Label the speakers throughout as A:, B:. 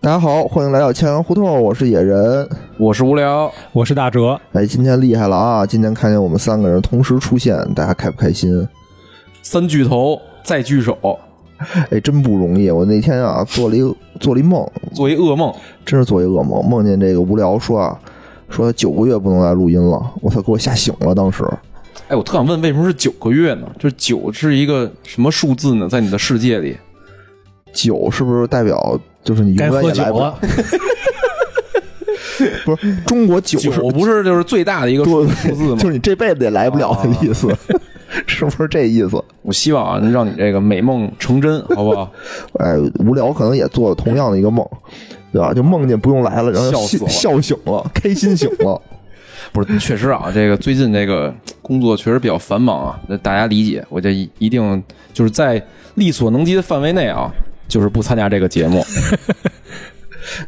A: 大家好，欢迎来到千元胡同，我是野人。
B: 我是无聊，
C: 我是大哲，
A: 哎，今天厉害了啊！今天看见我们三个人同时出现，大家开不开心？
B: 三巨头再聚首，
A: 哎，真不容易。我那天啊，做了一个做了一梦，
B: 做一噩梦。
A: 真是做一噩梦，梦见这个无聊说啊，说他九个月不能来录音了，我操，给我吓醒了。当时
B: 哎，我特想问，为什么是九个月呢？就是九是一个什么数字呢？在你的世界里，
A: 酒是不是代表就是你永
C: 该
A: 远
C: 喝
A: 也
C: 酒啊
A: 来不了？
C: 了。
A: 不是，中国酒是
B: 九不是就是最大的一个
A: 对
B: 数数字
A: 就
B: 吗？
A: 是你这辈子也来不了的
C: 啊
A: 意思， 是不是这意思？
B: 我希望啊，让你这个美梦成真，好不好？
A: 哎，无聊可能也做了同样的一个梦，对吧？就梦见不用来了，然后
B: 笑死
A: 笑
B: 了
A: 笑醒了，开心醒 了。
B: 不是，确实啊，这个最近这个工作确实比较繁忙啊，那大家理解。我就一一定就是在力所能及的范围内啊，就是不参加这个节目。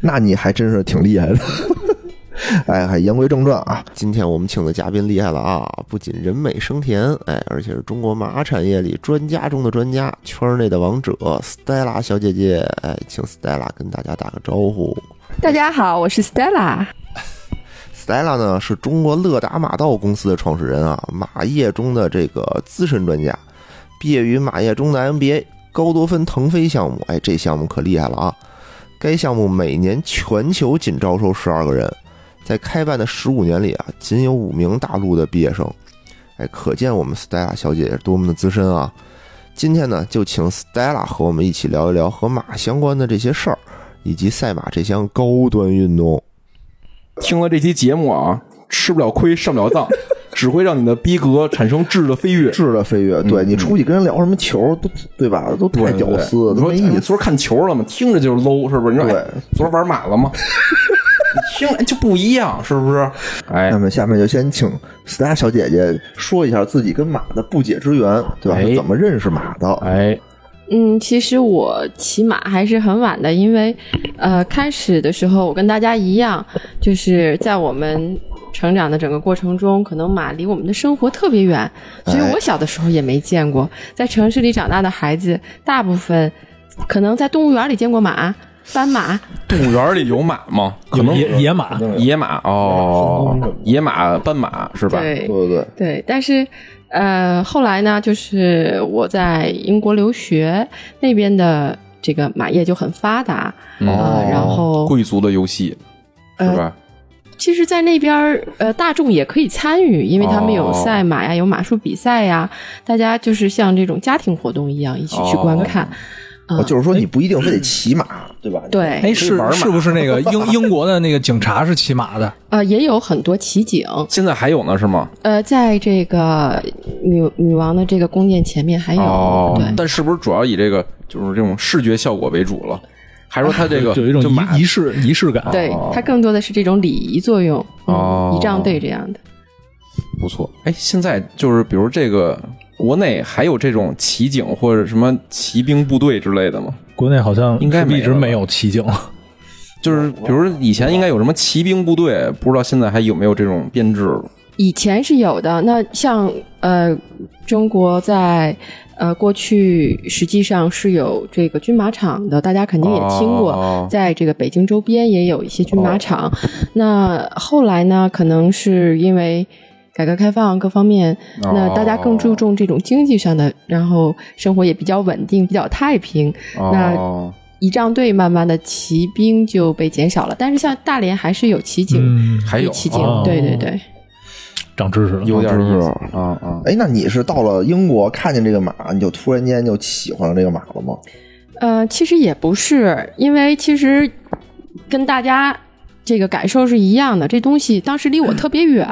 A: 那你还真是挺厉害的。 哎，还言归正传啊，
D: 今天我们请的嘉宾厉害了啊！不仅人美声甜，哎，而且是中国麻产业里专家中的专家，圈内的王者 Stella 小姐姐，哎，请 Stella 跟大家打个招呼。
E: 大家好，我是 Stella。
D: Stella 呢是中国乐达马道公司的创始人啊，马业中的这个资深专家，毕业于马业中的 MBA 高多芬腾飞项目，哎，这项目可厉害了啊！该项目每年全球仅招收十二个人，在开办的十五年里啊，仅有五名大陆的毕业生，哎，可见我们 Stella 小姐姐是多么的资深啊！今天呢，就请 Stella 和我们一起聊一聊和马相关的这些事儿，以及赛马这项高端运动。
B: 听了这期节目啊，吃不了亏，上不 了当，只会让你的逼格产生质的飞跃。
A: 质的飞跃。对你出去跟人聊什么球，都嗯对吧？都太屌丝，
B: 你
A: 都
B: 说
A: 没
B: 哎你
A: 意思。
B: 昨儿看球了吗？听着就是 low，是不是？你说
A: 对
B: 哎，昨儿玩满 了吗？你听哎着就不一样，是不是？哎
A: 那，么下面就先请 Star 小姐姐说一下自己跟马的不解之缘，对吧？
B: 哎
A: 是怎么认识马的？
B: 哎，
E: 嗯，其实我骑马还是很晚的，因为，呃，开始的时候我跟大家一样，就是在我们成长的整个过程中，可能马离我们的生活特别远，所以我小的时候也没见过。在城市里长大的孩子，大部分可能在动物园里见过马、斑马，
B: 动物园里有马吗？可
C: 有
B: 能
C: 野野马，
B: 野马哦，野马、斑马是吧？
E: 对
A: 对对对，
E: 对，但是呃，后来呢，就是我在英国留学，那边的这个马业就很发达，
B: 嗯
A: 哦
C: 哦
E: 呃，然后
B: 贵族的游戏是
E: 呃，
B: 吧？
E: 其实，在那边儿呃，大众也可以参与，因为他们有
B: 哦
E: 赛马呀，有马术比赛呀，大家就是像这种家庭活动一样一起去
B: 哦
E: 观看。
A: 哦就是说你不一定非得骑马，对吧？
E: 嗯对，
C: 哎，
B: 可以
C: 是
B: 玩马
C: 是不是那个 英英国的那个警察是骑马的？
E: 呃，也有很多骑警，
B: 现在还有呢是吗？
E: 呃，在这个女女王的这个宫殿前面还有，
B: 哦
E: 对，，
B: 但是不是主要以这个就是这种视觉效果为主了？还是说它这个
C: 就有一种
B: 就马
C: 仪仪式仪式感。
E: 对
B: 哦，
E: 它更多的是这种礼仪作用，嗯
B: 哦
E: 仪仗队这样的。
B: 不错。哎，现在就是比如这个国内还有这种骑警或者什么骑兵部队之类的吗？
C: 国内好像
B: 应该
C: 是不
B: 没
C: 是一直
B: 了吧
C: 没有骑警，
B: 就是比如以前应该有什么骑兵部队，不知道现在还有没有这种编制了？
E: 以前是有的，那像呃，中国在呃过去实际上是有这个军马场的，大家肯定也听过，
B: 哦
E: 在这个北京周边也有一些军马场。那后来呢，可能是因为。改革开放各方面，
B: 哦
E: 那大家更注重这种经济上的，然后生活也比较稳定，比较太平。
B: 哦，
E: 仪仗队慢慢的骑兵就被减少了，但是像大连还是有骑警，
C: 嗯，
B: 还有
E: 骑警，
C: 哦
E: 对对对。
C: 长知识了。
B: 有点意
A: 知
B: 思
A: 道
B: 啊啊！
A: 哎，那你是到了英国看见这个马，你就突然间就喜欢上这个马了吗？
E: 呃，其实也不是，因为其实跟大家这个感受是一样的。这东西当时离我特别远，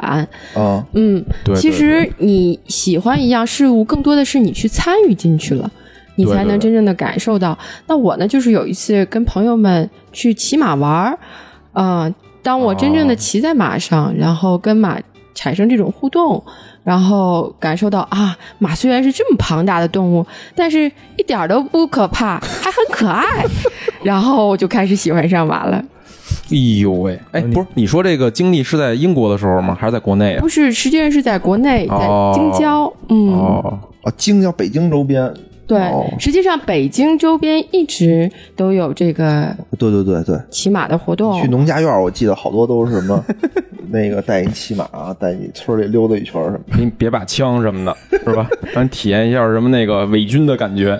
A: 啊，
E: 嗯，
B: 对
E: 其实你喜欢一样事物，更多的是你去参与进去了。你
B: 对
E: 才
B: 对
E: 能
B: 对
E: 真正的感受到。那我呢，就是有一次跟朋友们去骑马玩儿，嗯、当我真正的
B: 哦
E: 骑在马上，然后跟马产生这种互动，然后感受到啊，马虽然是这么庞大的动物，但是一点儿都不可怕，还很可 爱。然后我就开始喜欢上马了。
B: 哎呦喂，哎，不是你说这个经历是在英国的时候吗？还是在国内啊？
E: 不是，实际上是在国内，在
B: 哦
E: 京郊，嗯。
B: 哦，
A: 啊，京叫北京周边，
E: 对，
A: 哦
E: 实际上北京周边一直都有这个
A: 对对对对，
E: 骑马的活动
A: 去。农家院儿，我记得好多都是什么 那个带你骑马啊，带你村里溜达一圈儿什么的。
B: 你别把枪什么的，是吧？让你体验一下什么那个伪军的感觉。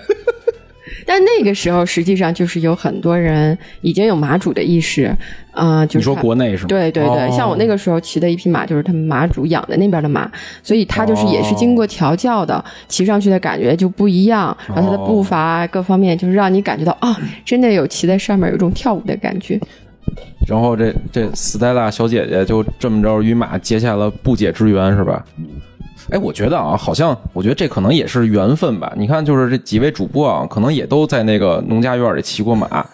E: 但那个时候实际上就是有很多人已经有马主的意识，啊、 就是
B: 你说
E: 他
B: 国内是吗？
E: 对对对，
B: 哦
E: 像我那个时候骑的一匹马，就是他们马主养的那边的马，所以它就是也是经过调教的，骑上去的感觉就不一样，然后它的
B: 哦
E: 步伐各方面就是让你感觉到啊、真的有骑在上面有一种跳舞的感觉。
B: 然后这这斯黛拉小姐姐就这么着与马结下了不解之缘，是吧？哎，我觉得啊，好像我觉得这可能也是缘分吧。你看，就是这几位主播啊，可能也都在那个农家院里骑过 马，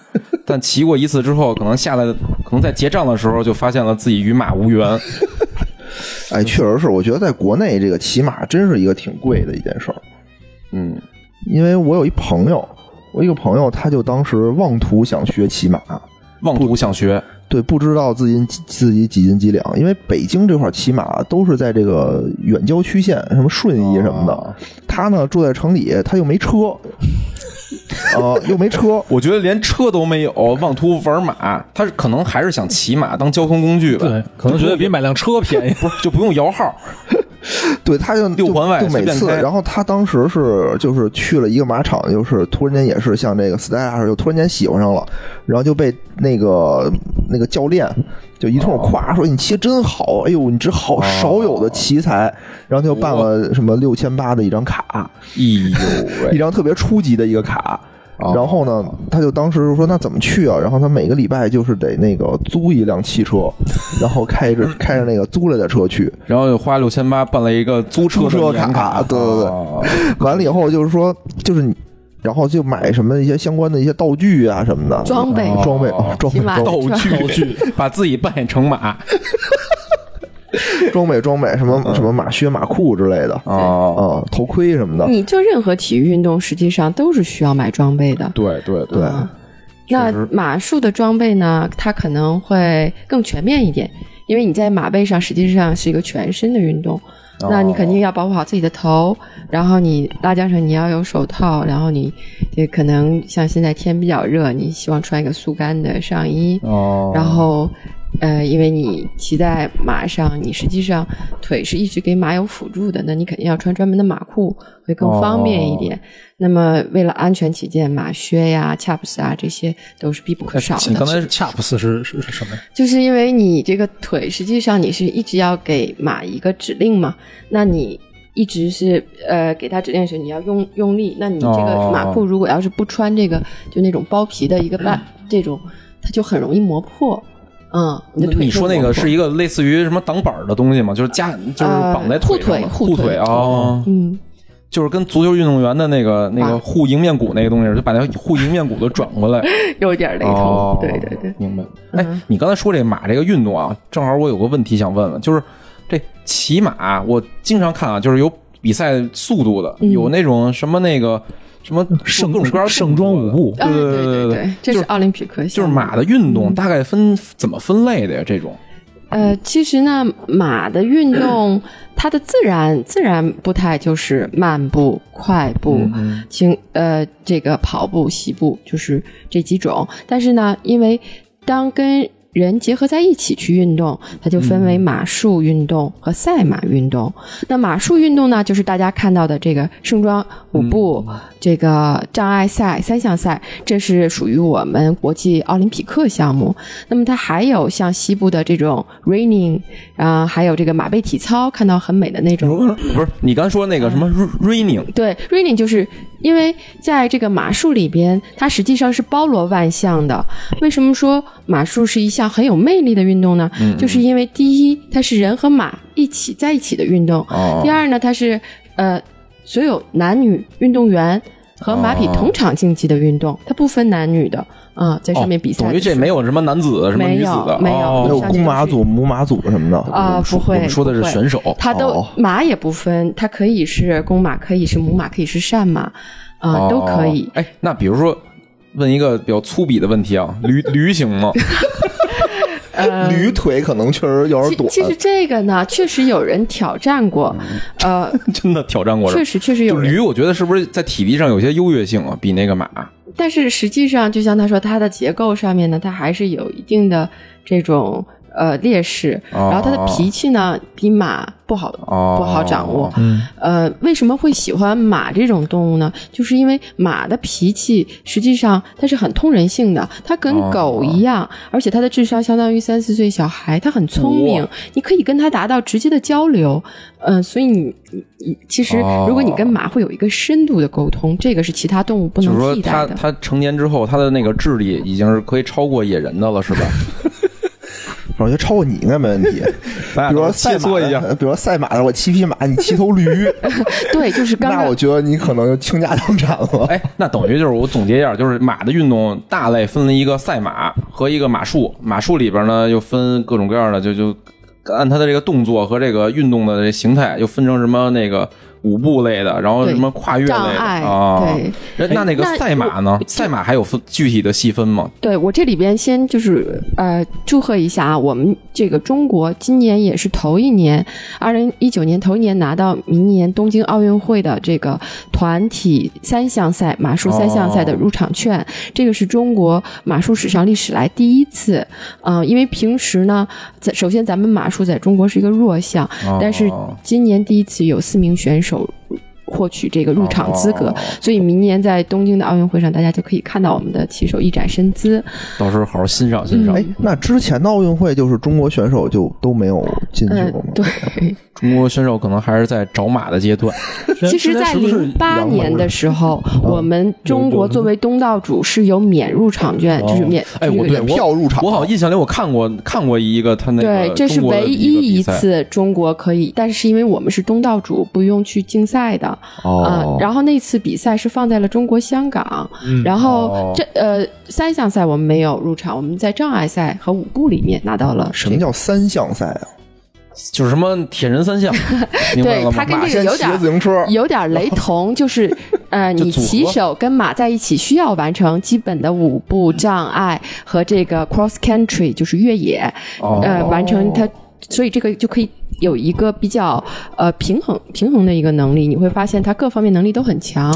B: 但骑过一次之后，可能下来，可能在结账的时候就发现了自己与马无 缘。
A: 哎，确实是，我觉得在国内这个骑马真是一个挺贵的一件事儿。
B: 嗯，
A: 因为我有一朋友，我一个朋友，他就当时妄图想学骑马，
B: 妄图想学，
A: 对，不知道自己自己几斤几两，因为北京这块儿骑马都是在这个远郊区县，什么顺义什么的。他呢住在城里，他又没车， 呃，又没车，
B: 我觉得连车都没有，妄图玩马，他是可能还是想骑马当交通工具吧，
C: 对，可能觉得比买辆车便宜。
B: 不是就不用摇号。
A: 对，他就
B: 六环外
A: 就就
B: 随
A: 每
B: 便
A: 次，
B: 开
A: 然后他当时是就是去了一个马场，就是突然间也是像这个 Stella 似的，突然间喜欢上了，然后就被那个那个教练就一
B: 哦
A: 通夸，说你骑得真好，哎呦，你这好少有的奇才，然后他就办
B: 哦
A: 了什么六千八的一张卡，
B: 哎呦
A: 一
B: 喂！
A: 张特别初级的一个卡。
B: 哦
A: 然后呢，他就当时就说那怎么去啊？然后他每个礼拜就是得那个租一辆汽车，然后开 着开着那个租来的车去，
B: 然后又花六千八办了一个租车的
A: 租车
B: 年
A: 卡对对对
B: 哦
A: 完了以后就是说，就是你，然后就买什么一些相关的一些道具啊什么的，
E: 装备
A: 哦装备
B: 哦
A: 装备
E: 起码
A: 装
B: 道具，
C: 道具
B: 把自己扮演 成马
A: 备装备装备什么什么马靴、马裤之类的
B: 嗯哦，
A: 啊，头盔什么的。
E: 你做任何体育运动，实际上都是需要买装备的。嗯
B: 对对对
A: 对，
E: 那
B: 实
E: 马术的装备呢，它可能会更全面一点，因为你在马背上实际上是一个全身的运动。那你肯定要保护好自己的头，然后你拉缰绳你要有手套，然后你也可能像现在天比较热，你希望穿一个速干的上衣，
B: 哦，
E: 然后呃，因为你骑在马上，你实际上腿是一直给马有辅助的，那你肯定要穿专门的马裤，会更
B: 哦
E: 方便一点。那么为了安全起见，马靴呀、chaps 啊这些都是必不可少
B: 你
E: 的
B: 哎刚。才
C: 恰普斯是是是什么呀？
E: 就是因为你这个腿，实际上你是一直要给马一个指令嘛，那你一直是呃给它指令的时，候，你要用用力。那你这个
B: 哦
E: 马裤如果要是不穿这个，就那种包皮的
B: 嗯
E: 一个半这种，它就很容易磨破。嗯，你的腿
B: 你说那个是
E: 一
B: 一个类似于什么挡板儿的东西吗？就是加就是绑在腿上的
E: 呃护
B: 护腿
E: 腿护腿
B: 哦，
E: 嗯，
B: 就是跟足球运动员的那个那个
E: 啊
B: 护迎面骨那个东西，就把那个护迎面骨都转过来。
E: 有点雷同。
B: 哦，
E: 对对嗯对，
B: 明白。哎，你刚才说这马这个运动啊，正好我有个问题想问问，就是这骑马，我经常看啊，就是有比赛速度的，
E: 嗯
B: 有那种什么那个什么
C: 嗯盛
B: 各种各样的
C: 盛装舞步
B: 对
E: 啊
B: 对
E: 对嗯
B: 对
E: 对，这是奥林匹克项目，
B: 就是马的运动大概分怎么分类的呀？这种
E: 呃，其实呢，马的运动，它的自然自然步态就是慢步、快步、轻呃这个跑步、习步，就是这几种。但是呢，因为当跟人结合在一起去运动，它就分为马术运动和赛马运动。那马术运动呢，就是大家看到的这个盛装舞步、这个障碍赛、三项赛，这是属于我们国际奥林匹克项目。那么它还有像西部的这种 reining，啊、还有这个马背体操，看到很美的那种。
B: 不是你刚才说那个什
E: 啊
B: 么 raining
E: 对，reining 就是因为在这个马术里边，它实际上是包罗万象的。为什么说马术是一项很有魅力的运动呢？
B: 嗯
E: 就是因为第一，它是人和马一起在一起的运动；
B: 哦
E: 第二呢，它是呃所有男女运动员和马匹
B: 哦
E: 同场竞技的运动，它不分男女的啊、在上面比赛的时候、
B: 哦等于这没有什么男子什么女子的，
E: 没有没有
A: 还
B: 哦
A: 有
E: 像
A: 公马
E: 这个
A: 组、母马组什么的
E: 啊、不会，
B: 我们说的是
E: 不会
B: 选手，
E: 它都、
A: 哦
E: 马也不分，它可以是公马，可以是母马，可以是善马，啊、
B: 哦
E: 都可以。
B: 哎， 那比如说问一个比较粗鄙的问题啊，驴驴行吗？
E: 呃，
A: 驴腿可能确实有点
E: 其
A: 短。
E: 其实
B: 呃
E: 这个呢，确实有人挑战过，呃，
B: 真嗯的挑战过
E: 确
B: 人。
E: 实确实
B: 就
E: 有人，
B: 驴，我觉得是不是在体力上有些优越性啊？比那个马，
E: 但是实际上，就像他说，它的结构上面呢，它还是有一定的这种呃劣势，
B: 哦
E: 然后它的脾气呢比马不好
B: 哦
E: 不好掌握。
C: 嗯，
E: 呃，为什么会喜欢马这种动物呢？就是因为马的脾气实际上它是很通人性的，它跟
B: 哦
E: 狗一样，而且它的智商相当于三四岁小孩，它很聪明
B: 哇，
E: 你可以跟它达到直接的交流。嗯、所以你你你其实
B: 哦
E: 如果你跟马会有一个深度的沟通，这个是其他动物不
B: 就是
E: 能
B: 说
E: 替代
B: 它
E: 的。
B: 它成年之后，它的那个智力已经是可以超过野人的了，是 吧？
A: 反正我觉得超过你应该没问 题。
B: 咱
A: 比如
B: 俩
A: 说赛
B: 切
A: 马
B: 磋一下，
A: 的，比如说赛马的，我骑匹马，你骑头 驴，
E: 对，就是刚
A: 那
E: 刚
A: 我觉得你可能就倾家荡产了。
B: 哎，那等于就是我总结一下，就是马的运动大类分了一个赛马和一个马术，马术里边呢又分各种各样的，就就按它的这个动作和这个运动的这形态，又分成什么那个舞步类的，然后
E: 对
B: 什么跨越类的
E: 障碍
B: 啊。
E: 对
B: 哎那那个
E: 那
B: 赛马呢
E: 我？
B: 赛马还有分具体的细分吗？
E: 对我这里边先就是呃，祝贺一下啊，我们这个中国今年也是头一年，二零一九年头一年拿到明年东京奥运会的这个团体三项赛马术三项赛
B: 哦
E: 的入场券，这个是中国马术史上历史来第一次。嗯、因为平时呢，在首先咱们马术在中国是一个弱项，
B: 哦
E: 但是今年第一次有四名选手获取这个入场资格，
B: 哦
E: 所以明年在东京的奥运会上，大家就可以看到我们的骑手一展身姿。
B: 到时候好好欣赏欣赏。
E: 嗯
A: 哎，那之前的奥运会就是中国选手就都没有进去
E: 嗯、
A: 过吗？
E: 对，
B: 中国选手可能还是在找马的阶段，
E: 其实，在零八年的时候，
B: 啊
E: 我们中国作为东道主是有免入场券，就是免
B: 哎，我
E: 这
B: 对
E: 个
A: 免票入场
B: 我好像印象里我看过看过一个他那个
E: 对，这是
B: 中国的
E: 唯
B: 个
E: 一
B: 比
E: 一
B: 赛
E: 次中国可以，但是因为我们是东道主，不用去竞赛的。啊、
A: 哦，
E: 然后那次比赛是放在了中国香港，
C: 嗯
E: 然
B: 哦
E: 后这呃三项赛我们没有入场，我们在障碍赛和舞步里面拿到了
A: 什么
E: 这个。
A: 叫三项赛啊？
B: 就是什么铁人 三项，明白了
E: 对
B: 吗
E: 他？跟
A: 马
E: 这个
A: 先
E: 有
A: 骑
E: 点
A: 着自行车，
E: 有点雷同，就是 呃，
B: 就
E: 你
B: 组合
E: 骑手跟马在一起需要完成基本的舞步、障碍和这个 cross country，就是越野，
B: 哦
E: 呃，完成它。所以这个就可以有一个比较呃平衡平衡的一个能力，你会发现他各方面能力都很强。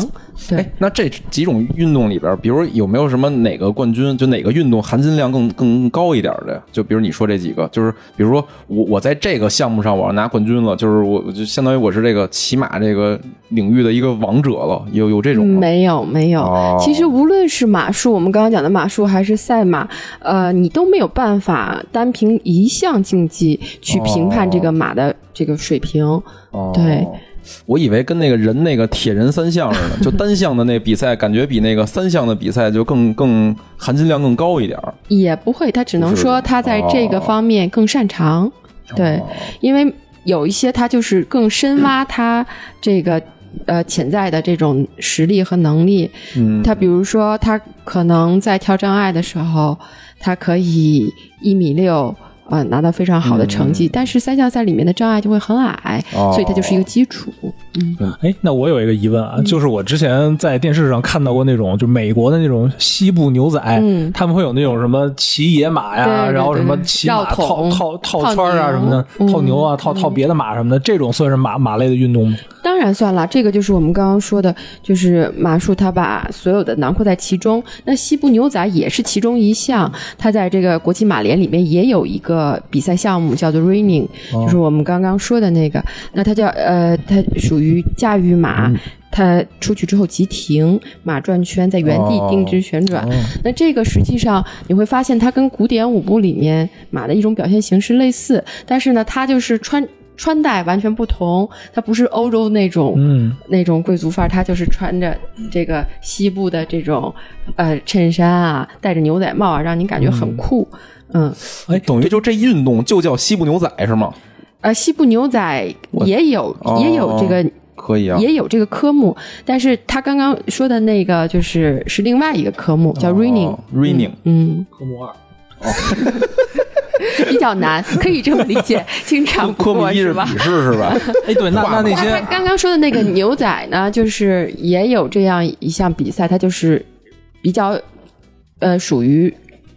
E: 对
B: 哎，，那这几种运动里边，比如有没有什么哪个冠军，就哪个运动含金量更更高一点的呀？就比如你说这几个，就是比如说我我在这个项目上我要拿冠军了，就是我我就相当于我是这个骑马这个领域的一个王者了，有有这种吗？
E: 没有没有，
B: 哦
E: 其实无论是马术，我们刚刚讲的马术还是赛马，呃，你都没有办法单凭一项竞技去评判这个马的这个水平。
B: 哦
E: 对。
B: 我以为跟那个人那个铁人三项 似的，就单项的那比赛，感觉比那个三项的比赛就更更含金量更高一点儿。
E: 也不会，他只能说他在这个方面更擅长。
B: 哦
E: 对，因为有一些他就是更深挖他这个。呃，潜在的这种实力和能力，
B: 嗯，
E: 他比如说，他可能在跳障碍的时候，他可以一米六，呃，拿到非常好的成绩，但是三项赛里面的障碍就会很矮，
B: 嗯哦
E: 所以它就是一个基础。嗯
C: 哎，那我有一个疑问啊，就是我之前在电视上看到过那种，就美国的那种西部牛仔，
E: 嗯
C: 他们会有那种什么骑野马呀，
E: 对对对
C: 然后什么骑马
E: 绕
C: 套
E: 桶
C: 套
E: 套
C: 套圈啊
E: 牛
C: 什么的，
E: 嗯
C: 套牛啊，套套别的马什么的，这种算是马马类的运动吗？
E: 当然算了，这个就是我们刚刚说的，就是马术，它把所有的囊括在其中。那西部牛仔也是其中一项，它在这个国际马联里面也有一个比赛项目叫做 reining，、就是
C: 哦
E: 我们刚刚说的那个。那它叫呃，它属于驾驭马。
B: 嗯
E: 它出去之后急停，马转圈，在原地定
B: 哦
E: 制旋转。那这个实际上你会发现，它跟古典舞步里面马的一种表现形式类似，但是呢，它就是穿穿戴完全不同，它不是欧洲那种、
C: 嗯，
E: 那种贵族范儿，它就是穿着这个西部的这种呃衬衫啊，戴着牛仔帽啊，让你感觉很酷。嗯，
B: 哎，等于就这运动就叫西部牛仔是吗？
E: 呃，西部牛仔也有、
B: 哦
E: 也有这个
B: 可以啊，
E: 也有这个科目，但是他刚刚说的那个就是是另外一个科目，
B: 哦
E: 叫 running，、
B: raining
E: 嗯，
C: 科目二，
E: 比较难，可以这么理 解，经常不
B: 科目
E: 过
B: 一
E: 是
B: 是
E: 吧
B: 笔？试是吧？
C: 哎，对，那那那
E: 那他
C: 些
E: 刚刚说的那个牛仔呢， 就是也有这样一项比赛，它就是比较呃属于。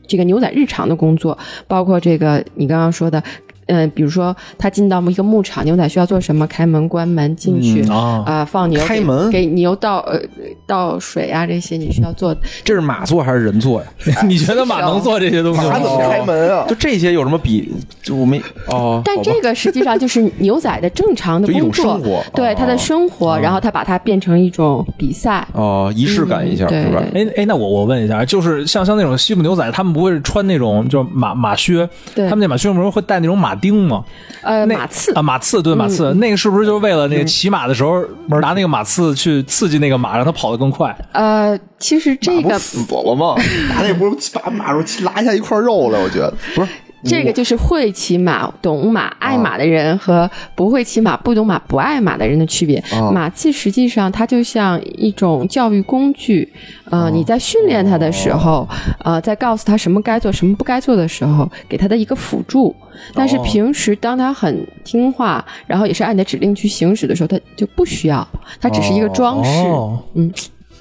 E: 这个牛仔日常的工作，包括这个你刚刚说的。嗯，比如说他进到一个牧场，牛仔需要做什么？开门、关门、进去
B: 嗯
E: 啊、放牛，
B: 开
E: 给
B: 门
E: 给牛倒呃倒水啊，这些你需要做的。
B: 这是马做还是人做呀？
C: 你觉得马能做这些东西吗？
A: 他怎么开门啊？
B: 就这些有什么比？就我们哦，
E: 但
B: 好吧
E: 这个实际上就是牛仔的正常的
B: 就一
E: 工
B: 种
E: 作
B: 生，活，
E: 对
B: 哦
E: 他的生活，然后他把它变成一种比赛。
B: 哦仪式感一下
E: 嗯对
B: 是吧？
E: 对
C: 哎哎，那我我问一下，就是像像那种西部牛仔，他们不会穿那种就是马马靴，
E: 对
C: 他们那马靴不是会带那种马钉吗？
E: 呃，
C: 那
E: 马刺嗯
C: 啊，马刺对马刺，那个是不是就是为了那个骑马的时候拿那个马刺去刺激那个马，让它跑得更快？
E: 呃，其实这
A: 不
E: 个
A: 死了 吗？拿那不是把马肉拉一下一块肉了？我觉得不是，
E: 这个就是会骑马、懂马、爱马的人和不会骑马、不懂马、不爱马的人的区别。
C: 哦
E: 马刺实际上它就像一种教育工具，呃，
C: 哦
E: 你在训练它的时候，呃，在告诉它什么该做、什么不该做的时候，给它的一个辅助。但
C: 哦
E: 是平时当它很听话，然后也是按你的指令去行驶的时候，它就不需要，它只是一个装饰。
C: 哦，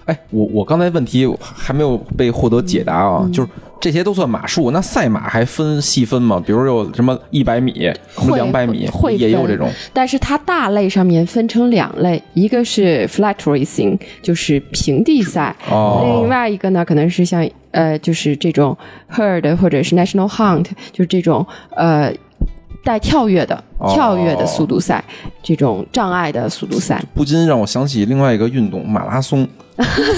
B: 哎，我我刚才问题还没有被获得解答啊，
E: 嗯
B: 就是这些都算马术，那赛马还分细分吗？比如有什么一百米、什么
E: 会
B: 两百米，
E: 会
B: 也有
E: 分
B: 这种
E: 但是它大类上面分成两类，一个是 flat racing，就是平地赛，另
B: 哦。
E: 外一个呢，可能是像呃，就是这种 herd 或者是 national hunt，就是这种呃带跳跃的、
B: 哦
E: 跳跃的速度赛，这种障碍的速度赛
B: 不禁让我想起另外一个运动马拉 松，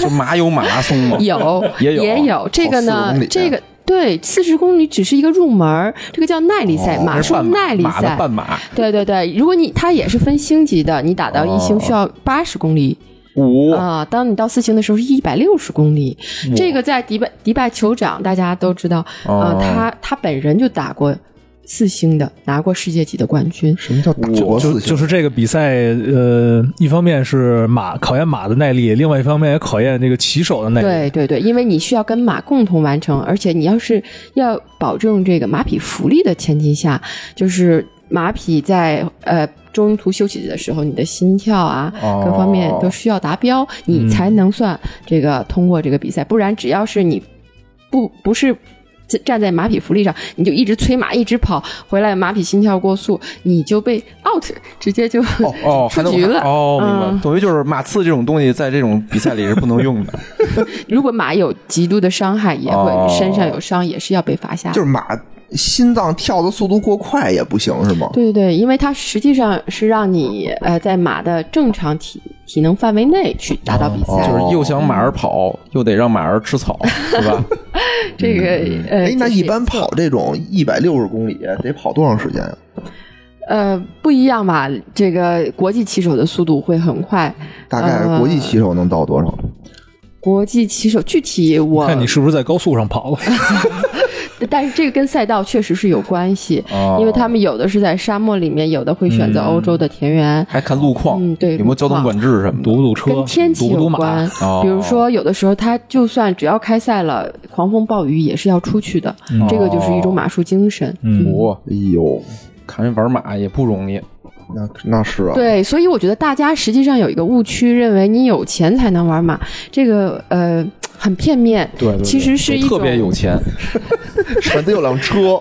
B: 就马有马拉松吗？
E: 有
B: 也有啊
E: 也有这个
A: 40
E: 呢
A: 公里啊，
E: 这个。对，四十公里只是一个入门儿，这个叫耐力赛，马
B: 哦还是
E: 术
B: 半
E: 耐力
B: 马的
E: 赛。啊
B: 半马，
E: 对对对，如果你它也是分星级的，你打
B: 哦
E: 到一星需要八十公里，
B: 五
E: 啊、当你到四星的时候是一百六十公里，这个在迪拜迪拜酋长大家都知道啊、
B: 哦
E: 他他本人就打过四星的，拿过世界级的冠军。
A: 什么叫打国
C: 就
A: 四
C: 就
A: 星？
C: 是这个比赛，呃，一方面是马考验马的耐力，另外一方面也考验这个骑手的耐力。
E: 对对对，因为你需要跟马共同完成，而且你要是要保证这个马匹福利的前提下，就是马匹在呃中途休息的时候，你的心跳啊、
B: 哦嗯
E: 各方面都需要达标，你才能算这个通过这个比赛。不然，只要是你不不是。站在马匹福利上，你就一直催马，一直跑回来，马匹心跳过速，你就被 out，直接就、
B: 哦，还
E: 出
B: 能
E: 局了。
B: 哦，明白了
E: 嗯，
B: 等于就是马刺这种东西在这种比赛里是不能用的。
E: 如果马有极度的伤害，也
B: 哦
E: 会身上有伤，也是要被罚下。
A: 就是马心脏跳的速度过快也不行是吗？
E: 对对对，因为它实际上是让你呃在马的正常体体能范围内去达到比赛，
C: 哦
B: 就是又想马儿跑，又得让马儿吃 草，是吧？
E: 这个呃，
C: 嗯
A: 哎，那
E: 就是
A: 一般跑这种一百六十公里得跑多长时间啊呀？
E: 呃不一样吧？这个国际骑手的速度会很快，
A: 大概国际骑手能到多少？
E: 国际骑手具体我
C: 看你是不是在高速上 跑了？
E: 但是这个跟赛道确实是有关系，
B: 哦
E: 因为他们有的是在沙漠里面，有的会
C: 嗯
E: 选择欧洲的田园，
B: 还看路况，
E: 嗯对
B: 有没有交通管制什么的
C: 堵不堵车？
E: 跟天气
C: 堵不
E: 有
C: 堵马？
E: 关。
B: 哦
E: 比如说，有的时候他就算只要开赛了，狂风暴雨也是要出去的，这个就是一种马术精神。
C: 嗯，
B: 我
A: 哎呦，
B: 哦看人玩马也不容易，
A: 那那是 啊，
E: 对，所以我觉得大家实际上有一个误区，认为你有钱才能玩马，这个呃很片面。
B: 对对对
E: 其实是一
B: 特别
E: 种
B: 有钱，
A: 反正有辆车，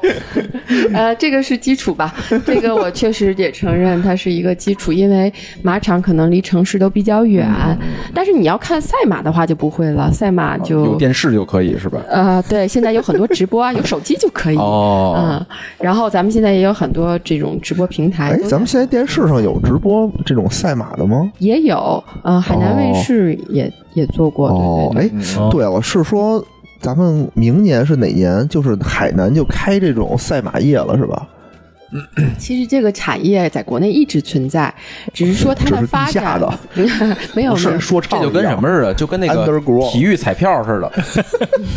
E: 呃，这个是基础吧， 这个我确实也承认它是一个基础，因为马场可能离城市都比较远，
B: 嗯
E: 但是你要看赛马的话就不会了，赛马
B: 哦有
E: 就
B: 电视就可以是吧？
E: 呃，对，现在有很多直播啊，有手机就可以。
B: 哦，
E: 嗯，然后咱们现在也有很多这种直播平台
A: 哎，
E: 都
A: 咱们现在电视上有直播这种赛马的吗？
E: 也有，嗯、海南卫
A: 哦
E: 视也、也做过，对对
A: 哦，哎，
C: 嗯
A: 对了，是说咱们明年是哪年？就是海南就开这种赛马业了，是吧？
E: 其实这个产业在国内一直存在，只是说它
A: 只是
E: 的发
A: 地下
E: 展
A: 的
E: 没有
A: 不
E: 没有
A: 是说唱
B: 这
A: 一
B: 就
A: 样，
B: 跟什么似的，就跟那个
A: Underground
B: 体育彩票似的，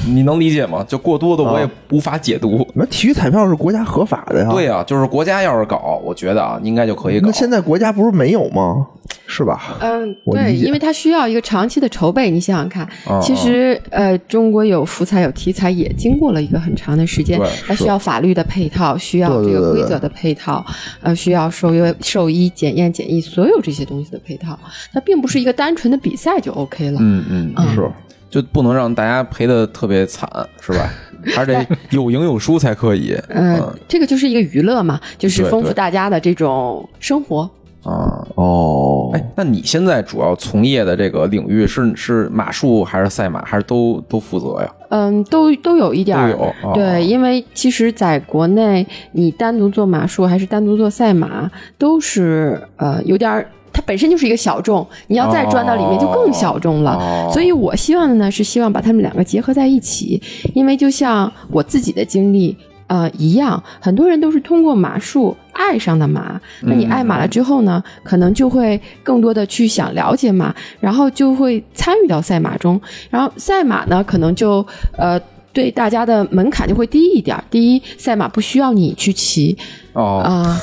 B: 你能理解吗？就过多的我也
A: 啊
B: 无法解读。
A: 那体育彩票是国家合法的呀？
B: 对啊，就是国家要是搞，我觉得啊，应该就可以搞。
A: 那现在国家不是没有吗？是吧？
E: 嗯，
A: 我
E: 对，
A: 理解哦
E: 因为它需要一个长期的筹备。你想想看，
B: 嗯
E: 其实呃，中国有福彩有体彩，也经过了一个很长的时间
B: 对，
E: 它需要法律的配套，需要
A: 对对
E: 这个
A: 对
E: 规
A: 对
E: 则的配套，呃，需要兽医兽医检验检疫所有这些东西的配套，它并不是一个单纯的比赛就 OK 了。
B: 嗯嗯，
E: 嗯
A: 是
B: 就不能让大家赔的特别惨，是吧？还是
E: 哎
B: 得有赢有输才可以
E: 嗯，这个就是一个娱乐嘛，就是
B: 对
E: 丰富
B: 对
E: 大家的这种生活。
B: 啊。
A: 哦，
B: 哎，那你现在主要从业的这个领域是是马术还是赛马还是都都负责呀？
E: 嗯，都都有一点
B: 都
E: 儿
B: 有。啊、
E: 对，因为其实在国内，你单独做马术还是单独做赛马，都是呃有点儿，它本身就是一个小众，你要再钻到里面就更小众了。
B: 哦
E: 所以我希望的呢是希望把他们两个结合在一起，因为就像我自己的经历。呃，一样，很多人都是通过马术爱上的马。
B: 嗯
E: 那你爱马了之后呢，可能就会更多的去想了解马，然后就会参与到赛马中。然后赛马呢，可能就呃对大家的门槛就会低一点儿。第一，赛马不需要你去骑
B: 哦、
E: 啊，
C: 啊，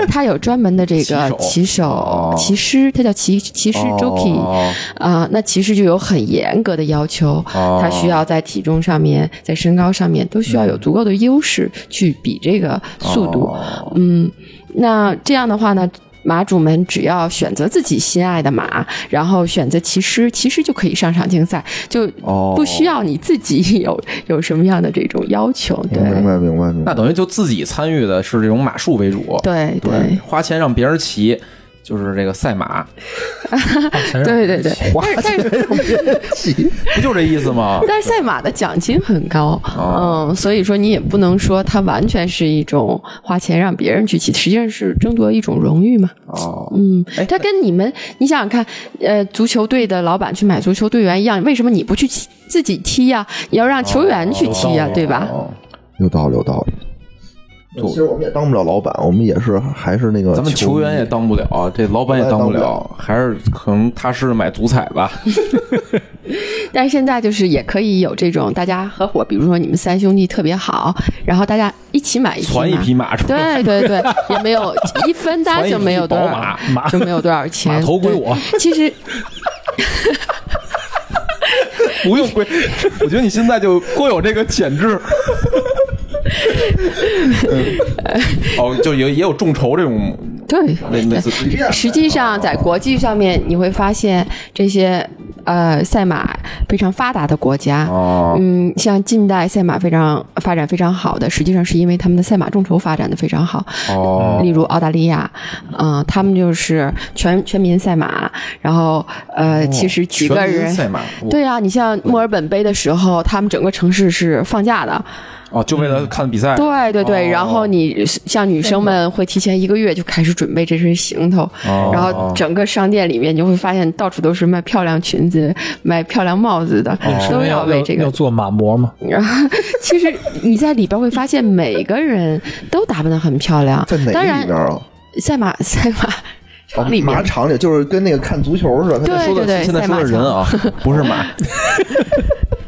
E: 它有专门的这个
B: 骑
E: 骑
B: 哦
E: 手、骑师，它叫骑骑师 jockey。
B: 哦
E: 啊、那其实就有很严格的要求，
B: 哦嗯
E: 他需要在体重上面、在身高上面都需要有足够的优势去比这个速度。
B: 哦
E: 嗯，那这样的话呢，马主们只要选择自己心爱的马，然后选择骑师，骑师就可以上场竞赛，就
B: 哦
E: 不需要你自己 有有什么样的这种要求。对，
A: 明白明白明
B: 那
A: 白。
B: 等于就自己参与的是这种马术为主，
E: 对
A: 哎
E: 对
B: 花钱让别人骑。就是这个赛 马，
C: 全是
E: 对对对，
B: 哎
E: 但是但是
B: 不就这意思吗？
E: 但是赛马的奖金很高，
B: 哦
E: 嗯，所以说你也不能说它完全是一种花钱让别人去骑，实际上是争夺一种荣誉嘛。
B: 哦，
E: 嗯
B: 哎，
E: 它跟你们，你想想看，呃，足球队的老板去买足球队员一样，为什么你不去骑自己踢呀、你要让球员去踢呀、
C: 哦
E: 对吧？
B: 哦
A: 有道理有道理。其实我们也当不了老板，我们也是还是那个
B: 咱们球员也当不了，这老板也当不了，还是可能踏实买足彩 吧。
E: 但是现在就是也可以有这种大家合伙，比如说你们三兄弟特别好，然后大家一起买一匹马，
B: 传一匹马出来，
E: 对对对，也没有一分
B: 传
E: 担
B: 一
E: 就
B: 匹
E: 没有多
B: 宝
E: 少
B: 马
C: 马
E: 就没有多少钱，
C: 马头归我
E: 对。其实
B: 不用归。我觉得你现在就颇有这个潜质。嗯哦，就也也有众筹这种
E: 对
B: 类类似。
E: 实际上，在国际上面，你会发现这些呃赛马非常发达的国家，
B: 哦
E: 嗯，像近代赛马非常发展非常好的，实际上是因为他们的赛马众筹发展的非常好。
B: 哦
E: 例如澳大利亚，嗯、他们就是全全民赛马，然后呃，其实几个
B: 全民
E: 人。
B: 赛马，
E: 对啊，你像墨尔本杯的时候，他们整个城市是放假的，
B: 哦，就为了看比赛。
E: 对对对，
B: 哦
E: 然后你像女生们会提前一个月就开始准备这身行头，
B: 哦
E: 然后整个商店里面你会发现到处都是卖漂亮裙子、 卖漂亮帽子的，
A: 哦
E: 都
C: 要
E: 为这
C: 要
E: 个。
C: 做马模 嘛，
E: 其实你在里边会发现每个人都打扮的很漂亮
A: 在，哪
E: 当
A: 个里
E: 然
A: 边啊？
E: 赛马赛马
A: 哦
E: 里
A: 马
E: 面。
A: 场里就是跟那个看足球似的。
E: 对
B: 说的
E: 对对
B: 现在说的人啊，不是 马，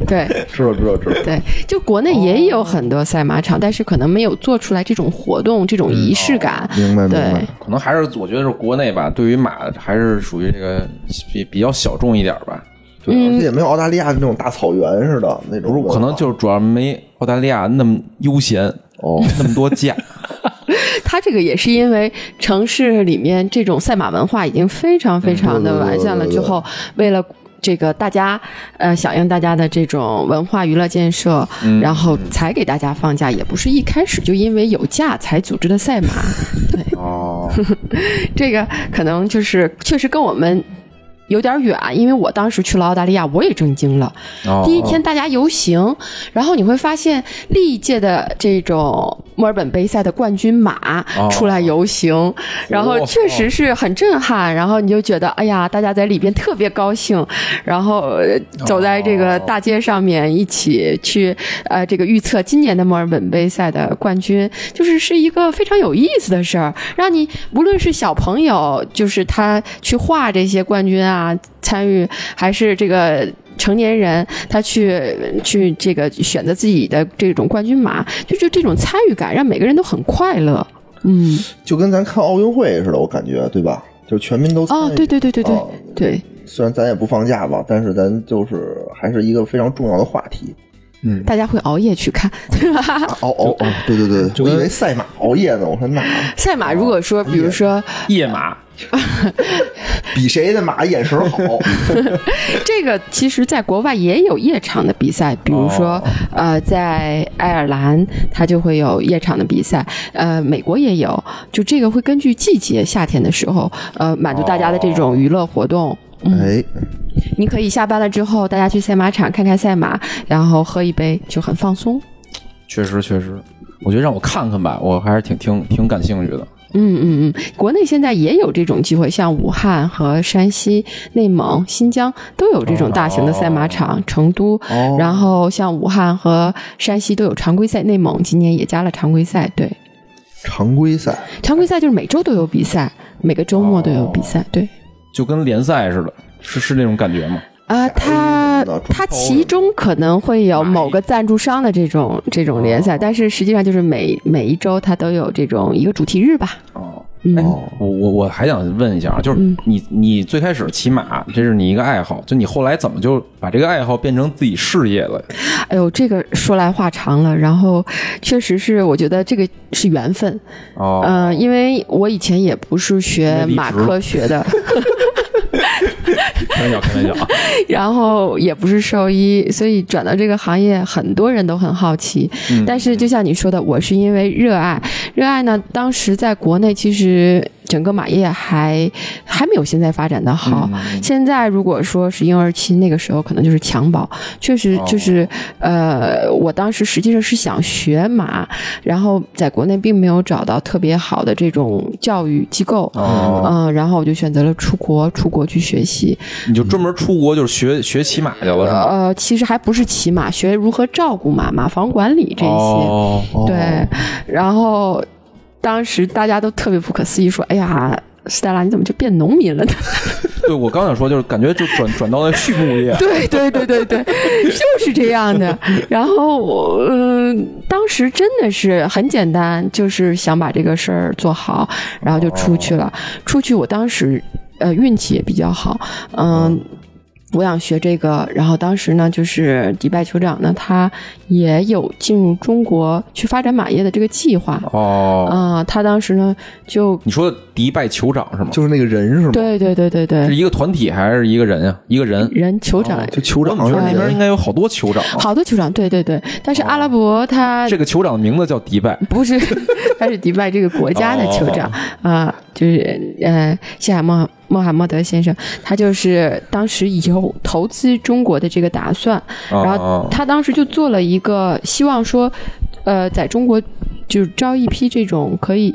E: 对
A: 知道知道知道。
E: 对，就国内也有很多赛马场，但是可能没有做出来这种活动、这种仪式感。
A: 哦明白明
E: 对
A: 白。
B: 可能还是我觉得是国内吧，对于马还是属于这个比比较小众一点吧。
E: 嗯
A: 对，啊而且也没有澳大利亚那种大草原似的那种文化，
B: 可能就是主要没澳大利亚那么悠闲哦，那么多 假。
E: 它这个也是因为城市里面这种赛马文化已经非常非常的完善了之后，为了。这个大家，呃，响应大家的这种文化娱乐建设，然后才给大家放假，也不是一开始就因为有假才组织的赛马。
B: 哦，
E: 这个可能就是确实跟我们有点远，因为我当时去了澳大利亚，我也震惊了。
B: 哦
E: 第一天大家游行，然后你会发现历届的这种墨尔本杯赛的冠军马
B: 哦
E: 出来游行，然后确实是很震撼。然后你就觉得，哎呀，大家在里边特别高兴，然后呃走在这个大街上面一起去呃这个预测今年的墨尔本杯赛的冠军，就是是一个非常有意思的事儿，让你无论是小朋友，就是他去画这些冠军啊，参与还是这个。成年人他去呃去这个选择自己的这种冠军马，就是这种参与感，让每个人都很快乐。嗯，
A: 就跟咱看奥运会似的，我感觉对吧？就是全民都参
E: 哦，
A: 与
E: 对对对对对、
A: 啊
E: 对，
A: 虽然咱也不放假吧，但是咱就是还是一个非常重要的话题。
E: 大家会熬夜去看，对吧？
A: 啊，哦哦哦，对对对，
C: 就
A: 我
C: 跟
A: 以为赛马熬夜呢，我说那
E: 赛马如果说，比如说
B: 夜马
A: 比谁的马眼神好。
E: 嗯这个其实，在国外也有夜场的比赛，比如说，
B: 哦
E: 呃，在爱尔兰它就会有夜场的比赛，呃，美国也有，就这个会根据季节，夏天的时候，呃，满足大家的这种娱乐活动。嗯，
A: 哎，
E: 你可以下班了之后，大家去赛马场看看赛马，然后喝一杯，就很放松。
B: 确实确实，我觉得让我看看吧，我还是挺挺挺感兴趣的。
E: 嗯嗯嗯，国内现在也有这种机会，像武汉和山西、内蒙、新疆都有这种大型的赛马场，成都，
B: 哦
E: 然后像武汉和山西都有常规赛，内蒙今年也加了常规赛。对，
A: 常规赛
E: 常规赛就是每周都有比赛，每个周末都有比赛。对，
B: 就跟联赛似的，是是那种感觉吗？
E: 啊、它
A: 什么的中
E: 它
A: 超
E: 其中可能会有某个赞助商的这种这种联赛，但是实际上就是每每一周它都有这种一个主题日吧。
B: 哦，
E: 嗯，
B: 我我我还想问一下啊，就是
E: 嗯
B: 你、你最开始骑马，这是你一个爱好，就你后来怎么就把这个爱好变成自己事业了？
E: 哎呦，这个说来话长了。然后，确实是，我觉得这个是缘分。
B: 哦，
E: 嗯、因为我以前也不是学马科学的，
B: 开玩笑，开玩笑啊！
E: 然后也不是兽医，所以转到这个行业，很多人都很好奇。
B: 嗯
E: 但是，就像你说的，我是因为热爱，热爱呢，当时在国内其实整个马业还还没有现在发展的好。
B: 嗯
E: 现在如果说是婴儿期，那个时候可能就是襁褓，确实
B: 哦
E: 就是、呃，我当时实际上是想学马，然后在国内并没有找到特别好的这种教育机构，
B: 哦，
E: 嗯、然后我就选择了出国，出国去学习。
B: 你就专门出国就是学学骑马去了是吗？
E: 呃，其实还不是骑马，学如何照顾马、马房管理这一些。
B: 哦，
E: 对，然后当时大家都特别不可思议，说：“哎呀，斯黛拉，你怎么就变农民了呢？”
B: 对我刚想说就是感觉就转转到那畜牧 业，
E: 对对对对 对，就是这样的。然后我，嗯、当时真的是很简单，就是想把这个事儿做好，然后就出去
B: 哦
E: 了。出去，我当时呃运气也比较好，嗯、我想学这个，然后当时呢，就是迪拜酋长呢，他也有进入中国去发展马业的这个计划，
B: 哦，
E: 啊、他当时呢就
B: 你说的迪拜酋长是吗？
A: 就是那个人是吗？
E: 对对对对
B: 是
E: 对，
B: 一个团体还是一个人啊？一个人。哦
E: 人酋长、
A: 就酋长
B: 我
A: 是
B: 觉得那边
A: 人
B: 应该有好多酋长啊。
E: 好多酋长，对对对，但是阿拉伯他
B: 这个酋长的名字叫迪拜。
E: 不是，他是迪拜这个国家
B: 哦
E: 的酋长啊、就是呃，谢海默穆罕默德先生，他就是当时有投资中国的这个打算，
B: 哦
E: 然后他当时就做了一个，希望说，呃，在中国就是招一批这种可以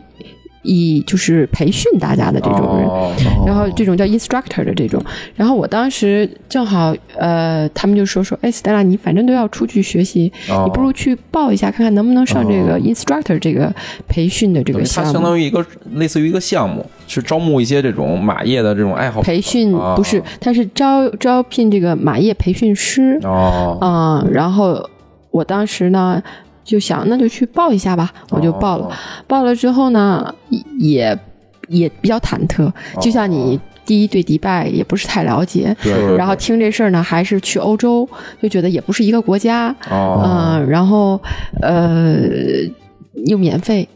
E: 以就是培训大家的这种人，
B: 哦
E: 然后这种叫 instructor 的这种，然后我当时正好呃，他们就说说，哎，Stella，你反正都要出去学习，
B: 哦
E: 你不如去报一下，看看能不能上这个 instructor 这个培训的这
B: 等
E: 个
B: 于它
E: 项
B: 相
E: 目。
B: 当于一个类似于一个项目，去招募一些这种马业的这种爱好者
E: 培训
B: 哦
E: 不是，他是招招聘这个马业培训师，
B: 哦
E: 嗯，然后我当时呢就想，那就去报一下吧，我就报了。
B: 哦
E: 报了之后呢，也也比较忐
B: 哦
E: 忑，就像你第一对迪拜也不是太了解，
B: 对，
E: 然后听这事儿呢，还是去欧洲，就觉得也不是一个国家，嗯、
B: 哦，
E: 然后呃又免费，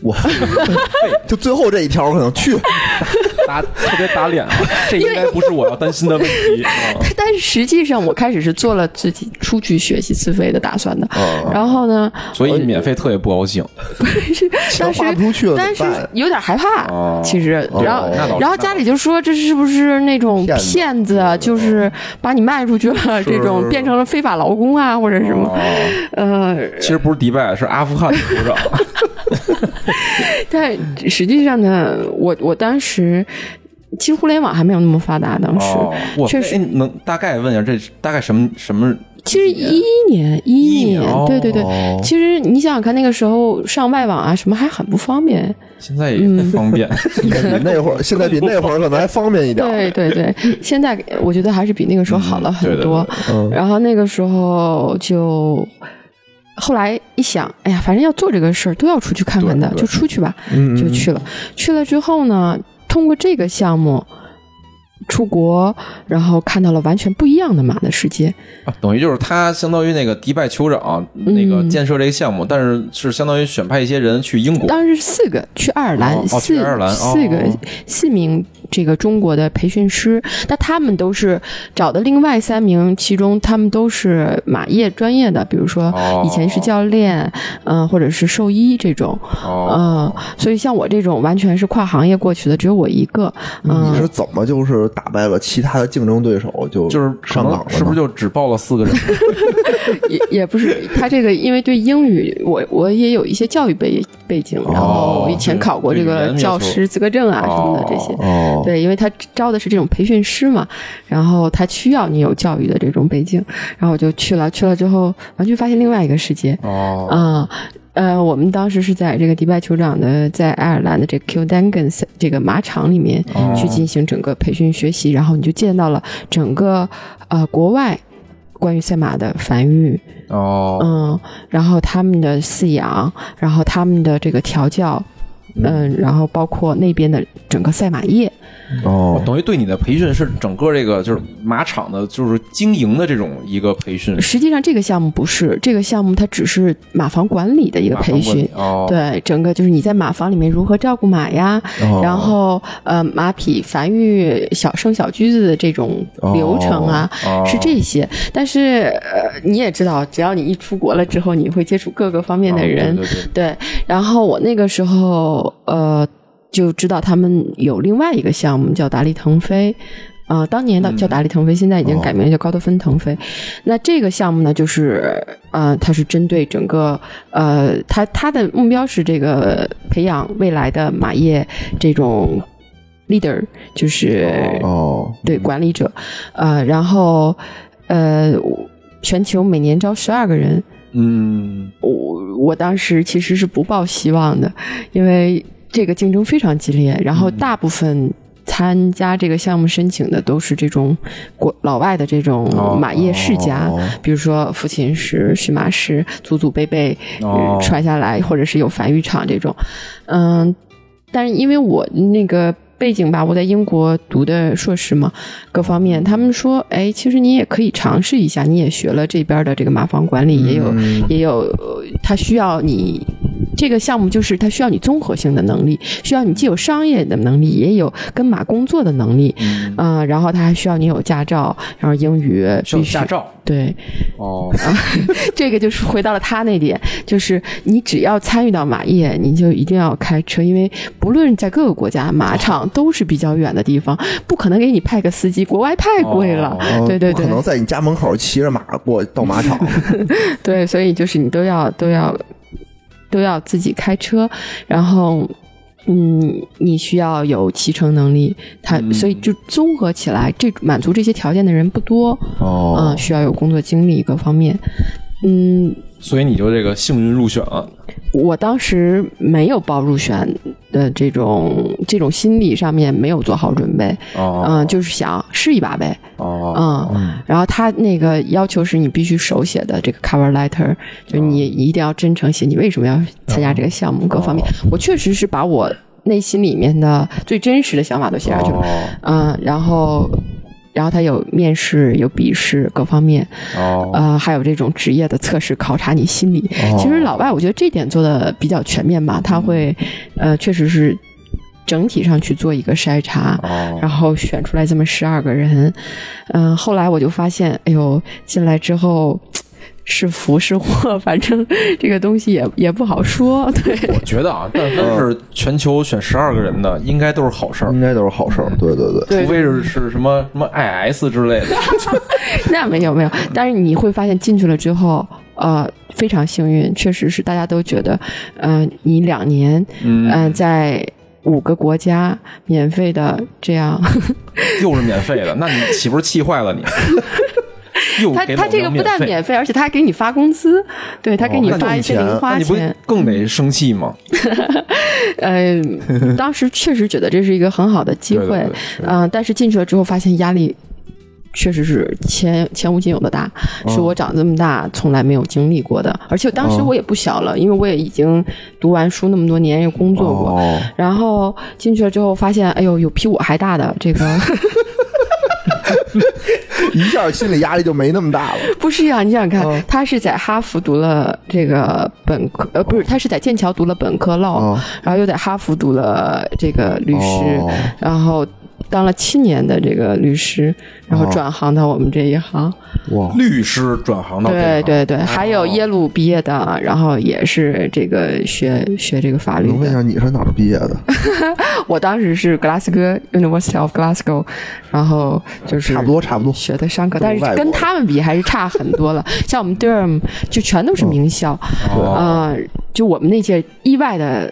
A: 我 就最后这一条可能去
B: 打特别打脸啊，这应该不是我要担心的问 题。啊
E: 但是实际上我开始是做了自己出去学习自费的打算的，
B: 哦
E: 然后呢，
B: 所以免费特别不高兴
A: 钱
E: 当时
A: 花不出去了，
E: 但是
A: 怎么办
E: 有点害怕，
B: 哦
E: 其实，然后
B: 哦那倒是
E: 然后家里就说这是不是那种
A: 骗子
E: 骗子啊，就是把你卖出去了，这种变成了非法劳工啊，或者什么，
B: 哦，
E: 呃，
B: 其实不是迪拜，是阿富汗的酋 长。
E: 但实际上呢，我我当时其实互联网还没有那么发达，当时、
B: 哦，我
E: 确实
B: 哎能大概问一下，这大概什么什么？
E: 其实一一年一一
B: 11年哦
E: 对对对，
A: 哦
E: 其实你想想看，那个时候上外网啊什么还很不方便，
B: 现在也
E: 嗯
B: 不方便，
A: 现在比那会儿，现在比那会儿可能还方便一点。
E: 对对 对，现在我觉得还是比那个时候好了很
B: 对对
E: 多。
A: 嗯
E: 然后那个时候就，后来一想，哎呀，反正要做这个事儿，都要出去看看的，
B: 对对
E: 就出去吧，
A: 嗯，
E: 就去了。去了之后呢，通过这个项目。出国，然后看到了完全不一样的马的世界。
B: 啊等于就是他相当于那个迪拜酋长那
E: 嗯
B: 个建设这个项目，但是是相当于选派一些人去英国。
E: 当时是四个去爱尔兰，
B: 哦哦
E: 四
B: 去爱尔兰哦
E: 四个、
B: 哦
E: 四名这个中国的培训师，那他们都是找的另外三名，其中他们都是马业专业的，比如说
B: 哦
E: 以前是教练，嗯、或者是兽医这种，嗯、
B: 哦，
E: 所以像我这种完全是跨行业过去的，只有我一个，嗯、
A: 你是怎么就是打败了其他的竞争对手就
B: 就是可
A: 上
B: 能
A: 岗了呢？
B: 是不是就只报了四 个人？
E: 也也不是，他这个因为对英语，我我也有一些教育背背景，然后以前考过这
B: 哦对语
E: 个
B: 言也
E: 教
B: 是
E: 师资格证啊什么的这些。
A: 哦，
E: 对，因为他招的是这种培训师嘛，然后他需要你有教育的这种背景，然后我就去了，去了之后完全发现另外一个世界，
B: 哦，
E: 啊、呃，我们当时是在这个迪拜酋长的在爱尔兰的这个 Kildangan 这个马场里面
B: 哦
E: 去进行整个培训学习，然后你就见到了整个呃国外关于赛马的繁育，
B: 哦，
E: 嗯，然后他们的饲养，然后他们的这个调教，嗯，然后包括那边的整个赛马业，
A: 哦，
B: 等于对你的培训是整个这个就是马场的，就是经营的这种一个培训，
E: 实际上这个项目不是，这个项目它只是马房管理的一个
B: 马场
E: 培训
B: 管理。哦，
E: 对，整个就是你在马房里面如何照顾马呀，
A: 哦
E: 然后呃马匹繁育小生小驹子的这种流程啊，
B: 哦
E: 是这些。但是呃你也知道，只要你一出国了之后，你会接触各个方面的人，
B: 哦对对对
E: 对，然后我那个时候呃就知道他们有另外一个项目叫达利腾飞。呃，当年的叫达利腾飞，现在已经改名叫高德芬腾飞。那这个项目呢，就是呃，它是针对整个呃，它它的目标是这个呃培养未来的马业这种呃 leader，就是、
A: 哦，
E: 对管理者，呃，然后呃，全球每年招十二个人，
B: 嗯，
E: 我我当时其实是不抱希望的，因为这个竞争非常激烈，然后大部分参加这个项目申请的都是这种国老外的这种
B: 哦
E: 马业世家，
A: 哦
E: 比如说父亲是驯马师，祖祖辈辈、呃
B: 哦
E: 传下来，或者是有繁育场这种，嗯，但是因为我那个。背景吧，我在英国读的硕士嘛，各方面他们说，哎，其实你也可以尝试一下，你也学了这边的这个马房管理，也有
B: 嗯
E: 也有，呃它需要你这个项目就是它需要你综合性的能力，需要你既有商业的能力，也有跟马工作的能力，
B: 嗯
E: 嗯、然后它还需要你有驾照，然后英语
B: 需要
E: 必须嗯
B: 驾照
E: 对，
B: 哦，
E: 这个就是回到了他那点，就是你只要参与到马业，你就一定要开车，因为不论在各个国家，马场都是比较远的地方，不可能给你派个司机，国外太贵了，
A: 哦
E: 对对
A: 不
E: 对
A: 可能在你家门口骑着马过到马 场，
E: 对，所以就是你都要都要都要自己开车，然后。嗯，你需要有骑乘能力，他、
B: 嗯
E: 所以就综合起来，这满足这些条件的人不多，嗯、
A: 哦，
E: 需要有工作经历各方面。嗯，
B: 所以你就这个幸运入选哦了，
E: 我当时没有报入选的这种这种心理上面没有做好准备，
B: 哦，
E: 嗯，就是想试一把呗，
B: 哦，
E: 嗯，然后他那个要求是你必须手写的这个 cover letter，就
B: 哦
E: 你一定要真诚写你为什么要参加这个项目各方面。
B: 哦
E: 我确实是把我内心里面的最真实的想法都写上去了，
B: 哦，
E: 嗯，然后。然后他有面试，有笔试，各方面，
B: 哦，
E: 呃，还有这种职业的测试，考察你心理。其实老外，我觉得这点做的比较全面
B: 嗯
E: 吧，他会，呃，确实是整体上去做一个筛查，
B: 哦，
E: 然后选出来这么十二个人，嗯、后来我就发现，哎呦，进来之后是福是祸， 反正这个东西也也不好说， 对。
B: 我觉得啊，但凡是全球选十二个人的，应该都是好事儿
A: 应。该都是好事儿，对对对，
E: 嗯对
B: 除非是是什么什么 IS 之类的，
E: 那没有没有，但是你会发现进去了之后，呃，非常幸运，确实是大家都觉得，嗯、你两年，嗯、
B: 嗯，
E: 在五个国家免费的 这样，
B: 又是免费的，那你岂不是气坏 了你？又
E: 他
B: 给
E: 他
B: 老
E: 这个
B: 娘
E: 不但
B: 费
E: 免费，而且他还给你发工资，对他给你
A: 那
E: 发
A: 挣
E: 一些
A: 钱
E: 零
B: 那
E: 花
B: 啊你不
E: 钱，
B: 更得生气吗？
E: 呃，当时确实觉得这是一个很好的机
B: 对对
E: 会
B: 对，是
E: 嗯、但是进去了之后发现压力确实是前前无仅有的大，
B: 哦
E: 是我长这么大从来没有经历过的。而且当时我也不小了，因为我也已经读完书那么多年，也工作过。
A: 哦，
E: 然后进去了之后，发现哎呦，有比我还大的这个，
A: 一下心理压力就没那么大了，
E: 不是呀、你想想看，
A: 哦
E: 他是在哈佛读了这个本科，呃，不是，他是在剑桥读了本科 law，、
A: 哦
E: 然后又在哈佛读了这个律师，
A: 哦
E: 然后当了七年的这个律师，然后转行到我们这一行。
A: 哇，
B: 律师转行到这
E: 对
B: 个
E: 对
A: 哦
E: 对，还有耶鲁毕业的，然后也是这个学学这个法律
A: 能问一
E: 的。
A: 下你是哪儿毕业 的？
E: 我当时是格拉斯哥 University of Glasgow，然后就是
A: 差不多，差不多。
E: 学的商科，
A: 都是
E: 但
A: 外国
E: 是
A: 人
E: 跟他们比还是差很多了。像我们 Durham 就全都是名校，
B: 哦
E: 啊，就我们那届意外的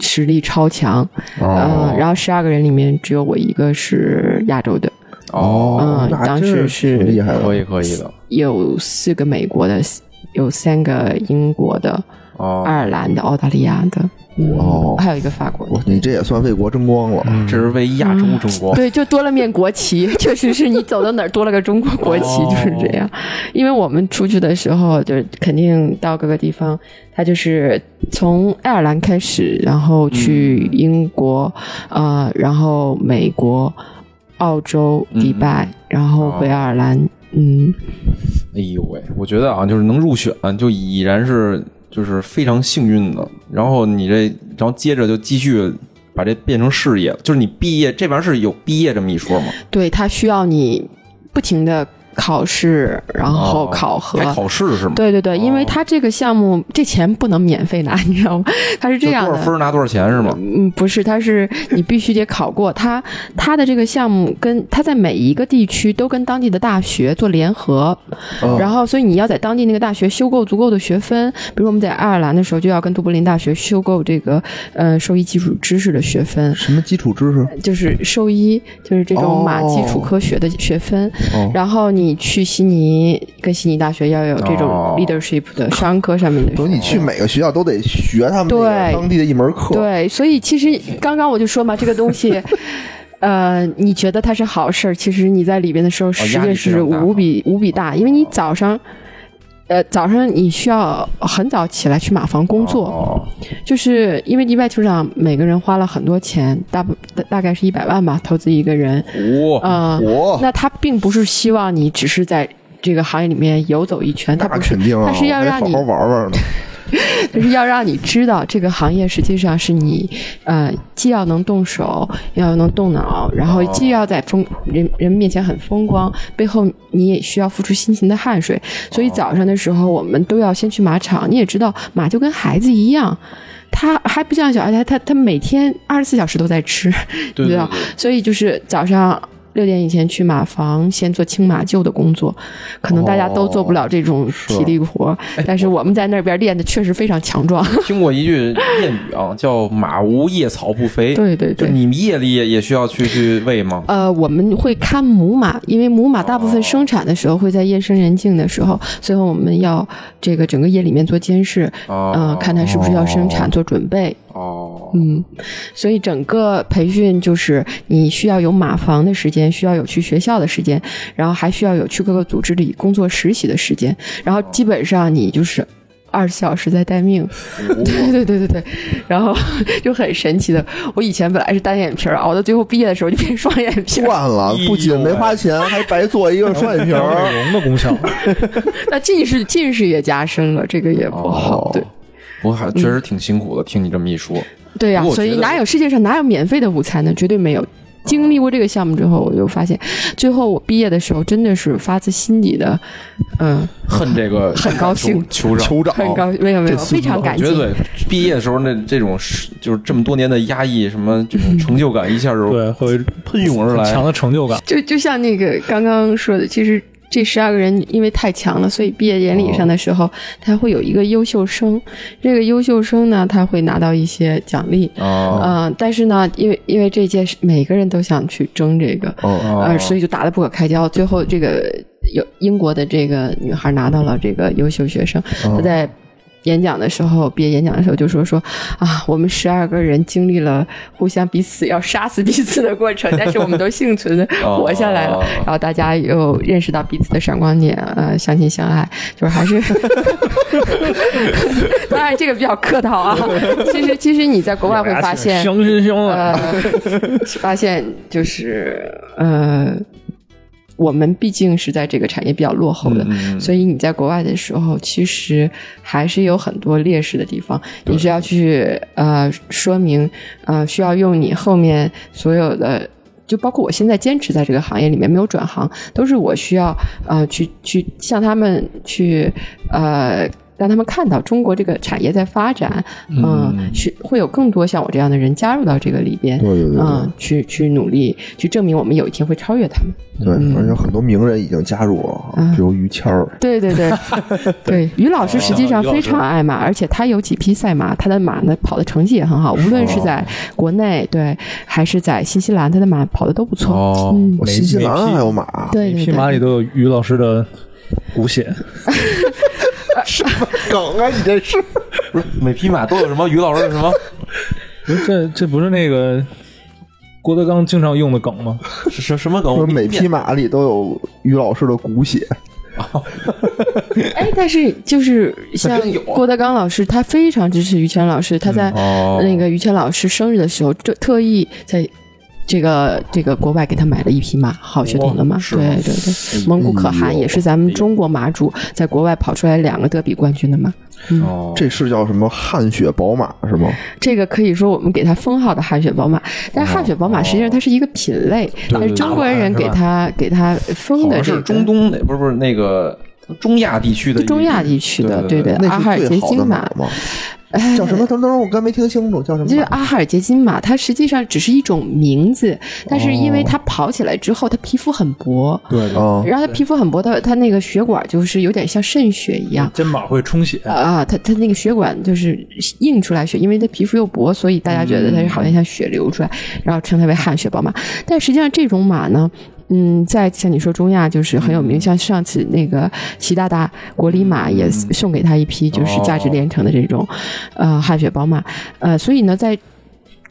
E: 实力超强，嗯、然后十二个人里面只有我一个是亚洲的，
B: 哦，
E: 嗯
A: 那
E: 当
A: 真是
E: 时是
A: 挺厉害
B: 可
A: 的。
B: 以可以的
E: 有四个美国的，有三个英国的、爱
B: 哦，
E: 尔兰的、澳大利亚的，
A: 哦
E: 还有一个法国
A: 哇
E: 的。
A: 你这也算为国争光了。
E: 嗯
B: 这是为亚洲争光。
E: 对，就多了面国旗，确实是你走到哪儿多了个中国国旗，
B: 哦
E: 就是这样。因为我们出去的时候，就是肯定到各个地方，他就是从爱尔兰开始，然后去
B: 嗯
E: 英国，呃，然后美国、澳洲、
B: 嗯哦
E: 迪拜，然后北爱尔兰，嗯，
B: 哎呦喂，我觉得啊，就是能入选就已然是就是非常幸运的。然后你这，然后接着就继续把这变成事业，就是你毕业这玩意儿是有毕业这么一说吗？
E: 对，他需要你不停的考试，然后考核，
B: 哦还考试是吗？
E: 对对对，因为
B: 哦
E: 他这个项目这钱不能免费拿，你知道吗？他是这
B: 就
E: 样
B: 多
E: 的，
B: 少分儿拿多少钱是吗？
E: 嗯，不是，它是你必须得考过它。它的这个项目跟它在每一个地区都跟当地的大学做联合，
A: 啊哦
E: 然后所以你要在当地那个大学修够足够的学分。比如我们在爱尔兰的时候，就要跟都柏林大学修够这个呃兽医基础知识的学分，
A: 什么基础知识？
E: 就是兽医，就是这种马基础科学的学分。
A: 哦
E: 呃然后你去悉尼，跟悉尼大学要有这种
B: 哦
E: leadership 的商科上面的学
A: 等你去每个学校都得学他们那个
E: 对
A: 当地的一门课。
E: 对，所以其实刚刚我就说嘛，这个东 西。呃，你觉得它是好事儿，其实你在里边的时候，实
B: 哦压力非
E: 际是
B: 常大哦
E: 无比无比大，因为你早上，呃，早上你需要很早起来去马房工作，
B: 哦
E: 就是因为迪拜酋长每个人花了很多钱，大不大大概是一百万吧，投资一个人，
B: 哇，哦
E: 啊、
A: 我
E: 那他并不是希望你只是在这个行业里面游走一圈，他
A: 那
E: 不是
A: 肯定啊，
E: 他是要
A: 我得
E: 让你
A: 好好玩玩呢。
E: 就是要让你知道，这个行业实际上是你，呃，既要能动手，要能动脑，然后既要在风人人面前很风光，背后你也需要付出辛勤的汗水。所以早上的时候，我们都要先去马场。你也知道，马就跟孩子一样，它还不像小孩，它它它每天二十四小时都在吃，
B: 对
E: 你知
B: 对
E: 道
B: 对，
E: 所以就是早上六点以前去马房，先做清马厩的工作。可能大家都做不了这种体力活，但是我们在那边练的确实非常强壮。
B: 听过一句谚语啊，叫“马无夜草不肥”。
E: 对对
B: 就
E: 对。
B: 你们夜里也也需要去去喂吗？
E: 呃，我们会看母马，因为母马大部分生产的时候会在夜深人静的时候，所以我们要这个整个夜里面做监视，
B: 哦
E: 嗯、看它是不是要生产，做准备，
B: 哦，
E: 嗯，所以整个培训就是你需要有马房的时间，需要有去学校的时间，然后还需要有去各个组织里工作实习的时间，然后基本上你就是二十四小时在待命。对对对对对，然后就很神奇的，我以前本来是单眼皮儿，熬到最后毕业的时候就变双眼皮儿。
A: 赚了，不仅没花钱，还白做一个双眼皮
C: 有
A: 儿。
C: 美容的功 效，
E: 那近视近视也加深了，这个也不好。
B: 哦
E: 对嗯
B: 我还确实挺辛苦的，听你这么一说，
E: 对呀、
B: 不过我
E: 所
B: 觉
E: 以
B: 得
E: 哪有世界上哪有免费的午餐呢？绝对没有。经历过这个项目之后，我就发现，最后我毕业的时候真的是发自心底的，嗯，
B: 恨这个
E: 很高兴
B: 酋长，
A: 酋长，
E: 很高，没有没有，非常感激
B: 绝。对毕业的时候那这种是就是这么多年的压抑，什么这种成就感一下就
C: 对，会有
B: 喷涌而
C: 很
B: 来
C: 强。的成就感。
E: 就就像那个刚刚说的，其实
B: 哦
E: 这十二个人因为太强了，所以毕业典礼上的时候，他会有一个优秀生，这个优秀生呢，他会拿到一些奖励。
B: 啊
E: 嗯、但是呢，因为因为这届是每个人都想去争这个，
A: 哦，
E: 呃，所以就打得不可开交。最后这个有英国的这个女孩拿到了这个优秀学生，
B: 哦
E: 她在。演讲的时候，毕业演讲的时候就说说啊，我们十二个人经历了互相彼此要杀死彼此的过程，但是我们都幸存的活下来了
B: 哦。
E: 然后大家又认识到彼此的闪光点，呃，相亲相爱，就是 还是，当然这个比较客套啊。其实其实你在国外会
C: 哎
E: 发
B: 哎
E: 现，
C: 相亲相爱，
E: 呃， 发现就是呃，我们毕竟是在这个产业比较落后的，
B: 嗯
E: 所以你在国外的时候，其实还是有很多劣势的地方，你是要去呃说明，呃，需要用你后面所有的。就包括我现在坚持在这个行业里面没有转行，都是我需要呃去去向他们去呃。让他们看到中国这个产业在发展，嗯，是会有更多像我这样的人加入到这个里边，
A: 对对对
E: 嗯，去去努力，去证明我们有一天会超越他们。
A: 对，而且很多名人已经加入了，
E: 嗯
A: 比如于谦儿，
E: 对对对 对，于老师实际上非常爱马，而且他有几匹赛马，他的马呢跑的成绩也很好，无论是在国内对，还是在新西兰，他的马跑的都不错。
B: 哦
E: 嗯
A: 我，新西兰还有马，
E: 对
C: 一
E: 对
C: 匹马
E: 对，
C: 里都有于老师的骨 血，
A: 梗啊，你这是
B: 不是每匹马都有什么于老师的什么？
C: 这这不是那个郭德纲经常用的梗吗？
B: 是什什么梗？
A: 说
B: 我
A: 每匹马里都有于老师的骨血，
E: 哎，但是就是像
B: 真有啊
E: 郭德纲老师，他非常支持于谦老师，他在
B: 哦，
E: 那个于谦老师生日的时候，这特意在。这个这个国外给他买了一匹马，好血统的马，
B: 是
E: 对
B: 吗哎
E: 对对，蒙古可汗也是咱们中国马主，在国外跑出来两个德比冠军的马，嗯，
B: 哦，
A: 这是叫什么汗血宝马是吗？
E: 这个可以说我们给它封号的汗血宝马，但是汗血
B: 哦
E: 宝马实际上它是一个品类，但是中国人给它给它封
B: 好
E: 的
B: 像
E: 这
B: 是
E: 个
B: 中东那不是不是那个中亚地区的一
E: 中亚地区的，
B: 对
E: 对，阿哈
A: 那是
E: 尔捷
A: 最好的
E: 金
A: 马
E: 马，
A: 吗？ 叫什么？等等，我刚没听清楚，叫什么
E: 就是
A: 马？
E: 阿哈尔捷金马，它实际上只是一种名字，但是因为它跑起来之后，它皮肤很薄，
C: 对，
A: 啊，
E: 然后它皮肤很薄，它它那个血管就是有点像渗血一样。
C: 肩膀会充血，
E: 啊，它它那个血管就是映出来血，因为它皮肤又薄，所以大家觉得它是好像像血流出来，然后称它为汗血宝马。但实际上这种马呢，嗯，在像你说中亚就是很有名，像上次那个习大大国礼马也送给他一匹，就是价值连城的这种，呃，汗血宝马。呃，所以呢，在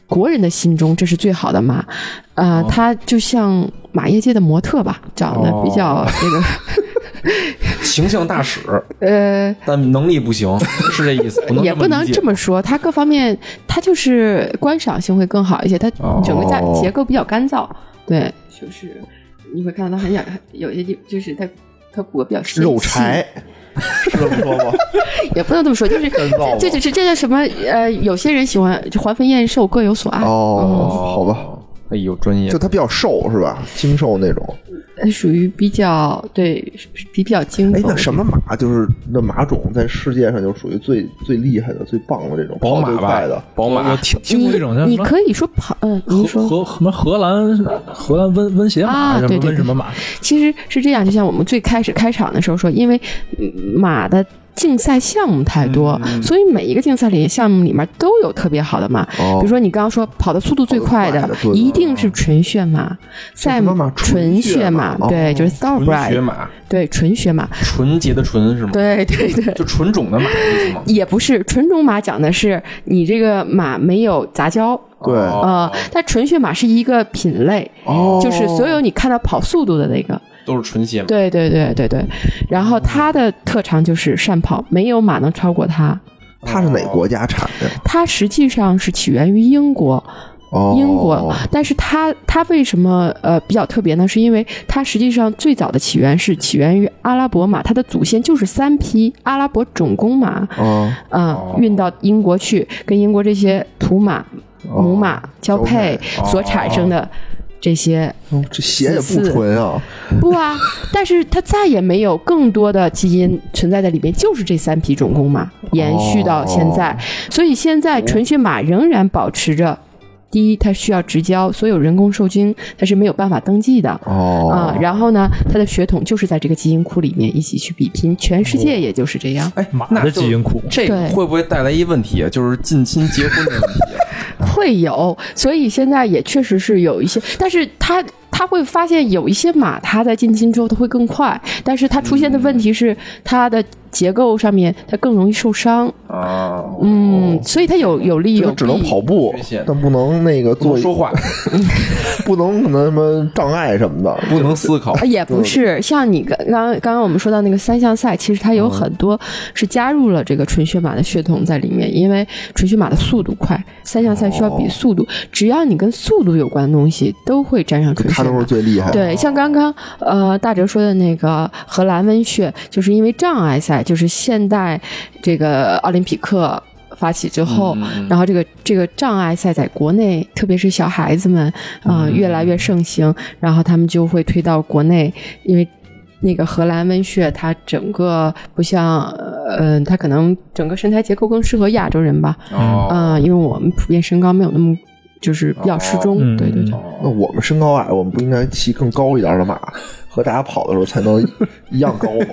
E: 国人的心中，这是最好的马。呃，它就像马业界的模特吧，长得比较这个、
B: 形象大使，
E: 呃。
B: 但能力不行，是这 意思？我
E: 也不能
B: 理解
E: 这么说，它各方面它就是观赏性会更好一些，它
B: 哦
E: 整个架结构比较干燥，对，就是你会看到它很想有些地就是它它骨骼比较深
A: 肉
E: 细
A: 柴是这么说吗？
E: 也不能这么说，就是
A: 干燥吗
E: 这就是这叫什么呃，有些人喜欢就环肥燕瘦各有所爱，
A: 哦，好吧，
B: 哦，哎呦，专业
A: 就，它比较瘦是吧？精瘦那种。
E: 呃属于比较对比比较精
A: 哎，
E: 瘦
A: 那。什么马就是那马种在世界上就属于最最厉害的、最棒的这种
B: 宝马
A: 跑得最快的
B: 吧，宝马
C: 我听听
E: 你
C: 过一种叫什
E: 你
C: 么
E: 可以说跑，嗯，您
C: 荷
E: 说
C: 荷什么荷兰荷兰温温血
E: 啊
C: 马什么
E: 对对
C: 温什
E: 对
C: 么马，
E: 其实是这样，就像我们最开始开场的时候说，因为嗯马的竞赛项目太多，所以每一个竞赛里项目里面都有特别好的马。
A: 哦
E: 比如说你刚刚说跑的速度最快
A: 跑得快的对
E: 一定是纯血马，赛
A: 什么马
E: 纯
A: 血
E: 血
A: 马
E: 马，
A: 哦
E: 对，就是
B: 纯血
E: thoroughbred，
B: 马，
E: 对，纯血马，
B: 纯洁的纯是吗？，
E: 对对对。
B: 就纯种的马的意思吗？
E: 也不是纯种马，讲的是你这个马没有杂交，
A: 对
B: 哦
E: 呃，但纯血马是一个品类，
A: 哦
E: 就是所有你看到跑速度的那个，
B: 都是纯血马。
E: 对对对对对，然后他的特长就是善跑，没有马能超过他。
A: 它是哪国家产的？
E: 他实际上是起源于英国，
A: 哦，
E: 英国，但是他他为什么呃比较特别呢？是因为他实际上最早的起源是起源于阿拉伯马，它的祖先就是三匹阿拉伯种公马，
A: 嗯，
E: 嗯、运到英国去，跟英国这些土马、
A: 哦
E: 母马交配所产生的这些
A: 哦这血也不
E: 四
A: 纯啊，
E: 不啊，但是它再也没有更多的基因存在在里面，就是这三匹种公马延续到现在，所以现在纯血马仍然保持着。第一，它需要直交，所有人工受精它是没有办法登记的啊、
A: 哦，
E: 然后呢，它的血统就是在这个基因库里面一起去比拼，全世界也就是这样，
B: 哎，
C: 马
B: 那
C: 的
B: 就
C: 基因库
B: 这个
E: 对
B: 会不会带来一问题啊？就是近亲结婚的问题啊。
E: 会有。所以现在也确实是有一些，但是它它会发现有一些马，它在进亲之后它会更快，但是它出现的问题是它的结构上面它更容易受伤，
B: 啊，
E: 嗯，所以它有有利
A: 就
E: 有
A: 它
E: 弊，
A: 哦只能跑步
B: 缺陷，
A: 但不能那个
B: 不
A: 做
B: 能说话，
A: 不能可能什么障碍什么的。
B: 不能思 考
E: 啊。也不是像你刚刚刚刚我们说到那个三项赛，其实它有很多是加入了这个纯血马的血统在里面，因为纯血马的速度快，三项赛需要
A: 哦
E: 比速度，只要你跟速度有关的东西都会沾上纯
A: 它
E: 血
A: 都
E: 马
A: 是。最厉
B: 嗯
A: 害的，
E: 对，像刚刚呃大哲说的那个荷兰温血，就是因为障碍赛，就是现代这个奥林匹克发起之后，
B: 嗯嗯嗯
E: 然后这个这个障碍赛在国内，特别是小孩子们啊、
B: 嗯
E: 呃越来越盛行，然后他们就会推到国内，因为。那个荷兰温血，它整个不像，嗯、呃，它可能整个身材结构更适合亚洲人吧，
B: 哦，
E: 啊、因为我们普遍身高没有那么，就是比较适中，
C: 嗯
E: 对对对。
B: 哦
A: 那我们身高矮，我们不应该骑更高一点的马，和大家跑的时候才能一样高吗？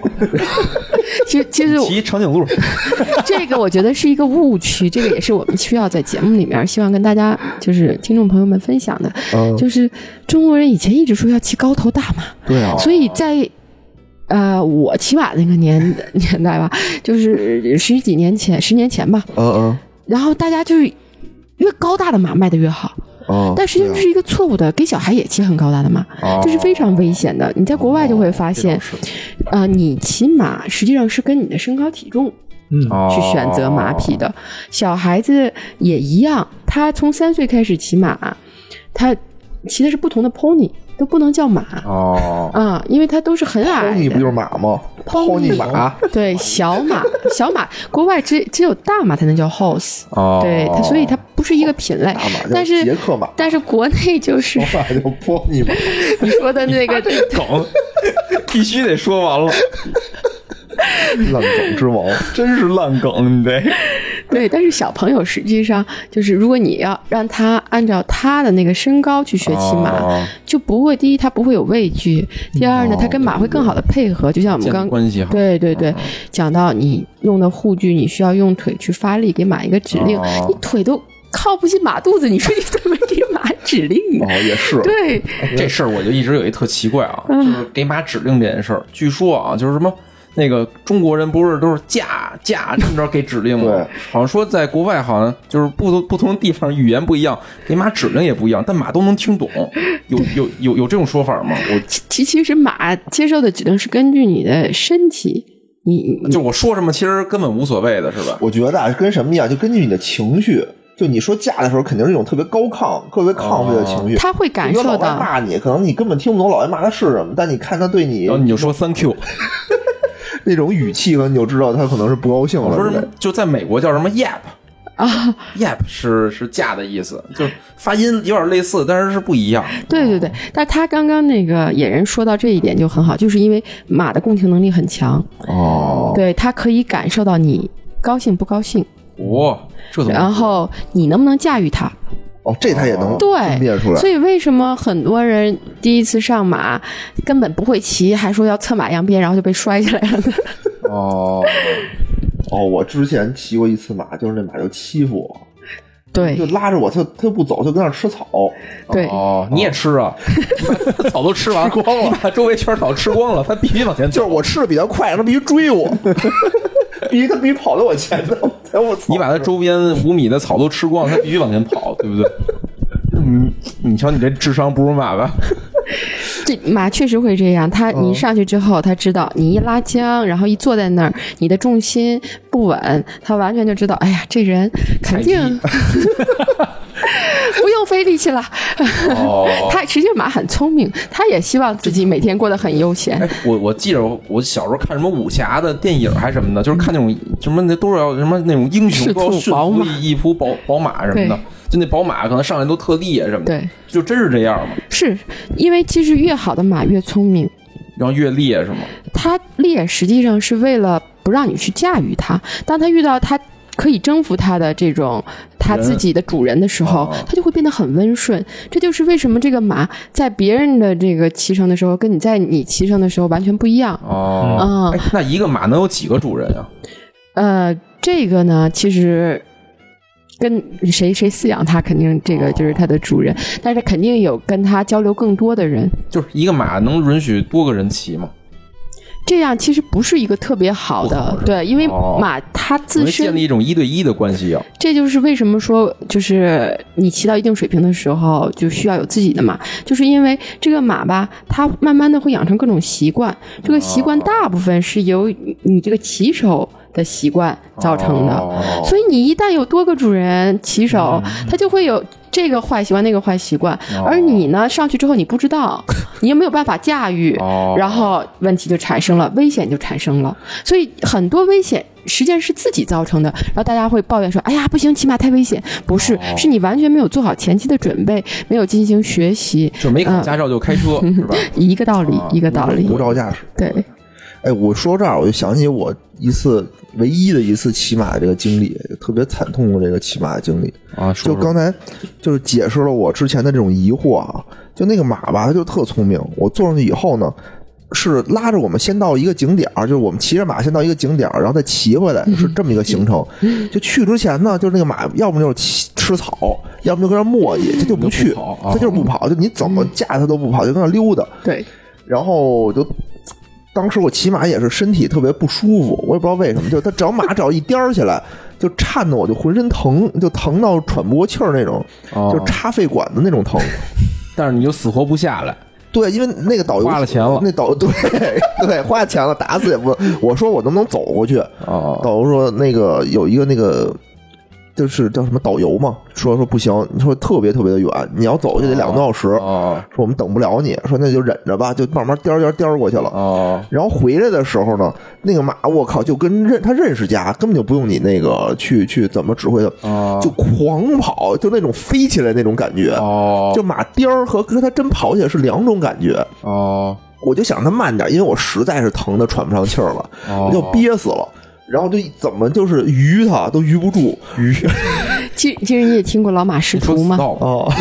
E: 其实其实我
F: 骑长颈鹿，
E: 这个我觉得是一个误区，这个也是我们需要在节目里面 希望跟大家就是听众朋友们分享的，
A: 嗯，
E: 就是中国人以前一直说要骑高头大马，
A: 对啊，
E: 所以在。呃，我骑马那个年年代吧， 就是十几年前，十年前吧。
A: 嗯嗯
E: 然后大家就是越高大的马卖的越好，
A: 嗯，
E: 但实际上这
A: 对啊
E: 是一个错误的，给小孩也骑很高大的马，这是非常危险的。你在国外就会发现，呃，你骑马实际上是跟你的身高体重
C: 嗯，
B: 哦
E: 去选择马匹
A: 哦
E: 的。小孩子也一样，他从三岁开始骑马，他骑的是不同的 pony，都不能叫马
B: 哦，
E: 啊、因为它都是很矮
A: pony 不就是
E: 的。
A: 马吗
E: Pony
A: ？pony 马，
E: 对，小马，小马，国外只只有大马才能叫 horse，
B: 哦，
E: 对，它所以它不是一个品类
A: 大马，叫
E: 但
A: 捷
E: 是。
A: 克马，
E: 但是国内 就是
A: 小马叫 pony 马。
E: 你说的那个
F: 梗必须得说完了，
A: 烂梗之王，
F: 真是烂梗，你这
E: 对，但是小朋友实际上就是，如果你要让他按照他的那个身高去学骑马，
B: 哦
E: 就不会第一他不会有畏惧，第二呢，他跟马会更好的配合。就像我们
B: 建立
E: 刚
B: 关系好，哦
E: 对对对讲到你用的护具，你需要用腿去发力，给马一个指令，
B: 哦
E: 你腿都靠不近马肚子，你说你怎么给马指令呢
A: 哦，？也是，
E: 对，
B: 这事儿我就一直有一特奇怪啊，就是给马指令这件事儿，据说啊，就是什么。那个中国人不是都是驾驾这么着给指令吗
A: 对？
B: 好像说在国外好像就是不同不同地方语言不一样，给马指令也不一样，但马都能听懂。有有有有这种说法吗？我
E: 其其实马接受的指令是根据你的身体，你你
B: 就我说什么其实根本无所谓的是吧？
A: 我觉得啊，跟什么呀？就根据你的情绪，就你说架的时候，肯定是一种特别高亢、特别亢奋的情绪。
E: 他会感哦受
A: 比如老外
E: 到。
A: 骂你，可能你根本听不懂老外骂他是什么，但你看他对你
B: 然哦后你就说 thank you，
A: 那种语气，可能你就知道他可能是不高兴
B: 我
A: 了
B: 哦说
A: 之
B: 什
A: 类
B: 么
A: 的。
B: 就在美国叫什么 yap 啊，yap 是是架的意思，就是发音有点类似，但是是不一样。
E: 对
A: 哦
E: 对对，但他刚刚那个野人说到这一点就很好，就是因为马的共情能力很强，
A: 哦，
E: 对他可以感受到你高兴不高兴，
B: 哇、哦这怎么？
E: 然后你能不能驾驭它。
A: 哦，这他也能
E: 对
A: 分辨出来
E: 所。以为什么很多人第一次上马根本不会骑，还说要策马扬鞭，然后就被摔下来了呢？
B: 哦，
A: 哦，我之前骑过一次马，就是那马就欺负我，
E: 对
A: 就拉着我，它它不走，就跟那儿吃草。
E: 对，
B: 哦，你也吃啊？ 草都吃完光了，把周围全是草吃光了，他必须往前走。
A: 就是我吃的比它快，它必须追我， 必须它必须跑到我前头，才我
B: 你把他周边五米的草都吃光了，他必须往前跑，对不对？ 嗯，你瞧你这智商不如马吧？
E: 这马确实会这样。它你上去之后，它知道你一拉缰，然后一坐在那儿，你的重心不稳，它完全就知道，哎呀，这人肯定 不用费力气了。
B: 哦，
E: 它实际上马很聪明，它也希望自己每天过得很悠闲。
B: 哎，我我记着我我小时候看什么武侠的电影还是什么的，就是看那种什么那都是要什么那种英雄都要
E: 赤兔
B: 驯
E: 宝
B: 服
E: 马
B: 一一匹宝宝马什么的
E: 对，
B: 就那宝马可能上来都特厉害什么的，
E: 对，
B: 就真是这样吗？
E: 是因为其实越好的马越聪明，
B: 然后越烈是吗？
E: 它猎实际上是为了不让你去驾驭它。当它遇到它可以征服它的这种它自己的主人的时候
B: 哦，
E: 它就会变得很温顺。这就是为什么这个马在别人的这个骑乘的时候，跟你在你骑乘的时候完全不一样。
B: 哦，
E: 嗯
B: 哎，那一个马能有几个主人啊？
E: 呃，这个呢，其实。跟谁谁饲养它，肯定这个就是它的主人，
B: 哦
E: 但是肯定有跟它交流更多的人，
B: 就是一个马能允许多个人骑吗？
E: 这样其实不是一个特别好的，对，因为
B: 哦
E: 马它自
B: 能
E: 身、
B: 建立一种一对一的关系啊。
E: 这就是为什么说，就是你骑到一定水平的时候，就需要有自己的马，就是因为这个马吧，它
B: 哦
E: 慢慢的会养成各种习惯，这个习惯大部分是由你这个骑手的习惯造成的。
B: 哦嗯
E: 所以你一旦有多个主人骑手，他就会有这个坏习惯、那个坏习惯，
B: 哦
E: 而你呢上去之后你不知道，你又没有办法驾驭，
B: 哦
E: 然后问题就产生了，危险就产生了。所以很多危险实际上是自己造成的，然后大家会抱怨说：“哎呀，不行，骑马太危险。”不是，
A: 哦
E: 是你完全没有做好前期的准备，没有进行学习，
B: 就是没考驾照就开车、是吧？
E: 一个道
A: 啊
E: 理，一个道理
A: 无。照驾驶。
E: 对，
A: 哎，我说这儿我就想起我一次唯一的一次骑马的这个经历，特别惨痛的这个骑马的经历。
B: 啊，
A: 就
B: 说说
A: 刚才就是解释了我之前的这种疑惑啊，就那个马吧，它就特聪明。我坐上去以后呢，是拉着我们先到一个景点儿，就是我们骑着马先到一个景点儿，然后再骑回来，是这么一个行 程。就去之前呢，就是那个马，要么就是骑吃草，要么就跟那儿磨叽，它就不去
B: 就不跑，啊嗯
A: 它就是不跑，就你怎么架它都不跑，就跟那儿溜达。
E: 对，
A: 然后我就当时我骑马也是身体特别不舒服，我也不知道为什么，就它只要马只要一颠儿起来，就颤的我就浑身疼，就疼到喘不过气儿那种，
B: 哦
A: 就插肺管的那种 疼。
B: 但是你就死活不下来，
A: 对，因为那个导游
B: 花了钱了
A: 那导游对对花钱了，打死也不。我说我能不能走过去？
B: 哦，
A: 导游说那个有一个那个就是叫什么导游嘛，说说不行，你说特别特别的远，你要走就得两个多小时。
B: 哦
A: 说我们等不了你，说那就忍着吧，就慢慢颠儿颠儿颠儿过去了。
B: 哦，
A: 然后回来的时候呢，那个马我靠，就跟认他认识家，根本就不用你那个去去怎么指挥
B: 哦
A: 它，就狂跑，就那种飞起来那种感觉，
B: 哦
A: 就马颠儿和跟它真跑起来是两种感觉。
B: 哦
A: 我就想它慢点，因为我实在是疼的喘不上气儿了，
B: 哦
A: 我就憋死了。然后就怎么就是鱼它都鱼不住，鱼
E: 其实其实你也听过老马识途吗？
B: 哦
A: 哦，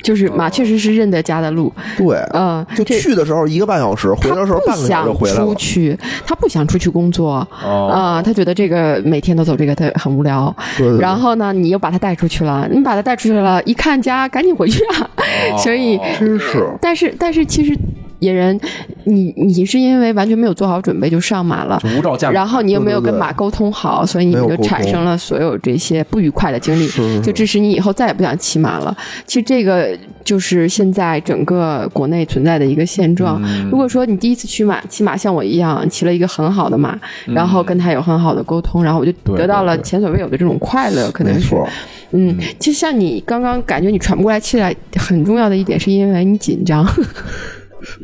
E: 就是马确实是认得家的路，
A: 对，
E: 嗯，
A: 就
E: 这
A: 去的时候一个半小时，回来的时候半个小时就回来
E: 他不
A: 了哦
E: 想出。去，他不想出去工作啊、他觉得这个每天都走这个，他很无聊。
A: 对对对
E: 然后呢，你又把他带出去了，你把他带出去了，一看家，赶紧回去啊！
A: 哦
E: 所以，
A: 真是
E: 但是，但是，其实野人，你你是因为完全没有做好准备就上马了。
B: 就无照驾驶，
E: 然后你又没有
A: 对对
E: 跟
A: 对
E: 马沟通好，所以你
A: 没有沟
E: 就
A: 通
E: 产生了所有这些不愉快的经历，
A: 是是
E: 就致使你以后再也不想骑马了。其实这个就是现在整个国内存在的一个现状。如果说你第一次骑马，骑马像我一样骑了一个很好的马，然后跟他有很好的沟通，然后我就
B: 对
E: 得到了
B: 对
E: 前所未有的这种快乐，可能
A: 没
E: 是
A: 错，
E: 嗯，其实像你刚刚感觉你喘不过来气来，很重要的一点是因为你紧张，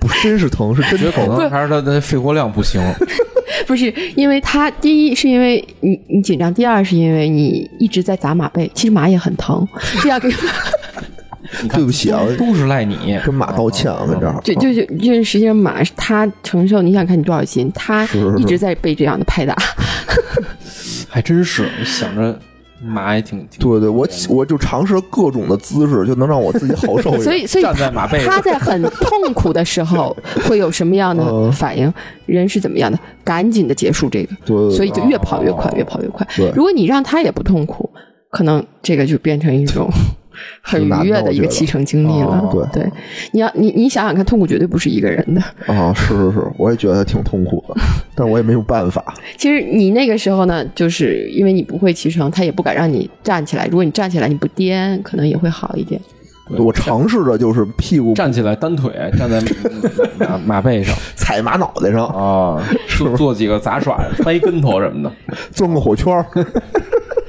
A: 不是真是疼，是真
B: 觉得可
A: 疼。
B: 能还是他的肺活量不行，
E: 不是因为他第一是因为你你紧张，第二是因为你一直在砸马背，其实马也很疼，这样跟。
A: 对不起啊，
B: 都是赖你，
A: 跟马道歉啊，跟这儿
E: 就就就就是，实际上马它承受，你想看你多少斤，它一直在被这样的拍打。
B: 还真是想着马也挺挺
A: 对对，我我就尝试了各种的姿势，就能让我自己好受一点。
E: 所以，所以
B: 站在马背上
E: 他在很痛苦的 时候会有什么样
B: 嗯
E: 的反应？人是怎么样的？赶紧的结束这个，
A: 对，对
E: 所以就越跑越快
B: 哦，
E: 越跑越快
A: 对。
E: 如果你让他也不痛苦，可能这个就变成一种很愉悦的一个骑乘经历了
B: 挺难的我觉。
E: 对，你要你你想想看，痛苦绝对不是一个人的。
A: 对啊，是是是，我也觉得挺痛苦的，但我也没有办法。
E: 其实你那个时候呢，就是因为你不会骑乘，他也不敢让你站起来。如果你站起来你不颠，可能也会好一点。
A: 我尝试着就是屁股
B: 站起来单腿站在马马马背上
A: 踩马脑袋上，
B: 啊，就做几个杂耍、掰跟头什么的。
A: 钻个火圈儿。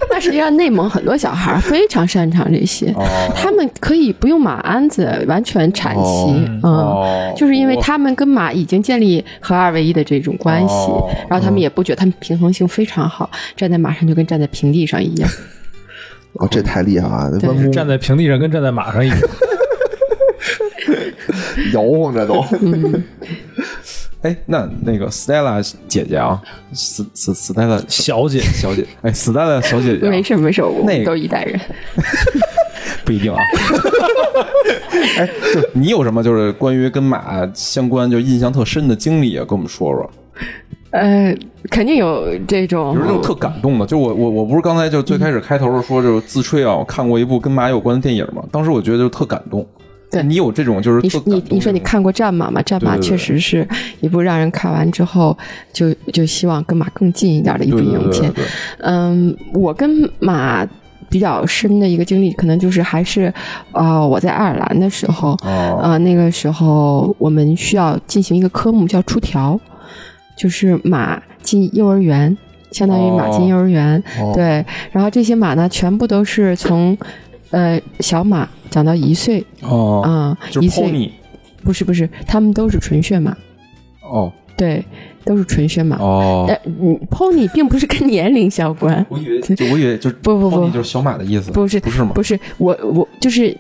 E: 但实际上，内蒙很多小孩非常擅长这些，
B: 哦
E: 他们可以不用马鞍子，完全产骑，嗯，
B: 哦
E: 就是因为他们跟马已经建立合二为一的这种关系，
B: 哦
E: 然后他们也不觉得他们平衡性非常好，站在马上就跟站在平地上一样。
A: 啊，这太厉害了，
E: 对
A: 弯
B: 嗯
A: 弓
C: 站在平地上跟站在 马上一样。
A: 摇晃着都。
B: 哎，那那个 Stella 姐姐啊，斯斯 Stella
C: 小姐，
B: 小姐，哎，Stella 小姐姐、啊
E: 没，事没事，我
B: 那
E: 们
B: 个
E: 都一代人。
B: 不一定啊。 哎，就你有什么就是关于跟马相关就印象特深的经历啊，跟我们说说。
E: 呃，肯定有这种
B: 比如那种特感动的，就我我我不是刚才就最开始开头的说就是自吹啊，我看过一部跟马有关的电影嘛，当时我觉得就特感动。
E: 对
B: 你有这种就是
E: 你
B: 特
E: 说
B: 感
E: 你
B: 动
E: 你说你
B: 的
E: 看过《战马》吗？《战马
B: 对》对对
E: 确实是一部让人看完之后就就希望跟马更近一点的一部
B: 对对对
E: 影片
B: 对。对
E: 嗯，我跟马比较深的一个经历，可能就是还是呃我在爱尔兰的时候，
B: 哦
E: 呃那个时候我们需要进行一个科目叫出条，就是马进幼儿园。相当于马进幼儿园。
A: 哦
E: 对，然后这些马呢，全部都是从呃小马长到一岁
B: 哦，
E: 啊、
B: 就
E: 一
B: 是
E: 岁
B: pony
E: 不是不是，他们都是纯血马，
B: 哦
E: 对，都是纯血马。
B: 哦，
E: 但嗯，pony 并不是跟年龄相关，
B: 我以为就我以为就是
E: 不不不
B: pony 就是小马的意思，
E: 不是
B: 不是吗？
E: 不是我我就是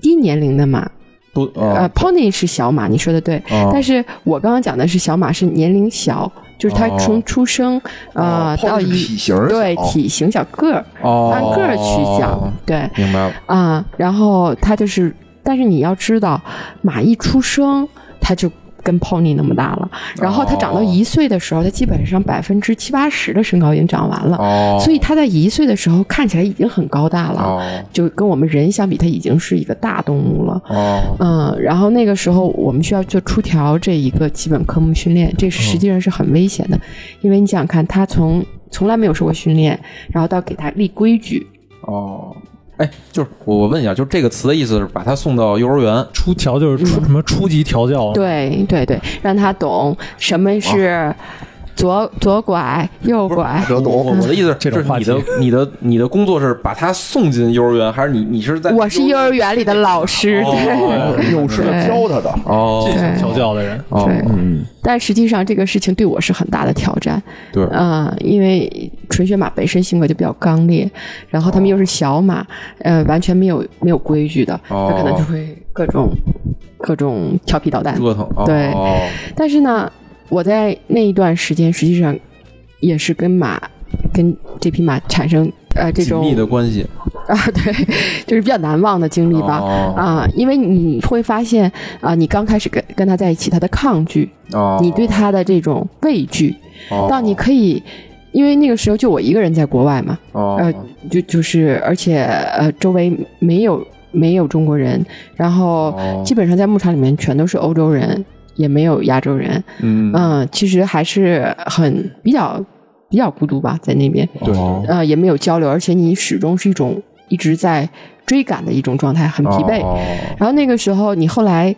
E: 低年龄的马，
B: 都
E: 呃
B: 啊，
E: ，pony 是小马，你说的对。
B: 哦
E: 但是我刚刚讲的是小马是年龄小，就是它
B: 哦
E: 从出生啊、呃
A: 哦
E: 到
A: 碰见
E: 一
A: 体型儿
E: 对
A: 小
E: 体型小个儿，
B: 哦，
E: 按个儿去讲，对啊、
B: 明白了，
E: 然后它就是，但是你要知道，马一出生它就。跟 pony 那么大了，然后它长到
B: 哦
E: 一岁的时候，它基本上百分之七八十的身高已经长完了，
B: 哦，
E: 所以它在一岁的时候看起来已经很高大了，
B: 哦
E: 就跟我们人相比，它已经是一个大动物了。
B: 哦
E: 嗯，然后那个时候我们需要做出调这一个基本科目训练，这
B: 嗯
E: 是实际上是很危险的，因为你想想看，他从从来没有受过训练，然后到给他立规矩，
B: 哦，哎，就是我我问一下，就是这个词的意思是把它送到幼儿园，
C: 初调就是
E: 嗯
C: 初什么初级调
B: 哦
C: 教，，啊
E: 对对对，让他懂什么
B: 哦
E: 是左左拐右拐，
A: 这
B: 我
A: 懂
B: 我的意思是，
C: 这种
B: 就是
C: 话
B: 你
C: 题
B: 的你的你的工作是把他送进幼儿园，还是你你是在
E: 我是幼儿园里的老师，对。
B: 哦
A: 有是
E: 对
A: 教他的。
B: 哦
C: 进行
E: 对
C: 调教的人，
B: 哦
E: 对
B: 嗯
E: 但实际上这个事情对我是很大的挑战，
B: 对
E: 嗯、因为纯血马本身性格就比较刚烈，然后他们又是小马，呃，完全没有没有规矩的，
B: 哦
E: 他可能就会各种、各种调皮捣蛋。
B: 折腾哦
E: 对
B: 哦
E: 但是呢，我在那一段时间实际上也是跟马跟这匹马产生呃这
B: 紧
E: 种
B: 密的关系
E: 啊，对，就是比较难忘的经历吧。
B: 哦
E: 啊，因为你会发现啊、你刚开始跟跟他在一起，他的抗拒，
B: 哦，
E: 你对他的这种畏惧，
B: 哦
E: 到你可以，因为那个时候就我一个人在国外嘛，
B: 哦
E: 呃，就就是而且呃周围没有没有中国人，然后
B: 哦
E: 基本上在牧场里面全都是欧洲人，也没有亚洲人，
B: 嗯
E: 嗯，其实还是很比较比较孤独吧，在那边，
B: 对
E: 呃，也没有交流，而且你始终是一种一直在追赶的一种状态，很疲惫。
B: 哦
E: 然后那个时候，你后来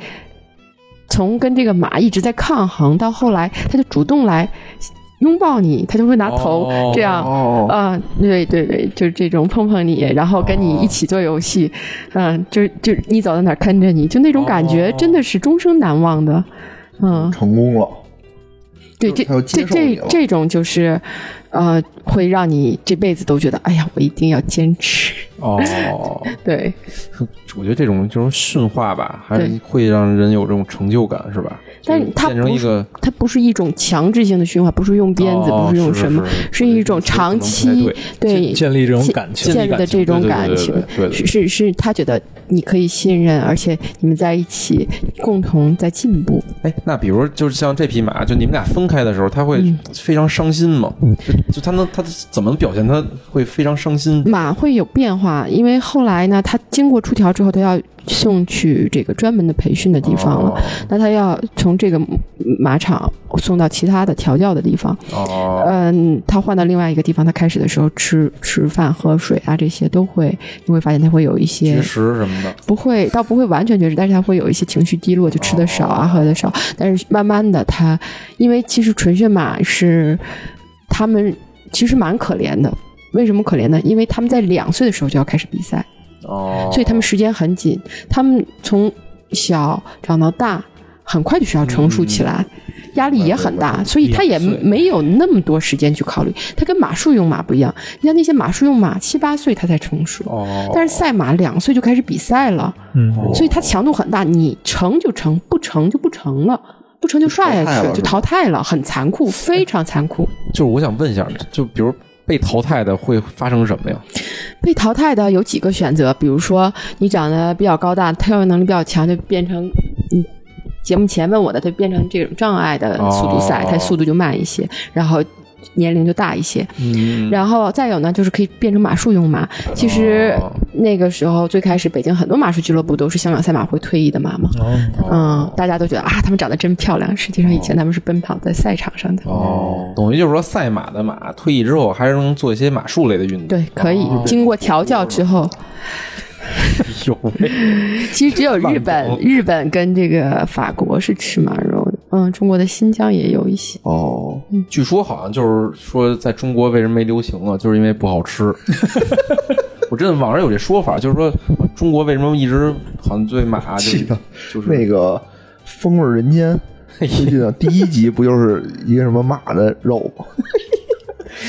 E: 从跟这个马一直在抗衡，到后来它就主动来拥抱你，它就会拿头
B: 哦
E: 这样。
A: 哦，
E: 啊、对对对，就是这种碰碰你，然后跟你一起做游戏，嗯、就是就是你走到哪儿跟着你，就那种感觉
B: 哦
E: 真的是终生难忘的，嗯，
A: 成功了。
E: 对，
A: 就是
E: 这
A: 他要
E: 这
A: 接受你
E: 这
A: 了
E: 这种就是，呃，会让你这辈子都觉得，哎呀，我一定要坚持，
B: 哦，
E: 对
B: 我觉得这种这种驯化吧，还是
E: 对
B: 会让人有这种成就感，是吧？
E: 但
B: 就是
E: 它
B: 变成
E: 不
B: 一
E: 是
B: 个
E: 它不是一种强制性的循环，不是用鞭子，
B: 哦
E: 不是用什么，
B: 是
E: 是一种长期对
C: 建立这种
E: 建
C: 感情，
E: 建立的这种感情，
B: 对对对对对对
E: 是是是，他觉得你可以信任，而且你们在一起共同在进步。
B: 哎，那比如就是像这匹马，就你们俩分开的时候，它会
E: 嗯
B: 非常伤心吗？就就它能它怎么表现？它会非常伤心？
E: 马会有变化，因为后来呢，他经过出调之后，他要送去这个专门的培训的地方了。
B: 哦
E: 那他要从这个马场送到其他的调教的地方，
B: 哦
E: 嗯，他换到另外一个地方，他开始的时候吃吃饭、喝水啊，这些都会，你会发现他会有一
B: 绝
E: 些
B: 食什么的，
E: 不会，倒不会完全绝食，但是他会有一些情绪低落，就吃的少啊，喝的少。但是慢慢的他，因为其实纯血马是他们其实蛮可怜的。为什么可怜呢？因为他们在两岁的时候就要开始比赛，
B: 哦，
E: 所以他们时间很紧。他们从小长到大，很快就需要成熟起来，
B: 嗯
E: 压力也很大，所以他也
B: 两岁
E: 没有那么多时间去考虑。他跟马术用马不一样，你像那些马术用马，七八岁他才成熟，
B: 哦，
E: 但是赛马两岁就开始比赛了，
C: 嗯，
E: 所以它强度很大，你成就成，不成就不成了。不成就
A: 淘汰
E: 摔
A: 了
E: 下去，
A: 是吧
E: 就淘汰了，很残酷，非常残酷。
B: 就是我想问一下，就比如被淘汰的会发生什么呀？
E: 被淘汰的有几个选择，比如说你长得比较高大，跳跃能力比较强，就变成嗯，节目前问我的，它就变成这种障碍的速度赛
B: 哦，
E: 它速度就慢一些，然后年龄就大一些。
B: 嗯，
E: 然后再有呢，就是可以变成马术用马。其实
B: 哦
E: 那个时候最开始，北京很多马术俱乐部都是香港赛马会退役的马嘛。
C: 哦，
E: 嗯，大家都觉得啊，他们长得真漂亮。实际上，以前他们是奔跑在赛场上的。
B: 哦，等于就是说赛马的马退役之后，还是能做一些马术类的运动。
E: 对，可以经过调教之后，
B: 哦有喂，
E: 其实只有日本、日本跟这个法国是吃马肉的。嗯，中国的新疆也有一些。
A: 哦，
B: 据说好像就是说，在中国为什么没流行啊？就是因为不好 吃。我真的网上有这说法，就是说中国为什么一直好像对马就
A: 记得
B: 就是
A: 那个《风味人间》最近的第一集不就是一个什么马的肉吗？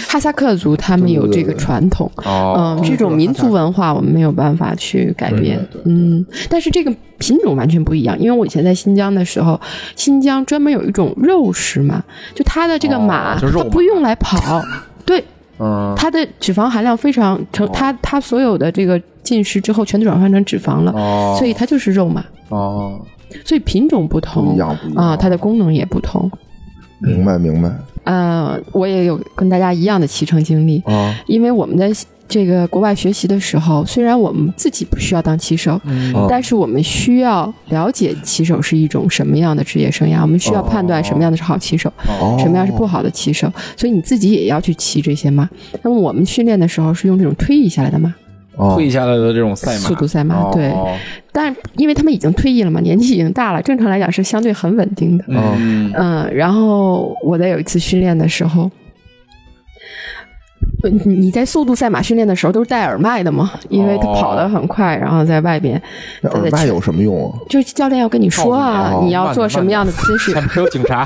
E: 哈萨克族他们有这个传统，
B: 哦
E: 嗯，这种民族文化我们没有办法去改变，嗯，但是这个品种完全不一样，因为我以前在新疆的时候，新疆专门有一种肉食嘛，就它的这个
B: 哦
E: 马，
B: 就是肉
E: 它
B: 马
E: 不用来跑，对，
B: 嗯
E: 它的脂肪含量非常
A: 哦
E: 成，它它所有的这个进食之后全转换成脂肪了，
B: 哦，
E: 所以它就是肉马，
B: 哦
E: 所以品种不
A: 不
E: 同
A: 一样，哦不一样
E: 啊，它的功能也不同。
A: 明白明白。
E: 呃，我也有跟大家一样的骑乘经历，
B: 哦
E: 因为我们在这个国外学习的时候，虽然我们自己不需要当骑手，
B: 哦
E: 但是我们需要了解骑手是一种什么样的职业生涯，我们需要判断什么样的是好骑手，
A: 哦，
E: 什么样是不好的骑手，所以你自己也要去骑这些马。那么我们训练的时候是用这种退役下来的马，
A: 哦
B: 退下来的这种赛马
E: 速度赛马，
B: 哦
E: 对。
B: 哦
E: 但因为他们已经退役了嘛，年纪已经大了，正常来讲是相对很稳定的。
B: 嗯
E: 嗯，然后我在有一次训练的时候。呃你你在速度赛马训练的时候都是戴耳麦的嘛？因为他
B: 哦
E: 跑得很快，然后在外边，
A: 那耳麦有什么用啊？
E: 就是教练要跟你说
B: 告诉，
E: 啊
B: 你哦
E: 你要做什么样的姿势
B: 下。面有警察，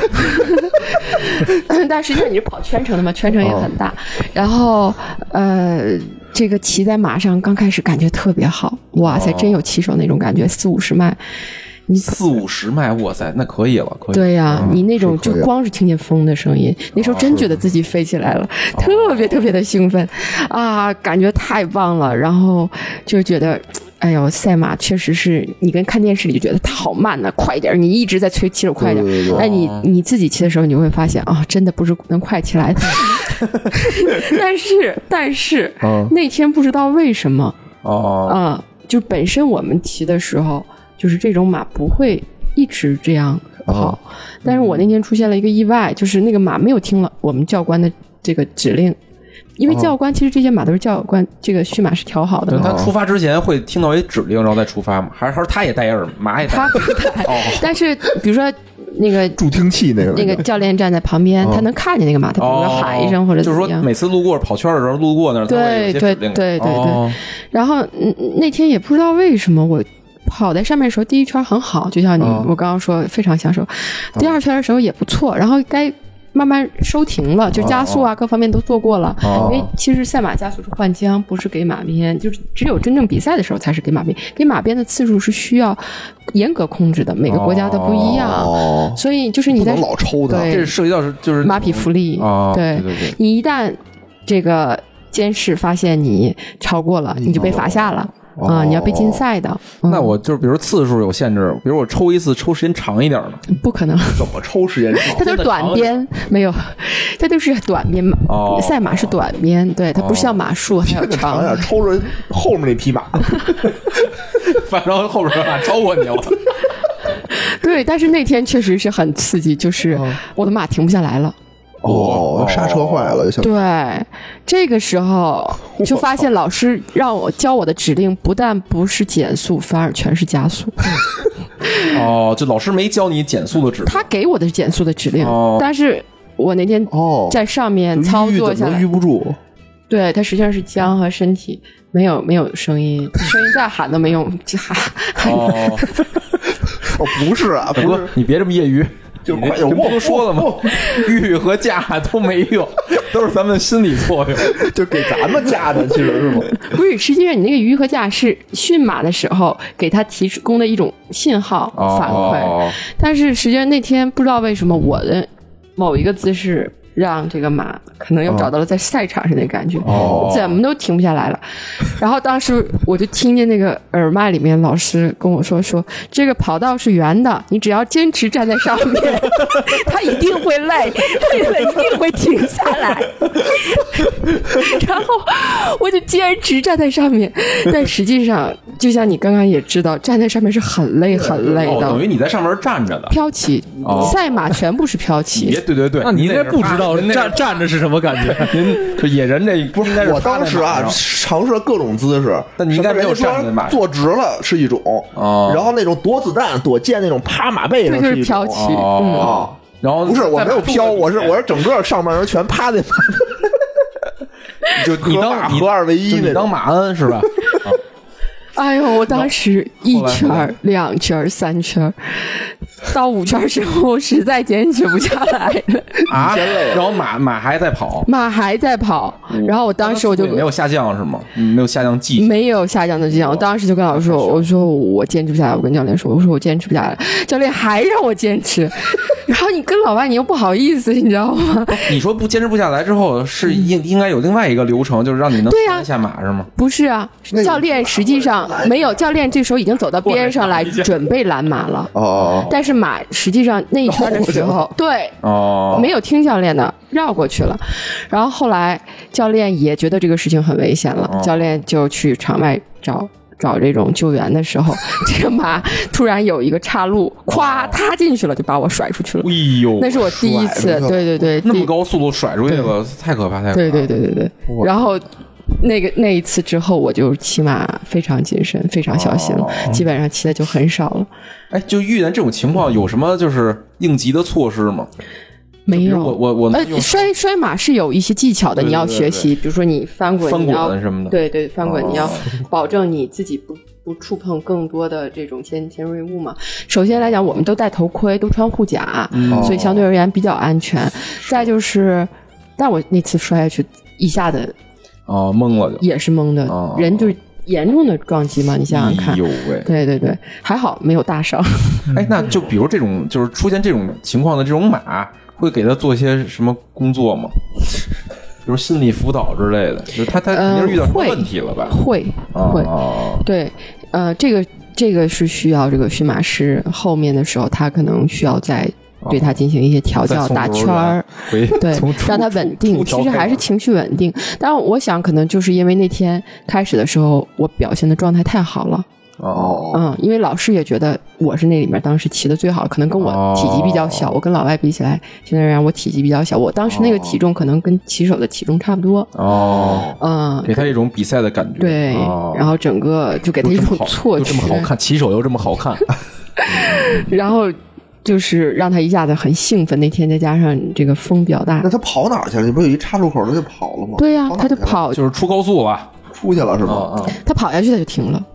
E: 但实际上你是跑全程的嘛，全程也很
B: 哦
E: 大。然后呃，这个骑在马上刚开始感觉特别好，哇塞，
B: 哦
E: 真有骑手那种感觉，四五十迈。你
B: 四五十迈，哇塞，那可以了，可以。
E: 对呀、
A: 嗯
E: 你那种
A: 是
E: 就
A: 可以
E: 光是听见风的声音，那
A: 啊
E: 时候真觉得自己飞起来了，特别特别的兴奋啊，感觉太棒了。然后就觉得，哎呦，赛马确实是你跟看电视里就觉得它好慢呐、快一点！你一直在催骑手快一点
A: 对对对，啊
E: 那你你自己骑的时候，你就会发现啊、真的不是能快起来的。 但是但是、
A: 啊
E: 那天不知道为什么，
B: 哦，
E: 啊、就本身我们骑的时候，就是这种马不会一直这样
A: 啊
E: 跑。但是我那天出现了一个意外，就是那个马没有听了我们教官的这个指令，因为
B: 哦
E: 教官其实这些马都是教官这个驯马是调好
B: 对
E: 的嘛。
B: 他出发之前会听到一指令，然后再出发嘛？还是还是他也带耳马也带
E: 他
B: 耳？
E: 不带，
B: 哦
E: 但是比如说那个
A: 助听器那个
E: 那个教练站在旁边，他能看见那个马，他比如
B: 哦
E: 说，喊一声或者
B: 就
E: 怎
B: 是
E: 么
B: 说
E: 样。
B: 每次路过跑圈的时候，路过那儿他会有一些
E: 对
B: 指令
E: 对对对
B: 哦
E: 然后嗯那天也不知道为什么我。跑在上面的时候，第一圈很好，就像你、
A: 哦
E: 我刚刚说非常享受。第二圈的时候也不错，然后该慢慢收停了，就加速
A: 哦
E: 啊、各方面都做过了。
B: 哦
E: 因为其实赛马加速是换缰，不是给马鞭，就是只有真正比赛的时候才是给马鞭。给马鞭的次数是需要严格控制的，每个国家都不一样，
A: 哦，
E: 所以啊就是你
A: 不
E: 在
A: 能老抽它。
E: 对
B: 这是涉及到是就是
E: 马匹福利，
B: 哦，
E: 对
B: 对对，
E: 你一旦这个监视发现你超过了，你就被罚下了啊、你要被禁赛的。
B: 嗯哦
E: 嗯
B: 那我就是，比如次数有限制，比如我抽一次，抽时间长一点的，
E: 不可能，
A: 怎么抽时间长
E: 它都是短鞭，没有， 它都是短鞭马，
B: 哦
E: 赛马是短鞭，对，它不是像马术还有长
A: 长点，
E: 的。
A: 抽着后面那匹马。
B: 反正后边儿马超过 你了。
E: 对，但是那天确实是很刺激，就是
B: 哦
E: 我的马停不下来了。
A: 哦，刹车坏了就想。
E: 对，这个时候就发现老师让我教我的指令，不但不是减速，反而全是加速。
B: 哦，就老师没教你减速的指令。
E: 他给我的是减速的指令，
B: 哦
E: 但是我那天
A: 哦，
E: 在上面操作下
A: 怎么
E: 来
A: 遇，不住？
E: 对，它实际上是姜和身体没有没有声音，声音再喊都没用，就喊
B: 哦，
A: 哦，不是 啊，
B: 大
A: 不
B: 哥
A: 是，，
B: 你别这么业余。
A: 就
B: 你这
A: 快点
B: 这不
A: 握
B: 都说了吗？欲和架都没用，都是咱们心理作用。
A: 就给咱们架的，其实是 吗？
E: 不是，实际上你那个鱼和架是驯马的时候给它提供的一种信号
B: 哦
E: 反馈，
B: 哦
E: 但是实际上那天不知道为什么我的某一个姿势让这个马可能又找到了在赛场上的感觉，
B: 哦
E: 怎么都停不下来了。然后当时我就听见那个耳麦里面老师跟我说说，这个跑道是圆的，你只要坚持站在上面，它一定会累，累了一定会停下来。然后我就坚持站在上面，但实际上就像你刚刚也知道，站在上面是很累很累
B: 哦，
E: 的。
B: 等于你在上面站着的。
E: 飘起
B: 哦，
E: 赛马全部是飘
B: 你
E: 起
B: 别。对对对，
C: 那你应该
B: 是
C: 不知道
B: 趴着那
C: 站站着是什么么感觉？
B: 您就野人这不是应该是
A: 我
B: 趴在
A: 当时啊
E: 哦
B: 马上，
A: 尝试了各种姿势，
B: 但你应该没有
A: 什么人
B: 站在
A: 家
B: 马
A: 说
B: 上
A: 坐直了是一种，
B: 哦
A: 然后那种躲子弹、躲箭那种趴马背
E: 这
A: 上
E: 就是
A: 一
E: 飘
A: 种
E: 起，嗯，
B: 哦，然后
A: 不是我
B: 在
A: 没有
B: 马路哎
A: 飘，我是
B: 里面
A: 我是整个上半身全趴在马
B: 就你
A: 合
B: 当
A: 二
B: 你
A: 合二为一
B: 就
A: 那
B: 你当
A: 种。
B: 马鞍是 吧？啊
E: 哎呦，我当时一
B: 后来
E: 圈
B: 后
E: 儿、两圈儿、三圈儿，到五圈儿之后实在坚持不下来 了，
B: 啊，然后马马还在跑，
E: 马还在跑，然后我嗯当时我就
B: 也没有下降是吗？嗯没有下降技术，
E: 没有哦下降的迹象。我当时就跟老师说：“我说我坚持不下来。”我跟教练说：“我说我坚持不下来。”教练还让我坚 持，然后你跟老外你又不好意思，你知道吗？
B: 你说不坚持不下来之后，是应应该有另外一个流程，就是让你能
E: 嗯对啊呀
B: 上下马是吗？
E: 不是啊，教练实际上没有，教练这时候已经走到边上来准备拦马了，
A: 哦哦
E: 但是马实际上那一圈的时候，对，
B: 哦，
E: 没有听教练的，绕过去了。然后后来教练也觉得这个事情很危险了，
B: 哦
E: 教练就去场外找。找这种救援的时候， 这个马突然有一个岔路，咵塌进去了，就把我甩出去了。
B: 哦哎呦，
E: 那是我第一次
A: 甩出去，了
E: 对对对，
B: 那
E: 第
B: 么高速度甩出去了，太可怕，太可怕。
E: 对对，对对对。然后那个那一次之后，我就骑马非常谨慎，非常小心了，基本上骑的就很少了。
B: 哎，哦就遇见这种情况，有什么就是应急的措施吗？
E: 没
B: 比
E: 有，
B: 如我我我能用
E: 呃，摔摔马是有一些技巧的，
B: 对对
E: 你要
B: 对
E: 学习，比如说你翻滚，
B: 翻
E: 你要
B: 滚什么的
E: 对对，翻滚，
B: 哦
E: 你要保证你自己不不触碰更多的这种尖尖锐物嘛。首先来讲，我们都戴头盔，都穿护甲，
B: 嗯
E: 所
B: 哦
E: 以相对而言比较安全。再就是，但我那次摔下去，一下子
B: 哦，懵了就。
E: 也是懵的
B: 哦，
E: 人就是严重的撞击嘛，你想想
B: 哎
E: 看
B: 呦。喂！
E: 对对对，还好没有大伤。
B: 哎，那就比如这种就是出现这种情况的这种马，会给它做些什么工作吗？比如心理辅导之类的，就是它它肯定是遇到什么
E: 呃会
B: 问题了吧？
E: 会
B: 啊
E: 会，
B: 哦
E: 对，呃，这个这个是需要这个驯马师后面的时候，他可能需要再对他进行一些调
B: 哦再
E: 教、
B: 送
E: 打
B: 幼儿
E: 圈儿，
B: 回
E: 对
B: 从，初
E: 让他稳定，
B: 初
E: 其
B: 调
E: 实还
B: 开始
E: 是情绪稳定。但我想，可能就是因为那天开始的时候，我表现的状态太好了，
B: 哦，
E: 嗯，因为老师也觉得我是那里面当时骑的最好，可能跟我体积比较小，
B: 哦
E: 我跟老外比起来，相对而言我体积比较小，我当时那个体重可能跟骑手的体重差不多，
B: 哦，
E: 嗯，
B: 给他一种比赛的感觉。
E: 对，
B: 哦
E: 然后整个就给他
B: 又
E: 一
B: 这么
E: 种
B: 好，
E: 错
B: 又
E: 觉
B: 这，么好看，骑手又这么好 看，
E: 然后就是让他一下子很兴奋。那天再加上这个风比较大
A: 那，他跑哪儿去了？你不是有一岔路口，他就跑了吗？
E: 对呀、
A: 跑哪
E: 他
A: 儿去
E: 就
A: 了
E: 跑，
B: 就是出高速 了。
A: 出去了是吗？
B: 啊
E: 他跑下去他就停了。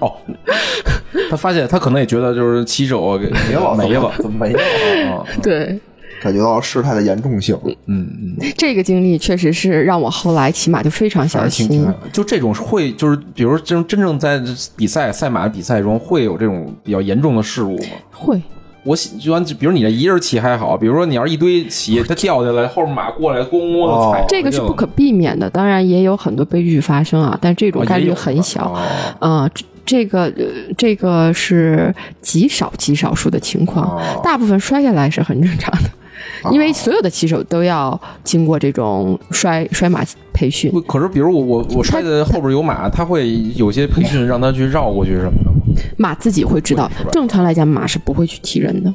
B: 哦，他发现他可能也觉得就是骑手给没
A: 没了，
B: 嗯没
A: 怎么
B: 了。
A: 怎么没了？
B: 啊
A: 嗯
E: 对，
A: 感觉到事态的严重性。
B: 嗯嗯，
E: 这个经历确实是让我后来骑马就非常
B: 反
E: 小
B: 正挺挺
E: 心
B: 好。就这种会就是，比如这种真正在比赛赛马比赛中会有这种比较严重的事故吗？
E: 会，
B: 我喜就按就比如你这一人骑还好，比如说你要是一堆骑，它掉下来，后面马过来，咣咣
A: 哦
B: 的踩，
E: 这个是不可避免的。当然也有很多悲剧发生啊，但这种概率很小。
B: 哦啊
E: 啊、这这个呃这个是极少极少数的情况，
B: 哦
E: 大部分摔下来是很正常的，
B: 啊
E: 因为所有的骑手都要经过这种摔摔马培训。
B: 不可是，比如我我我摔
E: 他
B: 的后边有马，他会有些培训让他去绕过去什么的吗？
E: 马自己会知道
B: 会是吧，
E: 正常来讲马是不会去踢人的。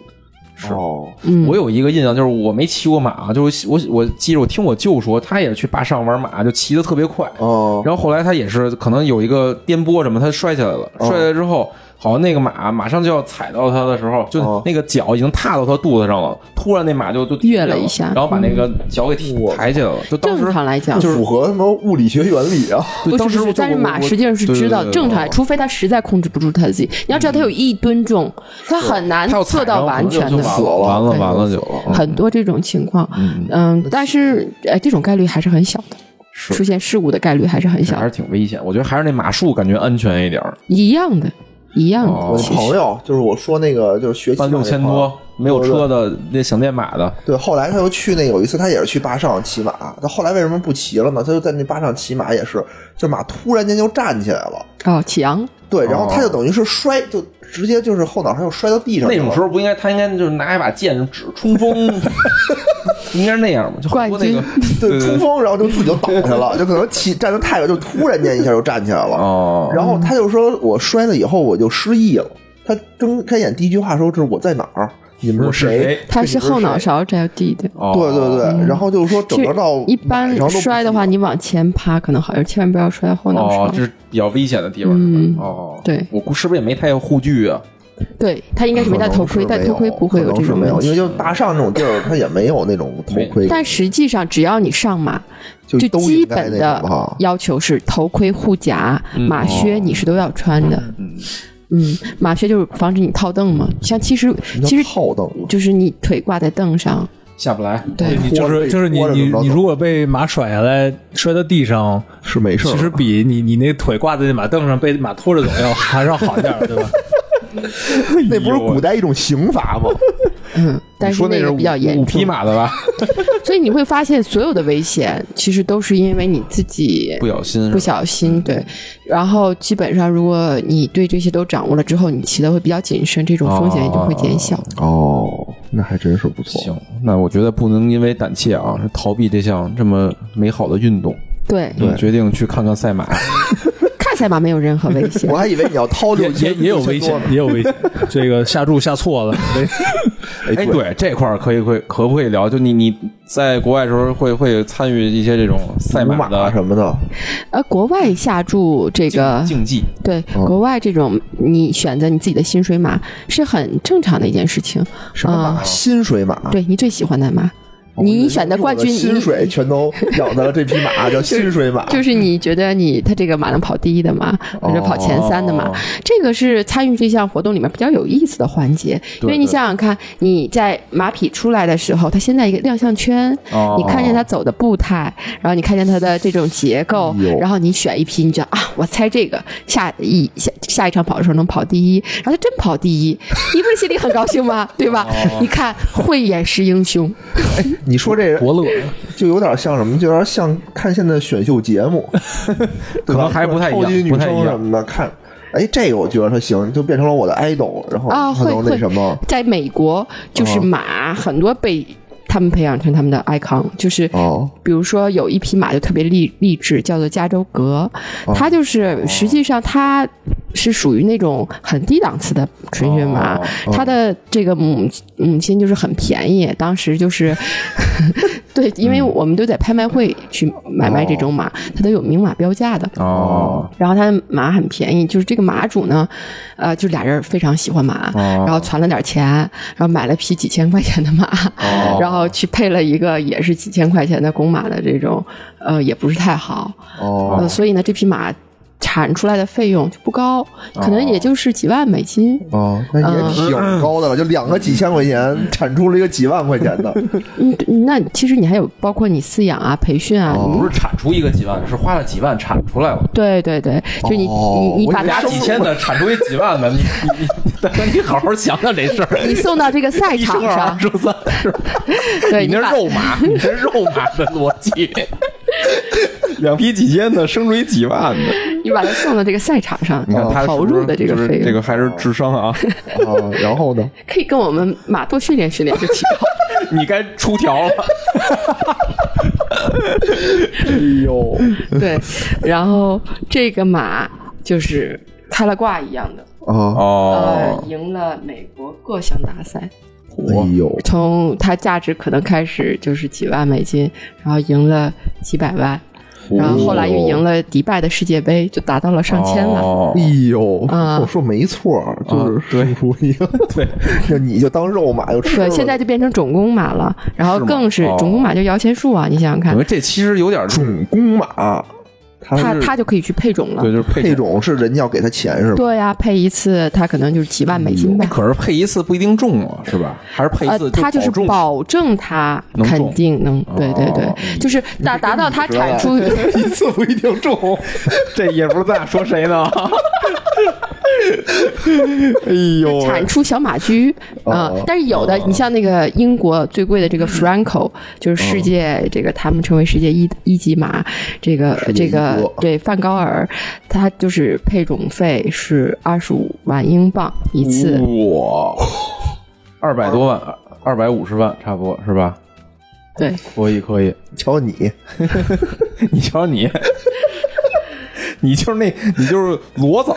A: 哦，
E: 嗯，
B: 我有一个印象，就是我没骑过马，就是我我记着我听我舅说，他也是去坝上玩马，就骑得特别快。
A: 哦，
B: 然后后来他也是可能有一个颠簸什么，他摔下来了，摔下来之后，好像那个马马上就要踩到他的时候，就
A: 哦
B: 那个脚已经踏到他肚子上了，突然那马就就
E: 跃了
B: 停下
E: 一下嗯
B: 然后把那个脚给踢抬起来了。就当时
E: 正常来讲
B: 就是
A: 符合什么物理学原理啊？
B: 对
E: 不是
B: 当时
E: 不
B: 我
E: 是，但是马实际上是知道，正常来，除非他实在控制不住他自己。你要知道，他有一吨重，他很难
B: 嗯他要踩
E: 做到
B: 上
E: 完全
B: 就
E: 的
B: 就完了，完了完了就嗯
E: 很多这种情况，嗯，但是呃，这种概率还是很小的，
B: 是
E: 出现事故的概率还是很
B: 这
E: 小
B: 还
E: 的，
B: 是挺危险。我觉得还是那马术感觉安全一点儿，
E: 一样的，一样
B: 哦
E: 的。
A: 我
E: 其
A: 的
E: 实
A: 朋友就是我说那个就是学骑马
B: 搬
A: 那
B: 六千
A: 朋友
B: 多，没有车的那想练马的，
A: 对，后来他又去那有一次，他也是去坝上骑马。他后来为什么不骑了呢？他就在那坝上骑马，也是，就马突然间就站起来了。
E: 哦，启阳，
A: 对，然后他
B: 哦
A: 就等于是摔，就直接就是后脑勺就摔到地上去
B: 那
A: 了。
B: 种时候不应该，他应该就是拿一把剑指冲锋， 应该是那样嘛，就很多那个
E: 冠
A: 对冲锋，然后就自己就倒下了，就可能骑站得太远，就突然间一下就站起来了。
B: 哦，
A: 然后他就说：“我摔了以后我就失忆了。”他睁开眼第一句话说：“这是我在哪儿？”你们
B: 是
A: 谁
B: 谁？
E: 它是后脑勺着地的。
B: 哦
A: 对对对，然后就是说整个到
E: 嗯一般
A: 晚上都不
E: 摔的话，
A: 行
E: 你往前趴可能好一点，千万不要摔后脑勺。
B: 哦，这是比较危险的地方。
E: 嗯
B: 是吧哦，
E: 对
B: 我估是不是也没太护具啊？
E: 对他应该是没戴头盔，
A: 可能
E: 戴
A: 是
E: 头盔不会有
A: 可
E: 这
A: 能是
E: 种
A: 没
E: 问
A: 有，因为
E: 题。
A: 就大上那种地儿，它也没有那种头盔，
E: 但实际上，只要你上马，
A: 就
E: 就
A: 都
E: 基
A: 应该
E: 本
A: 那
E: 的
A: 种哈。
E: 要求是头盔、护甲、马靴，你是都要穿的。嗯，马靴就是防止你套凳嘛。像其实
A: 什么
E: 其
A: 叫
E: 实
A: 套凳啊，
E: 就是你腿挂在凳上，
B: 下不来。
E: 对
C: 你就是就是你
A: 拖着
C: 你
A: 怎么着
C: 你如果被马甩下来摔到地上，
A: 是没事儿
C: 其
A: 的。
C: 实比你你那腿挂在那马凳上被马拖着走要还是要好一点儿，对吧？
A: 那不是
B: 啊
A: 古代一种刑罚吗？
E: 嗯，但是
B: 说那
E: 个
B: 是
E: 比较严
B: 五匹
E: 重。
B: 马的吧？
E: 所以你会发现，所有的危险其实都是因为你自己
B: 不小心是吧，
E: 不小
A: 嗯
E: 心，对。然后基本上，如果你对这些都掌握了之后，你骑的会比较谨慎，这种风险也就会减小。
A: 哦，那还真是不错。
B: 行，那我觉得不能因为胆怯啊，是逃避这项这么美好的运动，
E: 对，
B: 我决定去看看赛 马。
E: 看赛马没有任何危 险
A: 我。还以为你要掏
C: 也
A: 六
C: 也
A: 千，
C: 也有危
A: 6000多
C: 险
A: 呢，
C: 也有危险。这个下注下错了，
B: 哎，对这块儿可以可以可不可以聊？就你你在国外的时候会会参与一些这种赛
A: 五
B: 马
A: 马
B: 的
A: 什么的，
E: 呃，国外下注这个
B: 竞技，
E: 对，
A: 哦
E: 国外这种你选择你自己的薪水马是很正常的一件事情。
A: 什么马？
E: 嗯
A: 薪水马。
E: 对你最喜欢的马，
A: 啊哦，
E: 你选的冠军，
A: 我薪水
E: 你
A: 全都养在了这匹马， 叫薪水马。
E: 就是你觉得你他这个马能跑第一的马，或者跑前三的马，
B: 哦
E: 这个是参与这项活动里面比较有意思的环节。因
B: 对
E: 为你
B: 对
E: 想想看，你在马匹出来的时候，它先在一个亮相圈，
B: 哦
E: 你看见它走的步态，然后你看见它的这种结构，然后你选一匹，你觉得啊，我猜这个下一下下一场跑的时候能跑第一，然后它真跑第一，你不是心里很高兴吗？对吧？
B: 哦
E: 一看慧眼识英雄，
A: 你说这
C: 伯乐。
A: 就有点像什么，就有点像看现在选秀节 目，可
B: 能还不太一样
A: 超级女
B: 不太一
A: 声
B: 样
A: 什么的，看，哎，这个我觉得他行，就变成了我的 idol，然后
E: 啊
A: 他
E: 会
A: 能那什么，
E: 在美国就是
B: 哦
E: 马很多被他们培养成他们的 icon，就是
A: 哦，
E: 比如说有一匹马就特别励励志，叫做加州格，
B: 哦
E: 它就是实际上它是属于那种很低档次的纯血马
B: 哦，
E: 它的这个母母亲就是很便宜，当时就是 对，因
B: 嗯
E: 为我们都在拍卖会去买卖这种马，它都有明码标价的。
B: 哦
E: 然后他的马很便宜，就是这个马主呢，呃，就俩人非常喜欢马，
B: 哦
E: 然后攒了点钱，然后买了匹几千块钱的马，
B: 哦
E: 然后去配了一个也是几千块钱的公马的这种，呃，也不是太好，
A: 哦，
E: 呃，所以呢，这匹马产出来的费用就不
B: 哦
E: 高，可能也就是几万美金，
A: 哦，那
E: 嗯
A: 也挺高的了，就两个几千块钱产出了一个几万块钱 的，
E: 嗯，对那其实你还有包括你饲养啊、培训啊，
B: 不是产出一个几万，是花了几万产出来了。
E: 对对对，就是你、
A: 哦
E: 你你
A: 我
E: 把
A: 以为
E: 它
B: 俩几千的产出一几万的，你你你，大哥，你好好想想这事 儿。
E: 你送到这个赛
B: 一
E: 场
B: 生二，
E: 上
B: 二，生三，是吧？
E: 对
B: 你那
E: 把
B: 是肉麻，你这是肉麻的逻 辑。
F: 两匹几千的生出一几万的，
E: 你把它送到这个赛场上，
B: 你看哦他是
E: 投
B: 不是
E: 入哦的这个
B: 就是
E: 费用，
B: 这个还是智商啊！
A: 啊，然后呢，
E: 可以跟我们马多训练训练就提 高。
B: 你该出条了。
E: 对，然后这个马就是开了挂一样的，
A: 啊，
B: 哦
E: 呃，，赢了美国各项大赛。
A: 哎呦，
E: 从它价值可能开始就是几万美金，然后赢了几百万，然后后来又赢了迪拜的世界杯，就达到了上千了。
B: 哦
A: 哎呦，
E: 啊
A: 我说没错，就是生出一 个，
B: 对，
A: 就你就当肉马就吃了，
E: 对，现在就变成种公马了，然后
B: 是吗
E: 更是
B: 哦
E: 种公马就摇钱树啊！你想想看
B: 我，们这其实有点
A: 种公马，
E: 它
A: 它
E: 它就可以去配种了
B: 对，。就是配
A: 配
B: 种。
A: 种是人家要给他钱是吧？
E: 对呀、配一次它可能就是几万嗯美金吧。
B: 可是配一次不一定中啊，是吧？还是嗯配一
E: 呃
B: 次，
E: 他
B: 就
E: 就是
B: 保中
E: 保证他
B: 能
E: 肯
B: 中
E: 定能，对对对
B: 哦，
E: 就是达达到他产出
F: 一次不一定 中，这也不知道咱俩说谁呢。哎呦喂，
E: 产出小马驹啊
A: 哦。
E: 但是有的，你像那个英国最贵的这个 Franco，就是世界这个他们称为世界一一级马，这个
A: 世界
E: 这
A: 一
E: 个
A: 哥
E: 对梵高尔，他就是配种费是二十五万英镑一次，
B: 哦哇，二百多万，二百五十万差不多是吧？
E: 对，
B: 可以可以，
A: 瞧你，
B: 你瞧你， 你就是那，你就是骡子，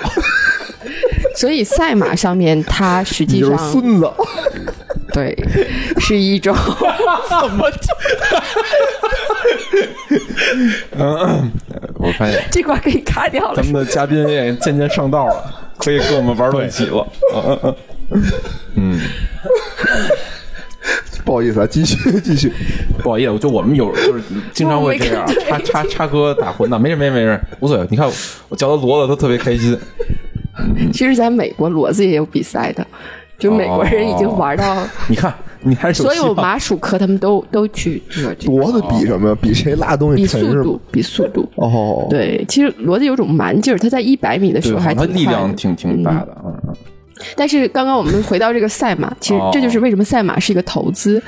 E: 所以赛马上面它实
A: 你
E: 际
A: 就是
E: 上
A: 孙子，
E: 对，是一种 怎么
B: 我发现
E: 这块可以卡掉了
B: 咱？们的嘉宾也渐渐上道了，可以跟我们玩到一起了。
A: 不好意思啊，继续 继续。
B: 不好意思，就我们有就是经常会这样
E: 我没
B: 插
E: 看
B: 插插科打诨的，没事没事没事，无所谓。你看我我叫他骡子，他特别开心。
E: 其实在美国，骡子也有比赛的，就美国人已经玩到
B: 你看你还是有
E: 所
B: 希
E: 有
B: 望
E: 马术课，他们都都去做这个，
A: 骡子比什么呀？比谁拉东西
E: 哦比
A: 沉
E: 速
A: 是吗？
E: 度，比速度。
A: 哦，
E: 对，其实骡子有种蛮劲儿，它在一百米的时
B: 对，
E: 候
B: 好
E: 还
B: 像他
E: 挺
B: 力
E: 快
B: 量
E: 的
B: 挺挺大的，嗯嗯。
E: 但是刚刚我们回到这个赛马，其实
B: 哦
E: 这就是为什么赛马是一个投资，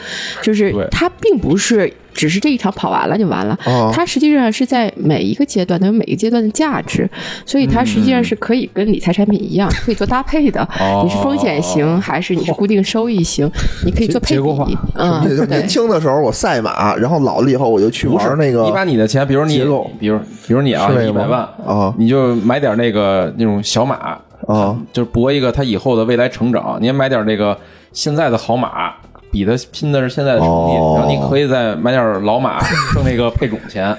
E: 就是
B: 对
E: 它并不是只是这一场跑完了就完了，
A: 哦
E: 它实际上是在每一个阶段它有每一个阶段的价值，所以它实际上是可以跟理财产品一样，可以做搭配的。
B: 嗯哦
E: 你是风险型还是你是固定收益型，你可以做配
C: 结构化
E: 比。嗯，
A: 也就
E: 对
A: 年。轻的时候我赛马，然后老了以后我就去
B: 不是
A: 玩那个
B: 你把你的钱，比如你
A: 结构，
B: 比如比如你啊，
A: 是那
B: 一
A: 个吗
B: 百万
A: 啊
B: 你就买点那个那种小马，
A: 啊，
B: 就是搏一个它以后的未来成长。你也买点那个现在的好马，比它拼的是现在的成绩，
A: 哦
B: 然后你可以再买点老马挣那个配种 钱。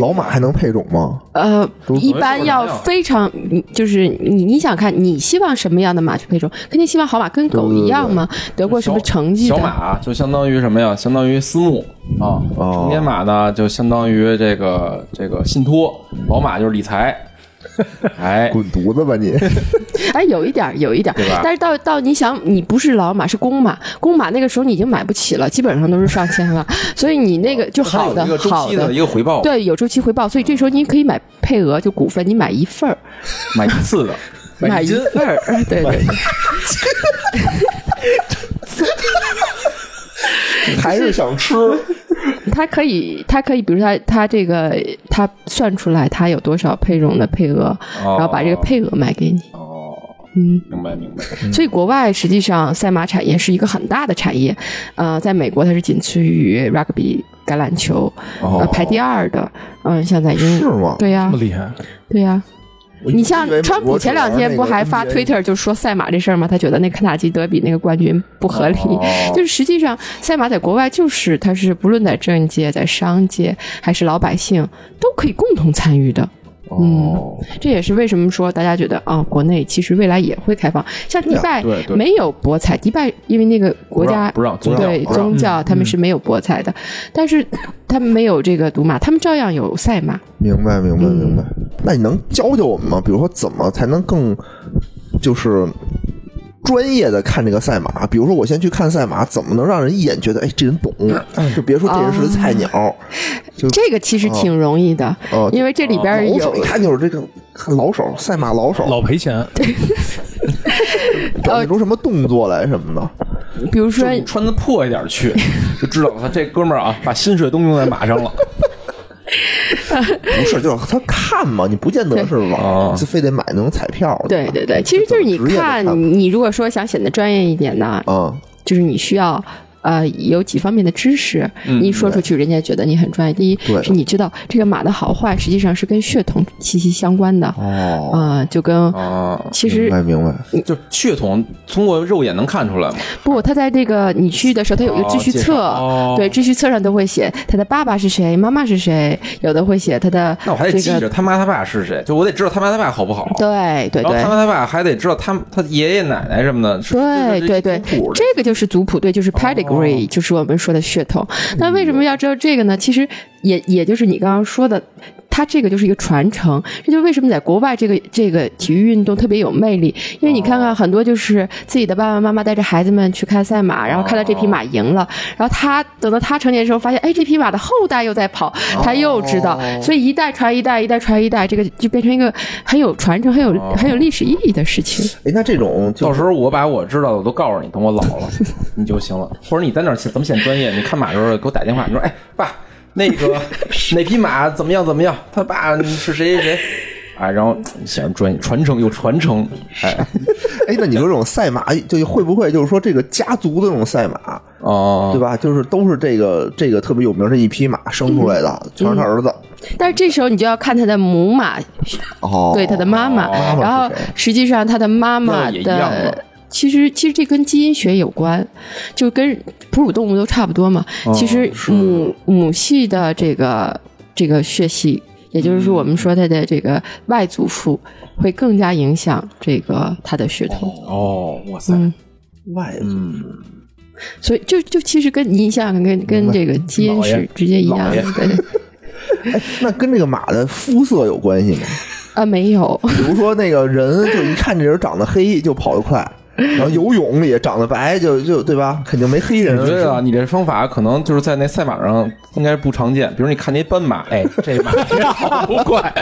A: 老马还能配种吗？
E: 呃，一
B: 都
E: 般
B: 是
E: 要
B: 这样
E: 非常，嗯就是你你想看，你希望什么样的马去配种？肯定希望好马跟狗
A: 对对
E: 一
A: 对
E: 样嘛，得过什么
B: 小
E: 成绩的。
B: 小马就相当于什么呀？相当于私募啊，
A: 哦
B: 成年马呢就相当于这个这个信托，老马就是理财。 哎，
A: 滚犊子吧 你！
E: 哎，有一点儿，有一点儿
B: 对吧，
E: 但是到到你想，你不是老马，是公马，公马那个时候你已经买不起了，基本上都是上千了，所以你那个就
B: 哦它
E: 好
B: 有
E: 的
B: 一个周
E: 好
B: 期的
E: 的
B: 一，个回报，
E: 对，有周期回报，所以这时候你可以买配额，就股份，你买一份儿，
B: 买一次 的，
E: 买
B: 一
E: 一
B: 斤
E: 份儿，对对，
A: 还是想吃
E: 它可以，它可以，比如它它这个它算出来它有多少配种的配额，
B: 哦
E: 然后把这个配额买给你，
B: 哦，
E: 嗯。
B: 明白明白。
E: 所以国外实际上赛马产业是一个很大的产业，呃，在美国它是仅次于 rugby 橄榄球，
B: 哦
E: 呃，排第二的，嗯、像在英
A: 是吗？
E: 对呀、
C: 这么厉害，
E: 对呀、你像
A: 我以为
E: 川
A: 美
E: 普
A: 国
E: 前
A: 只玩
E: 两天
A: 那
E: 不
A: 个
E: 还发
A: NBA
E: Twitter 就说赛马这事儿吗？他觉得那肯塔基德比那个冠军不合理，
B: 哦
E: 就是实际上赛马在国外就是它是不论在政界、在商界还是老百姓都可以共同参与的。嗯，
B: 哦
E: 这也是为什么说大家觉得啊、国内其实未来也会开放，像迪拜
B: 对对
E: 没有博彩，迪拜因为那个国家
B: 不让不让宗教
E: 对
B: 不让
E: 宗教
C: 嗯
E: 他们是没有博彩的，但是他们没有这个赌马，他们照样有赛马。
A: 明白，明白，
E: 嗯
A: 明白。那你能教教我们吗？比如说，怎么才能更就是专业的看这个赛马？比如说，我先去看赛马，怎么能让人一眼觉得，哎，这人懂？
E: 嗯
A: 就别说这人是个菜鸟，
E: 这个其实挺容易的，
A: 哦
E: 因为这里啊边
A: 老
E: 有
A: 手一看就是这个看老手，赛马老手，
C: 老赔钱，
E: 呃
A: 表现出什么动作来什么的。
E: 比如说
B: 就你穿的破一点 去，就知道他这哥们儿啊，把心血都用在马上了。
A: 不是，就是他看嘛，你不见得是
B: 哦
A: 玩，就非得买那种彩票。
E: 对对对，其实就是你看，你如果说想显得专业一点呢，
A: 啊，
E: 就是你需要。呃，有几方面的知识，你一说出去，人家觉得你很专业。第一
A: 对
E: 是你知道这个马的好坏，实际上是跟血统息息相关的。
A: 哦，
E: 啊、就跟
B: 啊，
E: 其
A: 明
E: 实
A: 白明白。
B: 就血统通过肉眼能看出来吗？
E: 不，他在这个你去的时候，他有一个
B: 哦
E: 秩序
B: 介绍
E: 册，
B: 哦
E: 对秩序册上都会写他的爸爸是谁，妈妈是谁，有的会写他的
B: 那我还得记
E: 这
B: 着
E: 个，
B: 他妈他爸是谁，就我得知道他妈他爸好不好。
E: 对对
B: 然后
E: 对
B: 他妈他爸还得知道他他爷爷奶奶什么的，是
E: 对对对，这个就是族谱，对，就是
B: 哦
E: pedigree，、就是我们说的血统。
B: 嗯
E: 那为什么要知道这个呢？其实也也就是你刚刚说的，它这个就是一个传承。这就是为什么在国外这个这个体育运动特别有魅力，因为你看
B: 哦
E: 看很多就是自己的爸爸妈妈带着孩子们去看赛马，然后看到这
B: 哦
E: 匹马赢了，然后他等到他成年的时候发现，哎，这匹马的后代又在跑，他又知道，
B: 哦
E: 所以一代传一代，一代传一代，这个就变成一个很有传承、很有、
B: 哦
E: 很有历史意义的事情。
A: 哎，那这种就
B: 到时候我把我知道的我都告诉你，等我老了你就行了。或者你在那儿显怎么显专业？你看马的时候给我打电话，你说：“哎，爸，那个哪匹马怎么样怎么样？他爸是谁谁谁？”哎，然后显示专业，传承有传承。哎，
A: 哎，那你说这种赛马，哎就会不会就是说这个家族的这种赛马，
B: 哦，
A: 对吧？就是都是这个这个特别有名的一匹马生出来
E: 嗯
A: 的，全是他儿子。
B: 嗯
E: 但是这时候你就要看他的母马
A: 哦，
E: 对他的妈
A: 妈
E: 妈，
A: 妈是
E: 然后
A: 谁
E: 实际上他的妈妈
B: 那也一样嘛
E: 的其实其实这跟基因学有关，就跟哺乳动物都差不多嘛。
B: 哦
E: 其实
B: 是
E: 母母系的这个这个血系，也就是说我们说它的这个外祖父，会更加影响这个它的血统。
B: 哦，哇塞，
E: 嗯，
A: 外
B: 嗯，
E: 所以就就其实跟你想想跟跟这个基因
B: 老爷
E: 是直接一样
B: 老爷
E: 的，对
A: 哎，那跟这个马的肤色有关系吗？
E: 啊没有，
A: 比如说那个人，就一看这人长得黑就跑得快，然后游泳里长得白就就对吧？肯定没黑人。
B: 我觉得啊，你这方法可能就是在那赛马上应该不常见。比如你看那斑马，哎，这马跑不快，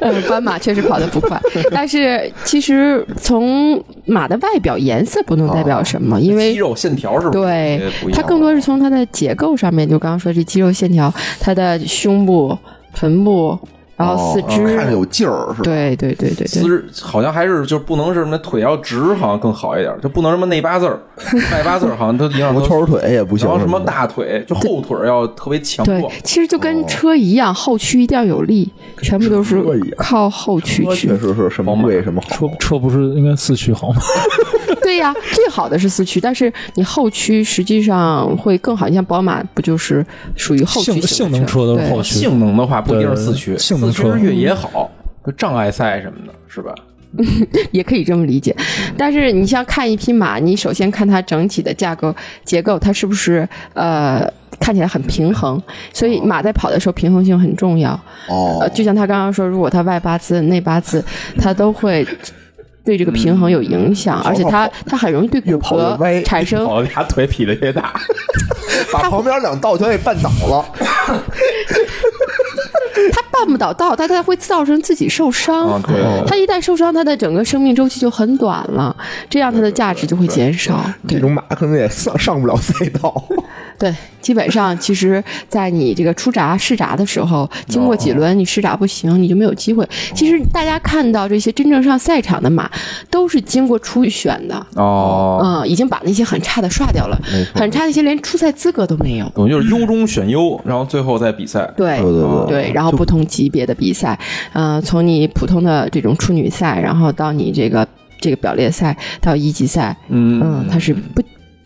E: 呃，斑马确实跑得不快，但是其实从马的外表颜色不能代表什
A: 哦
E: 么，因为
B: 肌肉线条是不是
E: 对
B: 也不一样
E: 它更多是从它的结构上面，就刚刚说这肌肉线条，它的胸部、臀部，然后四肢，
A: 哦看着有劲儿是吧？
E: 对对对对对，
B: 姿势好像还是就不能是什么腿要直，好像更好一点，就不能什么内八字儿、 外八字儿，好像都影 响
A: 什么
B: 都
A: 翘。二腿也不行
B: 然，后什
A: 什
B: 么
A: 么的
B: 大腿，就后腿要特别强
E: 对
B: 壮。，
E: 其实就跟车一样，后驱一定要有力，全部都是
A: 哦车一样
E: 靠后驱
A: 确
E: 去。
A: 实是什么
B: 宝马
A: 贵什么好
C: 车。车不是应该四驱好吗？
E: 对呀、最好的是四驱，但是你后驱实际上会更好。你像宝马不就是属于后驱
C: 性
E: 型的
C: 性能车都是
E: 对
C: 后驱，
B: 性能的话，不一定是四驱，
C: 对性能
B: 四
C: 车
B: 驱越野好，就障碍赛什么的，是吧？
E: 也可以这么理解。但是你像看一匹马，你首先看它整体的架构结构，它是不是呃看起来很平衡？所以马在跑的时候平衡性很重要。
A: 哦
E: 呃，，就像他刚刚说，如果它外八字、内八字，它都会。对这个平衡有影响，而且它它很容易对骨
A: 越嗯跑越歪
E: 骼产生
B: 哦，俩腿劈得越大，
A: 把旁边两道全给绊倒了。
E: 它办不倒道，但它会造成自己受伤
A: 嗯
B: 啊。对
E: 它一旦受伤，它的整个生命周期就很短了，这样它的价值就会减少。对
A: 这种马可能也上上不了赛道。
E: 对，基本上其实，在你这个出闸试闸的时 候，经过几轮你试闸不行，你就没有机会。
A: 哦
E: 其实大家看到这些真正上赛场的马，都是经过初选的，
B: 哦，
E: 嗯，已经把那些很差的刷掉了，很差那些连出赛资格都没有。
B: 等于就是优中选优，然后最后再比赛。
E: 对
A: 对对对
E: 对，然后不同级别的比赛，呃，从你普通的这种处女赛，然后到你这个这个表列赛，到一级赛，嗯，它是不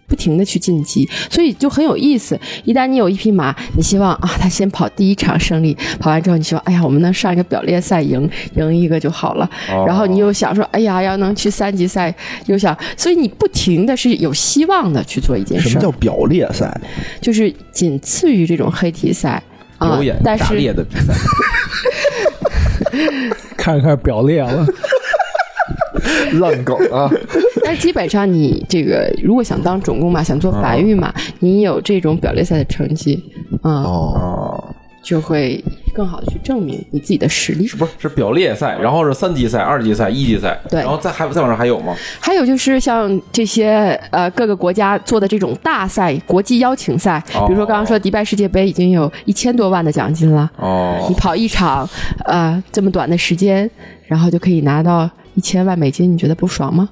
E: 不停的去晋级，所以就很有意思。一旦你有一匹马，你希望啊，它先跑第一场胜利，跑完之后你希望，哎呀，我们能上一个表列赛赢赢一个就好了。
B: 哦
E: 然后你又想说，哎呀，要能去三级赛，又想，所以你不停的是有希望的去做一 件
A: 什
E: 事
A: 么
E: 儿，
A: 叫表列赛？
E: 就是仅次于这种黑体赛啊
B: 有眼，
E: 但
B: 炸裂
E: 是
B: 的比赛，
C: 看一看表列了，
A: 烂梗啊！
E: 但是基本上你这个如果想当种公马，想做繁
B: 嗯
E: 育马，你有这种表列赛的成绩，啊、
A: 哦，
B: 哦，
E: 就会更好的去证明你自己的实力。
B: 不是是表列赛，然后是三级赛、二级赛、一级赛，
E: 对
B: 然后再还再往上还有吗？
E: 还有就是像这些呃各个国家做的这种大赛、国际邀请赛，
B: 哦
E: 比如说刚刚说迪拜世界杯已经有一千多万的奖金了，
B: 哦
E: 你，跑一场呃这么短的时间，然后就可以拿到一千万美金，你觉得不爽吗？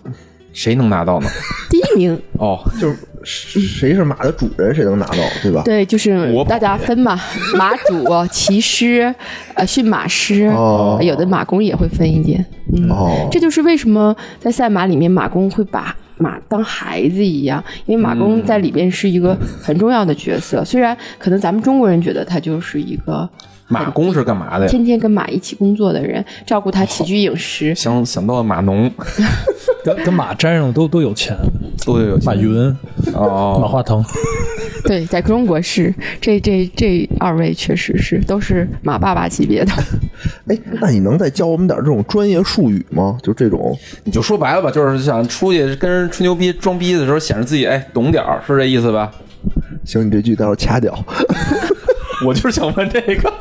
B: 谁能拿到呢？
E: 第一名，
B: 哦，
A: 就是谁是马的主人，谁能拿到，对吧？
E: 对，就是
B: 我跑
E: 大家分嘛， 马主、骑师、呃驯马师，
A: 哦
E: 有的马工也会分一点，嗯。
A: 哦，
E: 这就是为什么在赛马里面，马工会把马当孩子一样，因为马工在里边是一个很重要的角色。虽然可能咱们中国人觉得他就是一个
B: 马工是干嘛的呀？
E: 天天跟马一起工作的人，照顾他起居饮食。
B: 想想到了马农，
C: 跟跟马沾上都都有钱，
B: 都有
C: 马云、马
B: 哦，
C: 化腾，
E: 对，在中国是这这这二位确实是都是马爸爸级别的。
A: 哎，那你能再教我们点这种专业术语吗？就这种
B: 你就说白了吧，就是想出去跟人吹牛逼、装逼的时候，显示自己哎懂点儿，是这意思吧？
A: 行，你这句待会儿掐掉。
B: 我就是想问这个。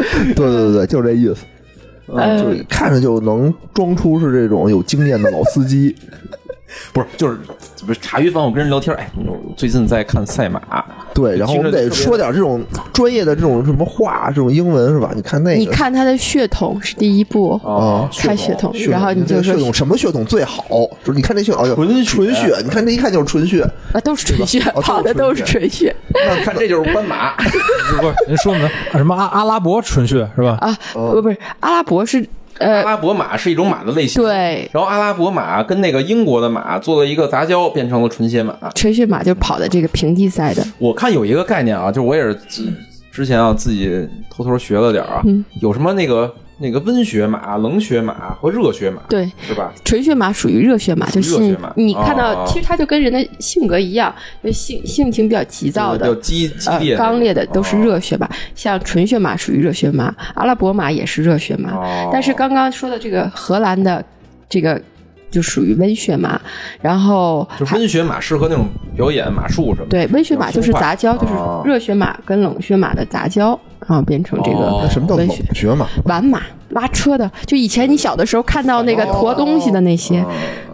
A: 对对对对，就是这意思。啊
E: 呃
A: 就是看着就能装出是这种有经验的老司机，
B: 不是，就是不是茶余饭后跟人聊天，哎，我最近在看赛马，
A: 对，然后我们得说点这种专业的这种什么话，这种英文是吧？你看那个，
E: 你看他的血统是第一步，
B: 哦，
E: 看血统，
A: 血统，
E: 然后你就
A: 这
E: 说
A: 个血统什么血统最好？就是你看这血统，
B: 纯血
A: 纯血，你看这一看就是纯血。
E: 啊，都是纯血，
A: 哦都是
E: 跑的都是
A: 纯
E: 纯血。
B: 那看这就是斑马，不是
E: 啊
C: 啊人说什么什么阿阿拉伯纯血是吧？
E: 啊，不不是阿拉伯是
B: 阿
E: 呃，
B: 拉伯马是一种马的类型，。
E: 对，
B: 然后阿拉伯马跟那个英国的马做了一个杂交，变成了纯血马。
E: 垂血马就跑的这个平地赛的，
B: 我看有一个概念啊，就是我也是之之前啊自己偷偷学了点儿啊，
E: 嗯
B: 有什么那个那个温血马、冷血马和热血马，
E: 对，
B: 是吧？
E: 纯血马属于热血马，就
B: 热
E: 性
B: 血马
E: 你看
B: 哦
E: 到，其实它就跟人的性格一样，就性性情比较急躁
B: 比较
E: 的。
B: 激激
E: 呃
B: 烈、，啊
E: 刚烈的都是热血马，像纯血马属于热血马，阿拉伯马也是热血马，
B: 哦
E: 但是刚刚说的这个荷兰的这个就属于温血马，然后
B: 就是温血马适合那种表演马术什么的。
E: 对温血马就是杂交，
B: 比较
E: 就
B: 粗
E: 是
B: 犷哦
E: 热血马跟冷血马的杂交，然后变成这
B: 哦
E: 个
A: 什么叫
E: 温
A: 冷
E: 血
A: 血嘛？
E: 玩马拉车的，就以前你小的时候看到那个驮东西的那些，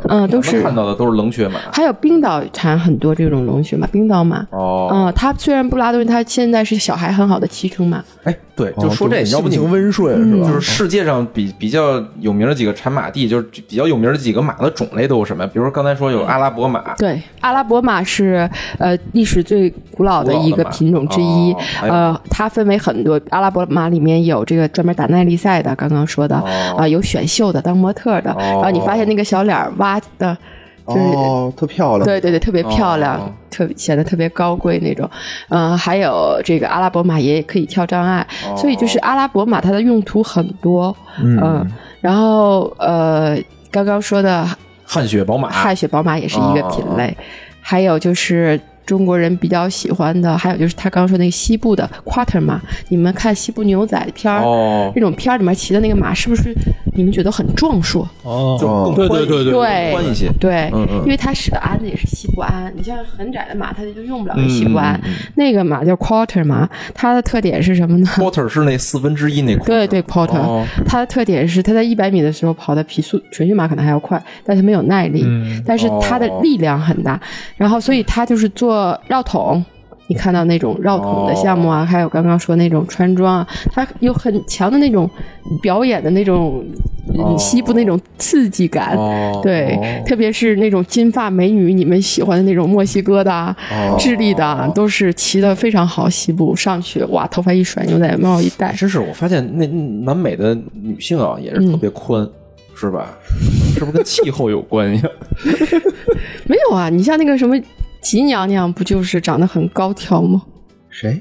E: 嗯，都
B: 哦咱们
E: 是
B: 看到的都是冷血马。
E: 还有冰岛产很多这种龙血马，冰岛马。
B: 哦，
E: 嗯，它虽然不拉东西，它现在是小孩很好的骑乘马。
B: 哎，对，就说这，嗯要
A: 哦性
B: 不你
A: 情温顺是吧？
B: 就是
E: 嗯
B: 世界上比比较有名的几个产马地，就是比较有名的几个马的种类都有什么呀？比如说刚才说有阿拉伯马，
E: 对，阿拉伯马是呃历史最古老的一个品种之一
B: 古老的马。哦哎
E: 呃，它分为很多，阿拉伯马里面有这个专门打耐力赛的，刚刚说的
B: 哦
E: 啊，有选秀的，当模特的。
B: 哦
E: 然后你发现那个小脸儿挖的，就是
A: 哦，特漂亮。
E: 对对对，特别漂亮，
B: 哦
E: 特显得特别高贵那种。嗯，还有这个阿拉伯马也可以跳障碍，
B: 哦
E: 所以就是阿拉伯马它的用途很多。嗯，然后呃，刚刚说的
B: 汗血宝马，
E: 汗血宝马也是一个
B: 哦
E: 品类，还有就是。中国人比较喜欢的，还有就是他刚刚说那个西部的 quarter 马，你们看西部牛仔片儿，
B: 哦
E: 那种片儿里面骑的那个马，是不是你们觉得很壮硕？
C: 哦，
A: 哦
C: 对对对对，
E: 对
B: 宽一些。
E: 对，
B: 嗯嗯
E: 因为它使的鞍子也是西部鞍，你像很窄的马，它就用不了那西
B: 嗯
E: 部鞍。那个马叫 quarter 马，它的特点是什么呢？
B: Quarter 是那四分之一那块
E: 对对，quarter，、
B: 哦
E: 它的特点是它在一百米的时候跑的比速纯驯马可能还要快，但它没有耐力，
C: 嗯
E: 但是它的
B: 哦
E: 力量很大，然后所以它就是做绕桶。你看到那种绕桶的项目啊，
B: 哦
E: 还有刚刚说那种穿装啊，它有很强的那种表演的那种、
B: 哦
E: 嗯西部那种刺激感，
B: 哦，
E: 对，
B: 哦
E: 特别是那种金发美女，你们喜欢的那种墨西哥的啊、
B: 哦
E: 智利的啊，都是骑的非常好。西部上去，哇，头发一甩，牛仔帽一戴
B: 哎，，真是我发现那那南美的女性啊，也是
E: 嗯
B: 特别宽，是吧？是不是跟气候有关系？
E: 没有啊，你像那个什么吉娘娘，不就是长得很高挑吗？
A: 谁？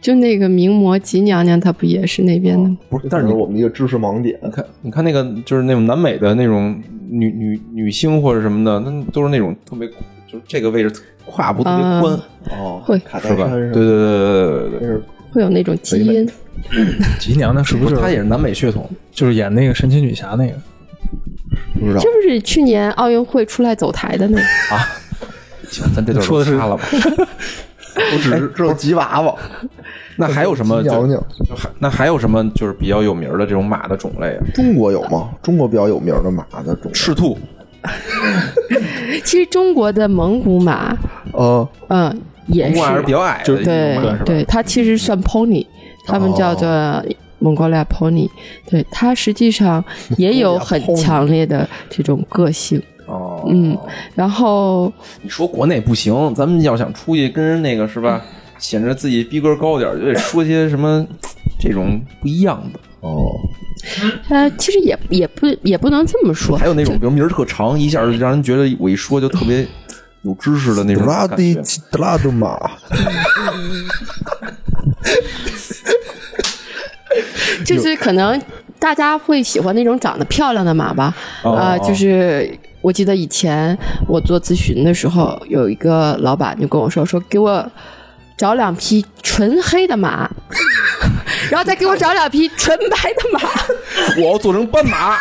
E: 就那个名模吉娘娘，她不也是那边的吗？
A: 不是，
B: 但是你
A: 我们的一个知识盲点。
B: 你看，你看那个就是那种南美的那种女女女星或者什么的，那都是那种特别，就是这个位置胯部特别
E: 啊
B: 宽，
A: 哦，
E: 会
A: 卡
B: 是
A: 戴
B: 吧？
A: 珊
B: 对
A: 是
B: 对对对对对对，
A: 是
E: 会有那种基因。
C: 吉娘呢是不
B: 不
C: 是
B: 是，她也是南美血统。
C: 就是演那个神奇女侠那个？
A: 不知道
E: 是不是去年奥运会出来走台的那个？
B: 行，咱这段
C: 说的是
B: 杀了吧。
A: 我只
E: 哎
A: 是知道吉娃娃、
B: 那还有什么？
A: 吉
B: 就
A: 娘 娘。
B: 就还那还有什么就是比较有名儿的这种马的种类啊？
A: 中国有吗？中国比较有名的马的种类
B: 赤兔，
E: 其实中国的蒙古马，
A: 呃，
E: 嗯，也
B: 不
E: 是
B: 管是比较矮的一
E: 对
B: 种马是吧？哦
E: 对，它其实算 pony，他们叫做蒙古利亚 pony，对它实际上也 有很强烈的这种个性。
B: 哦，
E: 嗯，然后
B: 你说国内不行，咱们要想出去跟人那个是吧，显着自己逼格高点儿，就得说些什么这种不一样的。
A: 哦，
E: 呃，其实也也不也不能这么说
B: 还，有那种比如名儿特长，一下就让人觉得我一说就特 别有知识的那
A: 德
B: 种啊
A: 拉
B: 感
A: 的
B: 觉。
A: 德拉的马，
E: 就是可能大家会喜欢那种长得漂亮的马吧，
B: 哦
E: 啊、就是。我记得以前我做咨询的时候，有一个老板就跟我说：“说给我找两匹纯黑的马， 然后再给我找两匹纯白的马。”
B: 我要做成斑马，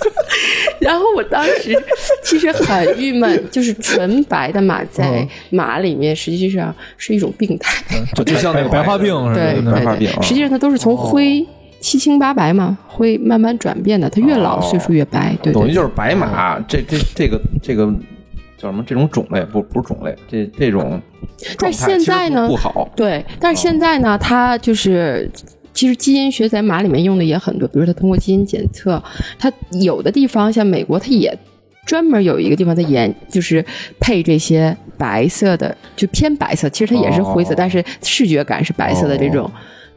E: 然后我当时其实很郁闷，就是纯白的马
B: 嗯
E: 在马里面实际上是一种病态，
C: 就
B: 就像那
C: 白
B: 个
C: 白化病似
E: 对
C: 的
E: 对
B: 白
C: 那
B: 化病啊
E: 对，实际上它都是从灰。七清八白嘛，会慢慢转变的。它越老
B: 哦
E: 岁数越白，对
B: 等
E: 对
B: 于就是白马，这这这个这个叫什么？这种种类不不是种类，这这种状态
E: 但现
B: 其实
E: 在
B: 不
E: 呢
B: 不好。
E: 对。但是现在呢，它就是其实基因学在马里面用的也很多，比如它通过基因检测，它有的地方像美国，它也专门有一个地方在研，就是配这些白色的，就偏白色，其实它也是灰色，
B: 哦
E: 但是视觉感是白色的这种。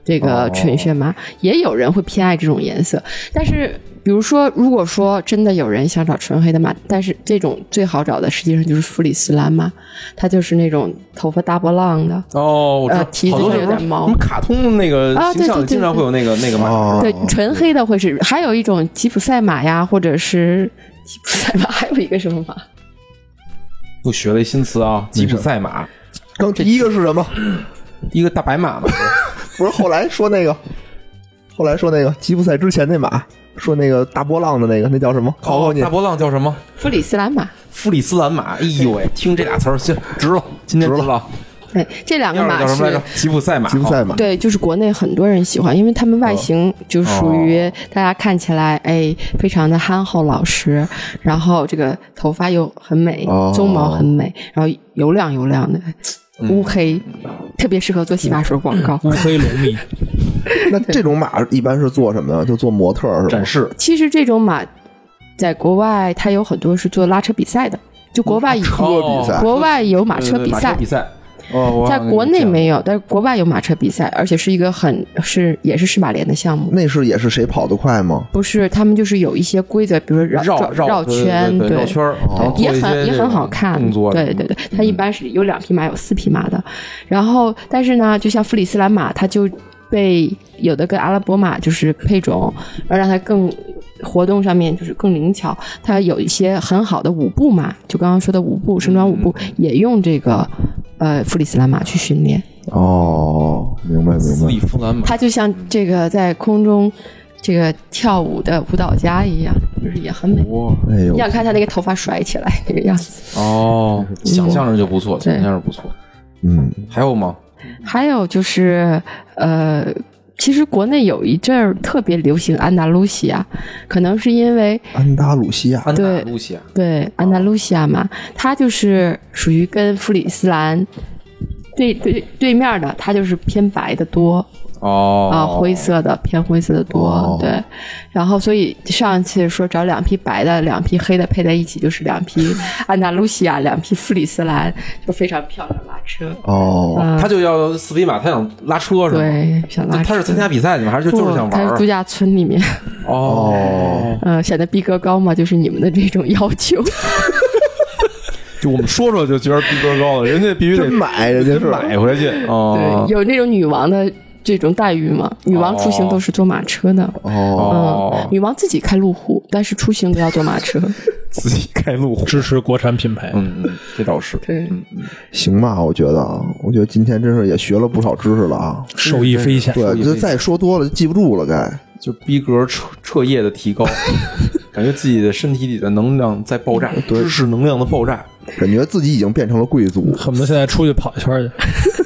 E: 这个纯血麻，也有人会偏爱这种颜色。但是，比如说，如果说真的有人想找纯黑的马，但是这种最好找的实际上就是弗里斯兰马，它就是那种头发大波浪的，
B: 哦，我知道
E: 呃，蹄子
B: 好多
E: 上
B: 是
E: 有
B: 不是
E: 点毛
B: 什么卡通的那个
E: 啊
B: 形
E: 对
B: 象
E: 对对
B: 经常会有那个那个
A: 哦啊
B: 马，
E: 对，纯黑的会是，还有一种吉普赛马呀，或者是吉普赛马， 还有一个什么马？
B: 又学了一新词啊，吉普赛马，
A: 刚第一个是什么？
B: 一个大白马嘛，
A: 不是后来说那个，后来说那个吉普赛之前那马，说那个大波浪的那个，那叫什么？
B: 哦
A: 考哦考你
B: 大，波浪叫什么？
E: 弗里斯兰马。
B: 弗里斯兰马，哎呦喂，听这俩词儿，行，值了，今天值了。
E: 对，哎这两
B: 第
E: 个
B: 二个
E: 马
B: 叫什么来
E: 是
B: 着？吉普赛马，哦
A: 吉普赛马。
E: 对，就是国内很多人喜欢，因为他们外形就属于大家看起来，哎，非常的憨厚老实，然后这个头发又很美，
A: 哦
E: 鬃毛很美，然后油亮油亮的，乌黑，特别适合做洗发水广告。
C: 乌黑龙密，
A: 那这种马一般是做什么呀？就做模特儿是吧
B: 展？示。
E: 其实这种马在国外，它有很多是做拉车比赛的，就国
B: 嗯
E: 外有
A: 车比赛
E: 国外有马车
B: 对对
E: 比
B: 马
E: 赛
B: 比。赛。哦，我
E: 在
B: 好像
E: 国内
B: 见过
E: 没有，但是国外有马车比赛，而且是一个很是也是市马联的项目。
A: 那是也是谁跑得快吗？
E: 不是，他们就是有一些规则，比如绕
B: 绕
E: 绕
B: 对
E: 圈，
B: 对对绕圈儿，然后
E: 也
B: 做一些
E: 很
B: 这
E: 也很
B: 种
E: 好看
B: 动，作嗯
E: 对对对，它一般是有两匹马，有四匹马的。然后，但是呢，就像弗里斯兰马，它就被有的跟阿拉伯马就是配种，而让它更活动上面就是更灵巧。它有一些很好的舞步马，就刚刚说的舞步，盛装舞步也用这个呃弗里斯兰马去训练。
A: 哦，明白明
B: 斯
A: 白。
B: 里夫兰马，
E: 它就像这个在空中这个跳舞的舞蹈家一样，就是也很美。
B: 哇
A: 哎呦
E: 你，想看他那个头发甩起来那个样子。
B: 哦，想象着就不错，
E: 对
B: 想象着不错。
A: 嗯，
B: 还有吗？
E: 还有就是，呃，其实国内有一阵儿特别流行安达卢西亚，可能是因为
A: 安达鲁西亚
B: 安达
E: 对
B: 路西亚，
E: 对安达卢西亚嘛，它就是属于跟弗里斯兰。对对对面的，它就是偏白的多
B: 哦
E: 啊、灰色的偏灰色的多，
A: 哦
E: 对。然后，所以上次说找两匹白的、两匹黑的配在一起，就是两匹安达卢西亚、两匹弗里斯兰，就非常漂亮拉车。
A: 哦，
E: 嗯
B: 他就要斯里马，他想拉车是吗？
E: 对，想拉
B: 嗯就他是
E: 车
B: 参加比赛去吗？还是就就是想玩
E: 不他是度
B: 儿？
E: 假村里面，
B: 哦，
E: 呃，显得逼格高嘛，就是你们的这种要求。
B: 就我们说说就觉得逼格高了，人家必须得
A: 真买人家是
B: 买回去
C: 啊
B: 哦
E: 对，有那种女王的这种待遇嘛？女王出行都是坐马车的，
A: 哦，
B: 哦
E: 嗯，，女王自己开路虎，但是出行都要坐马 车。
B: 自己开路虎，
C: 支持国产品牌。
B: 嗯，嗯，这倒是。
E: 对，
A: 行吧，我觉得，啊，我觉得今天真是也学了不少知识了啊。
C: 受益匪浅。
A: 对，就再说多了就记不住了，该。
B: 就逼格彻彻夜的提高，感觉自己的身体里的能量在爆炸，知识能量的爆炸，
A: 感觉自己已经变成了贵族，
C: 恨不得现在出去跑一圈去，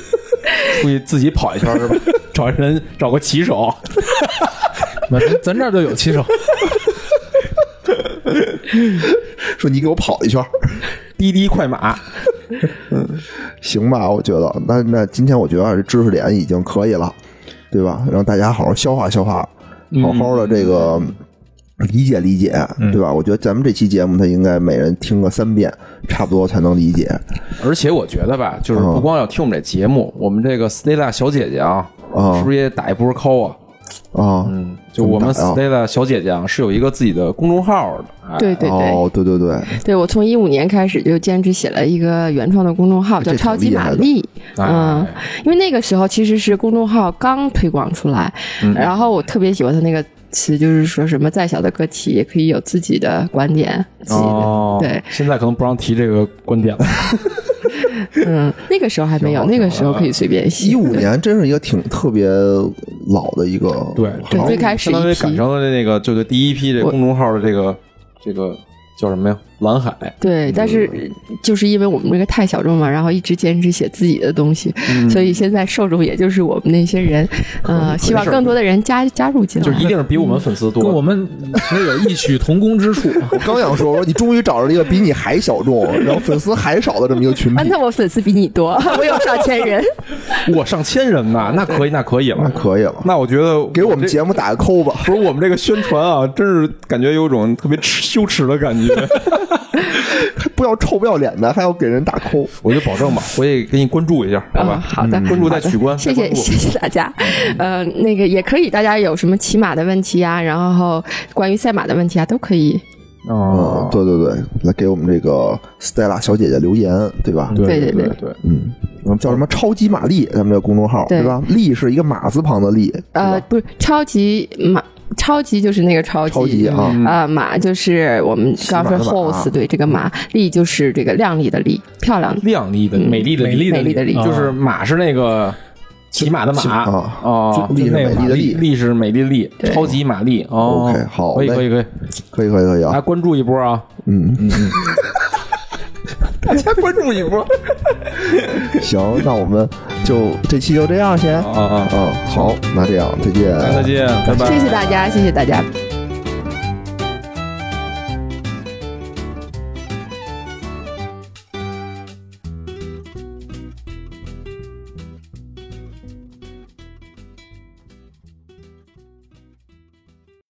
B: 出去自己跑一圈儿是吧？找人找个骑手，
C: 那咱咱这儿就有骑手，
A: 说你给我跑一圈儿，
B: 滴滴快马，
A: 行吧？我觉得，那那今天我觉得这知识点已经可以了，对吧？让大家好好消化消化，
B: 嗯
A: 好好的这个理解理解，对吧？我觉得咱们这期节目，他应该每人听个三遍，差不多才能理解
B: 而且我觉得吧，
A: 嗯
B: 就是不光要听我们这节目，我们这个 Stella 小姐姐啊，
A: 嗯
B: 是不是也打一波 call 啊？
A: 啊。
B: 嗯，就我们
A: 怎么打
B: Stella 小姐姐啊，是有一个自己的公众号的，哎，
E: 对对对，
A: 哦，对对 对，
E: 对我从一五年开始就坚持写了一个原创的公众号，叫
A: 这挺
E: 超级
A: 厉
E: 玛
A: 害的
E: 丽。嗯
B: 哎，
E: 因为那个时候其实是公众号刚推广出来，
A: 嗯
E: 然后我特别喜欢他那个词，就是说什么再小的个体也可以有自己的观点，自己的、
B: 哦，
E: 嗯对，
B: 现在可能不让提这个观点了，
E: 嗯，那个时候还没有，那个时候可以随便
A: 一
E: 写。
A: 五年真是一个挺特别老的一个，
B: 对
E: 对，最开始
B: 相当于
E: 一
B: 赶
E: 批，
B: 上了那个，就对第一批这
E: 我
B: 公众号的这个这个叫什么呀？蓝海，
E: 对，但
B: 嗯
E: 是就是因为我们这个太小众嘛，然后一直坚持写自己的东西，
B: 嗯
E: 所以现在受众也就是我们那些人，呃，希望更多的人加加入进来。
B: 就一定是比 我们粉丝多。
C: 跟我们其实有异曲同工之处。啊
A: 我刚想说，我说你终于找着了一个比你还小众，然后粉丝还少的这么一个群
E: 啊，
A: 体，
E: 那我粉丝比你 多，我有上千人。
B: 我上千人呐，那可以，那可以
A: 那
E: 嗯
B: 了。
A: 可以了，
B: 那我觉得
A: 给我
B: 我
A: 们
B: 这
A: 节目打个扣吧。
B: 不是我们这个宣传啊，真是感觉有种特别耻羞耻的感觉。
A: 还不要臭不要脸的，还要给人打 call。
B: 我就保证吧，回去给你关注一下， 好吧？
E: 嗯好的
B: 关注再取关，
E: 谢
B: 再
E: 谢
B: 关注嗯
E: 谢谢大家，呃，那个也可以，大家有什么骑马的问题啊，然后关于赛马的问题啊，都可以。
A: 嗯
B: 哦，，
A: 对对对，来给我们这个 Stella 小姐姐留言，对吧？
E: 对对
B: 对
E: 对
B: 对，
A: 嗯，我们叫什么“超级玛丽”咱们这个公众号，
E: 对
A: 对吧？丽是一个马字旁的丽，
E: 呃，不是超级马，超级就是那个超级，
A: 超级啊，
B: 嗯
E: 呃，马就是我们刚刚
A: 骑马啊的
E: 说
A: 马
E: horse，对这个马，丽就是这个靓丽的丽，漂亮的。
B: 靓丽的、美丽的
C: 美丽
E: 嗯美丽的丽嗯
C: 啊
B: 就是马是那个骑马的马
A: 啊
B: 哦，
A: 丽是美丽的
B: 丽
A: 丽。
B: 丽是美丽丽，
E: 对
B: 超级玛丽哦。
A: OK，好
B: 可以
A: 嘞
B: 可以可
A: 可
B: 以，
A: 以可以可以
B: 大
A: 啊
B: 家，关注一波啊！
A: 嗯嗯嗯， 大家关注一 波。行，那我们就这期就这样先。嗯
B: 啊啊啊！
A: 嗯，好，那这样，再见，
B: 再见，拜拜。
E: 谢谢大家，谢谢大家，拜拜。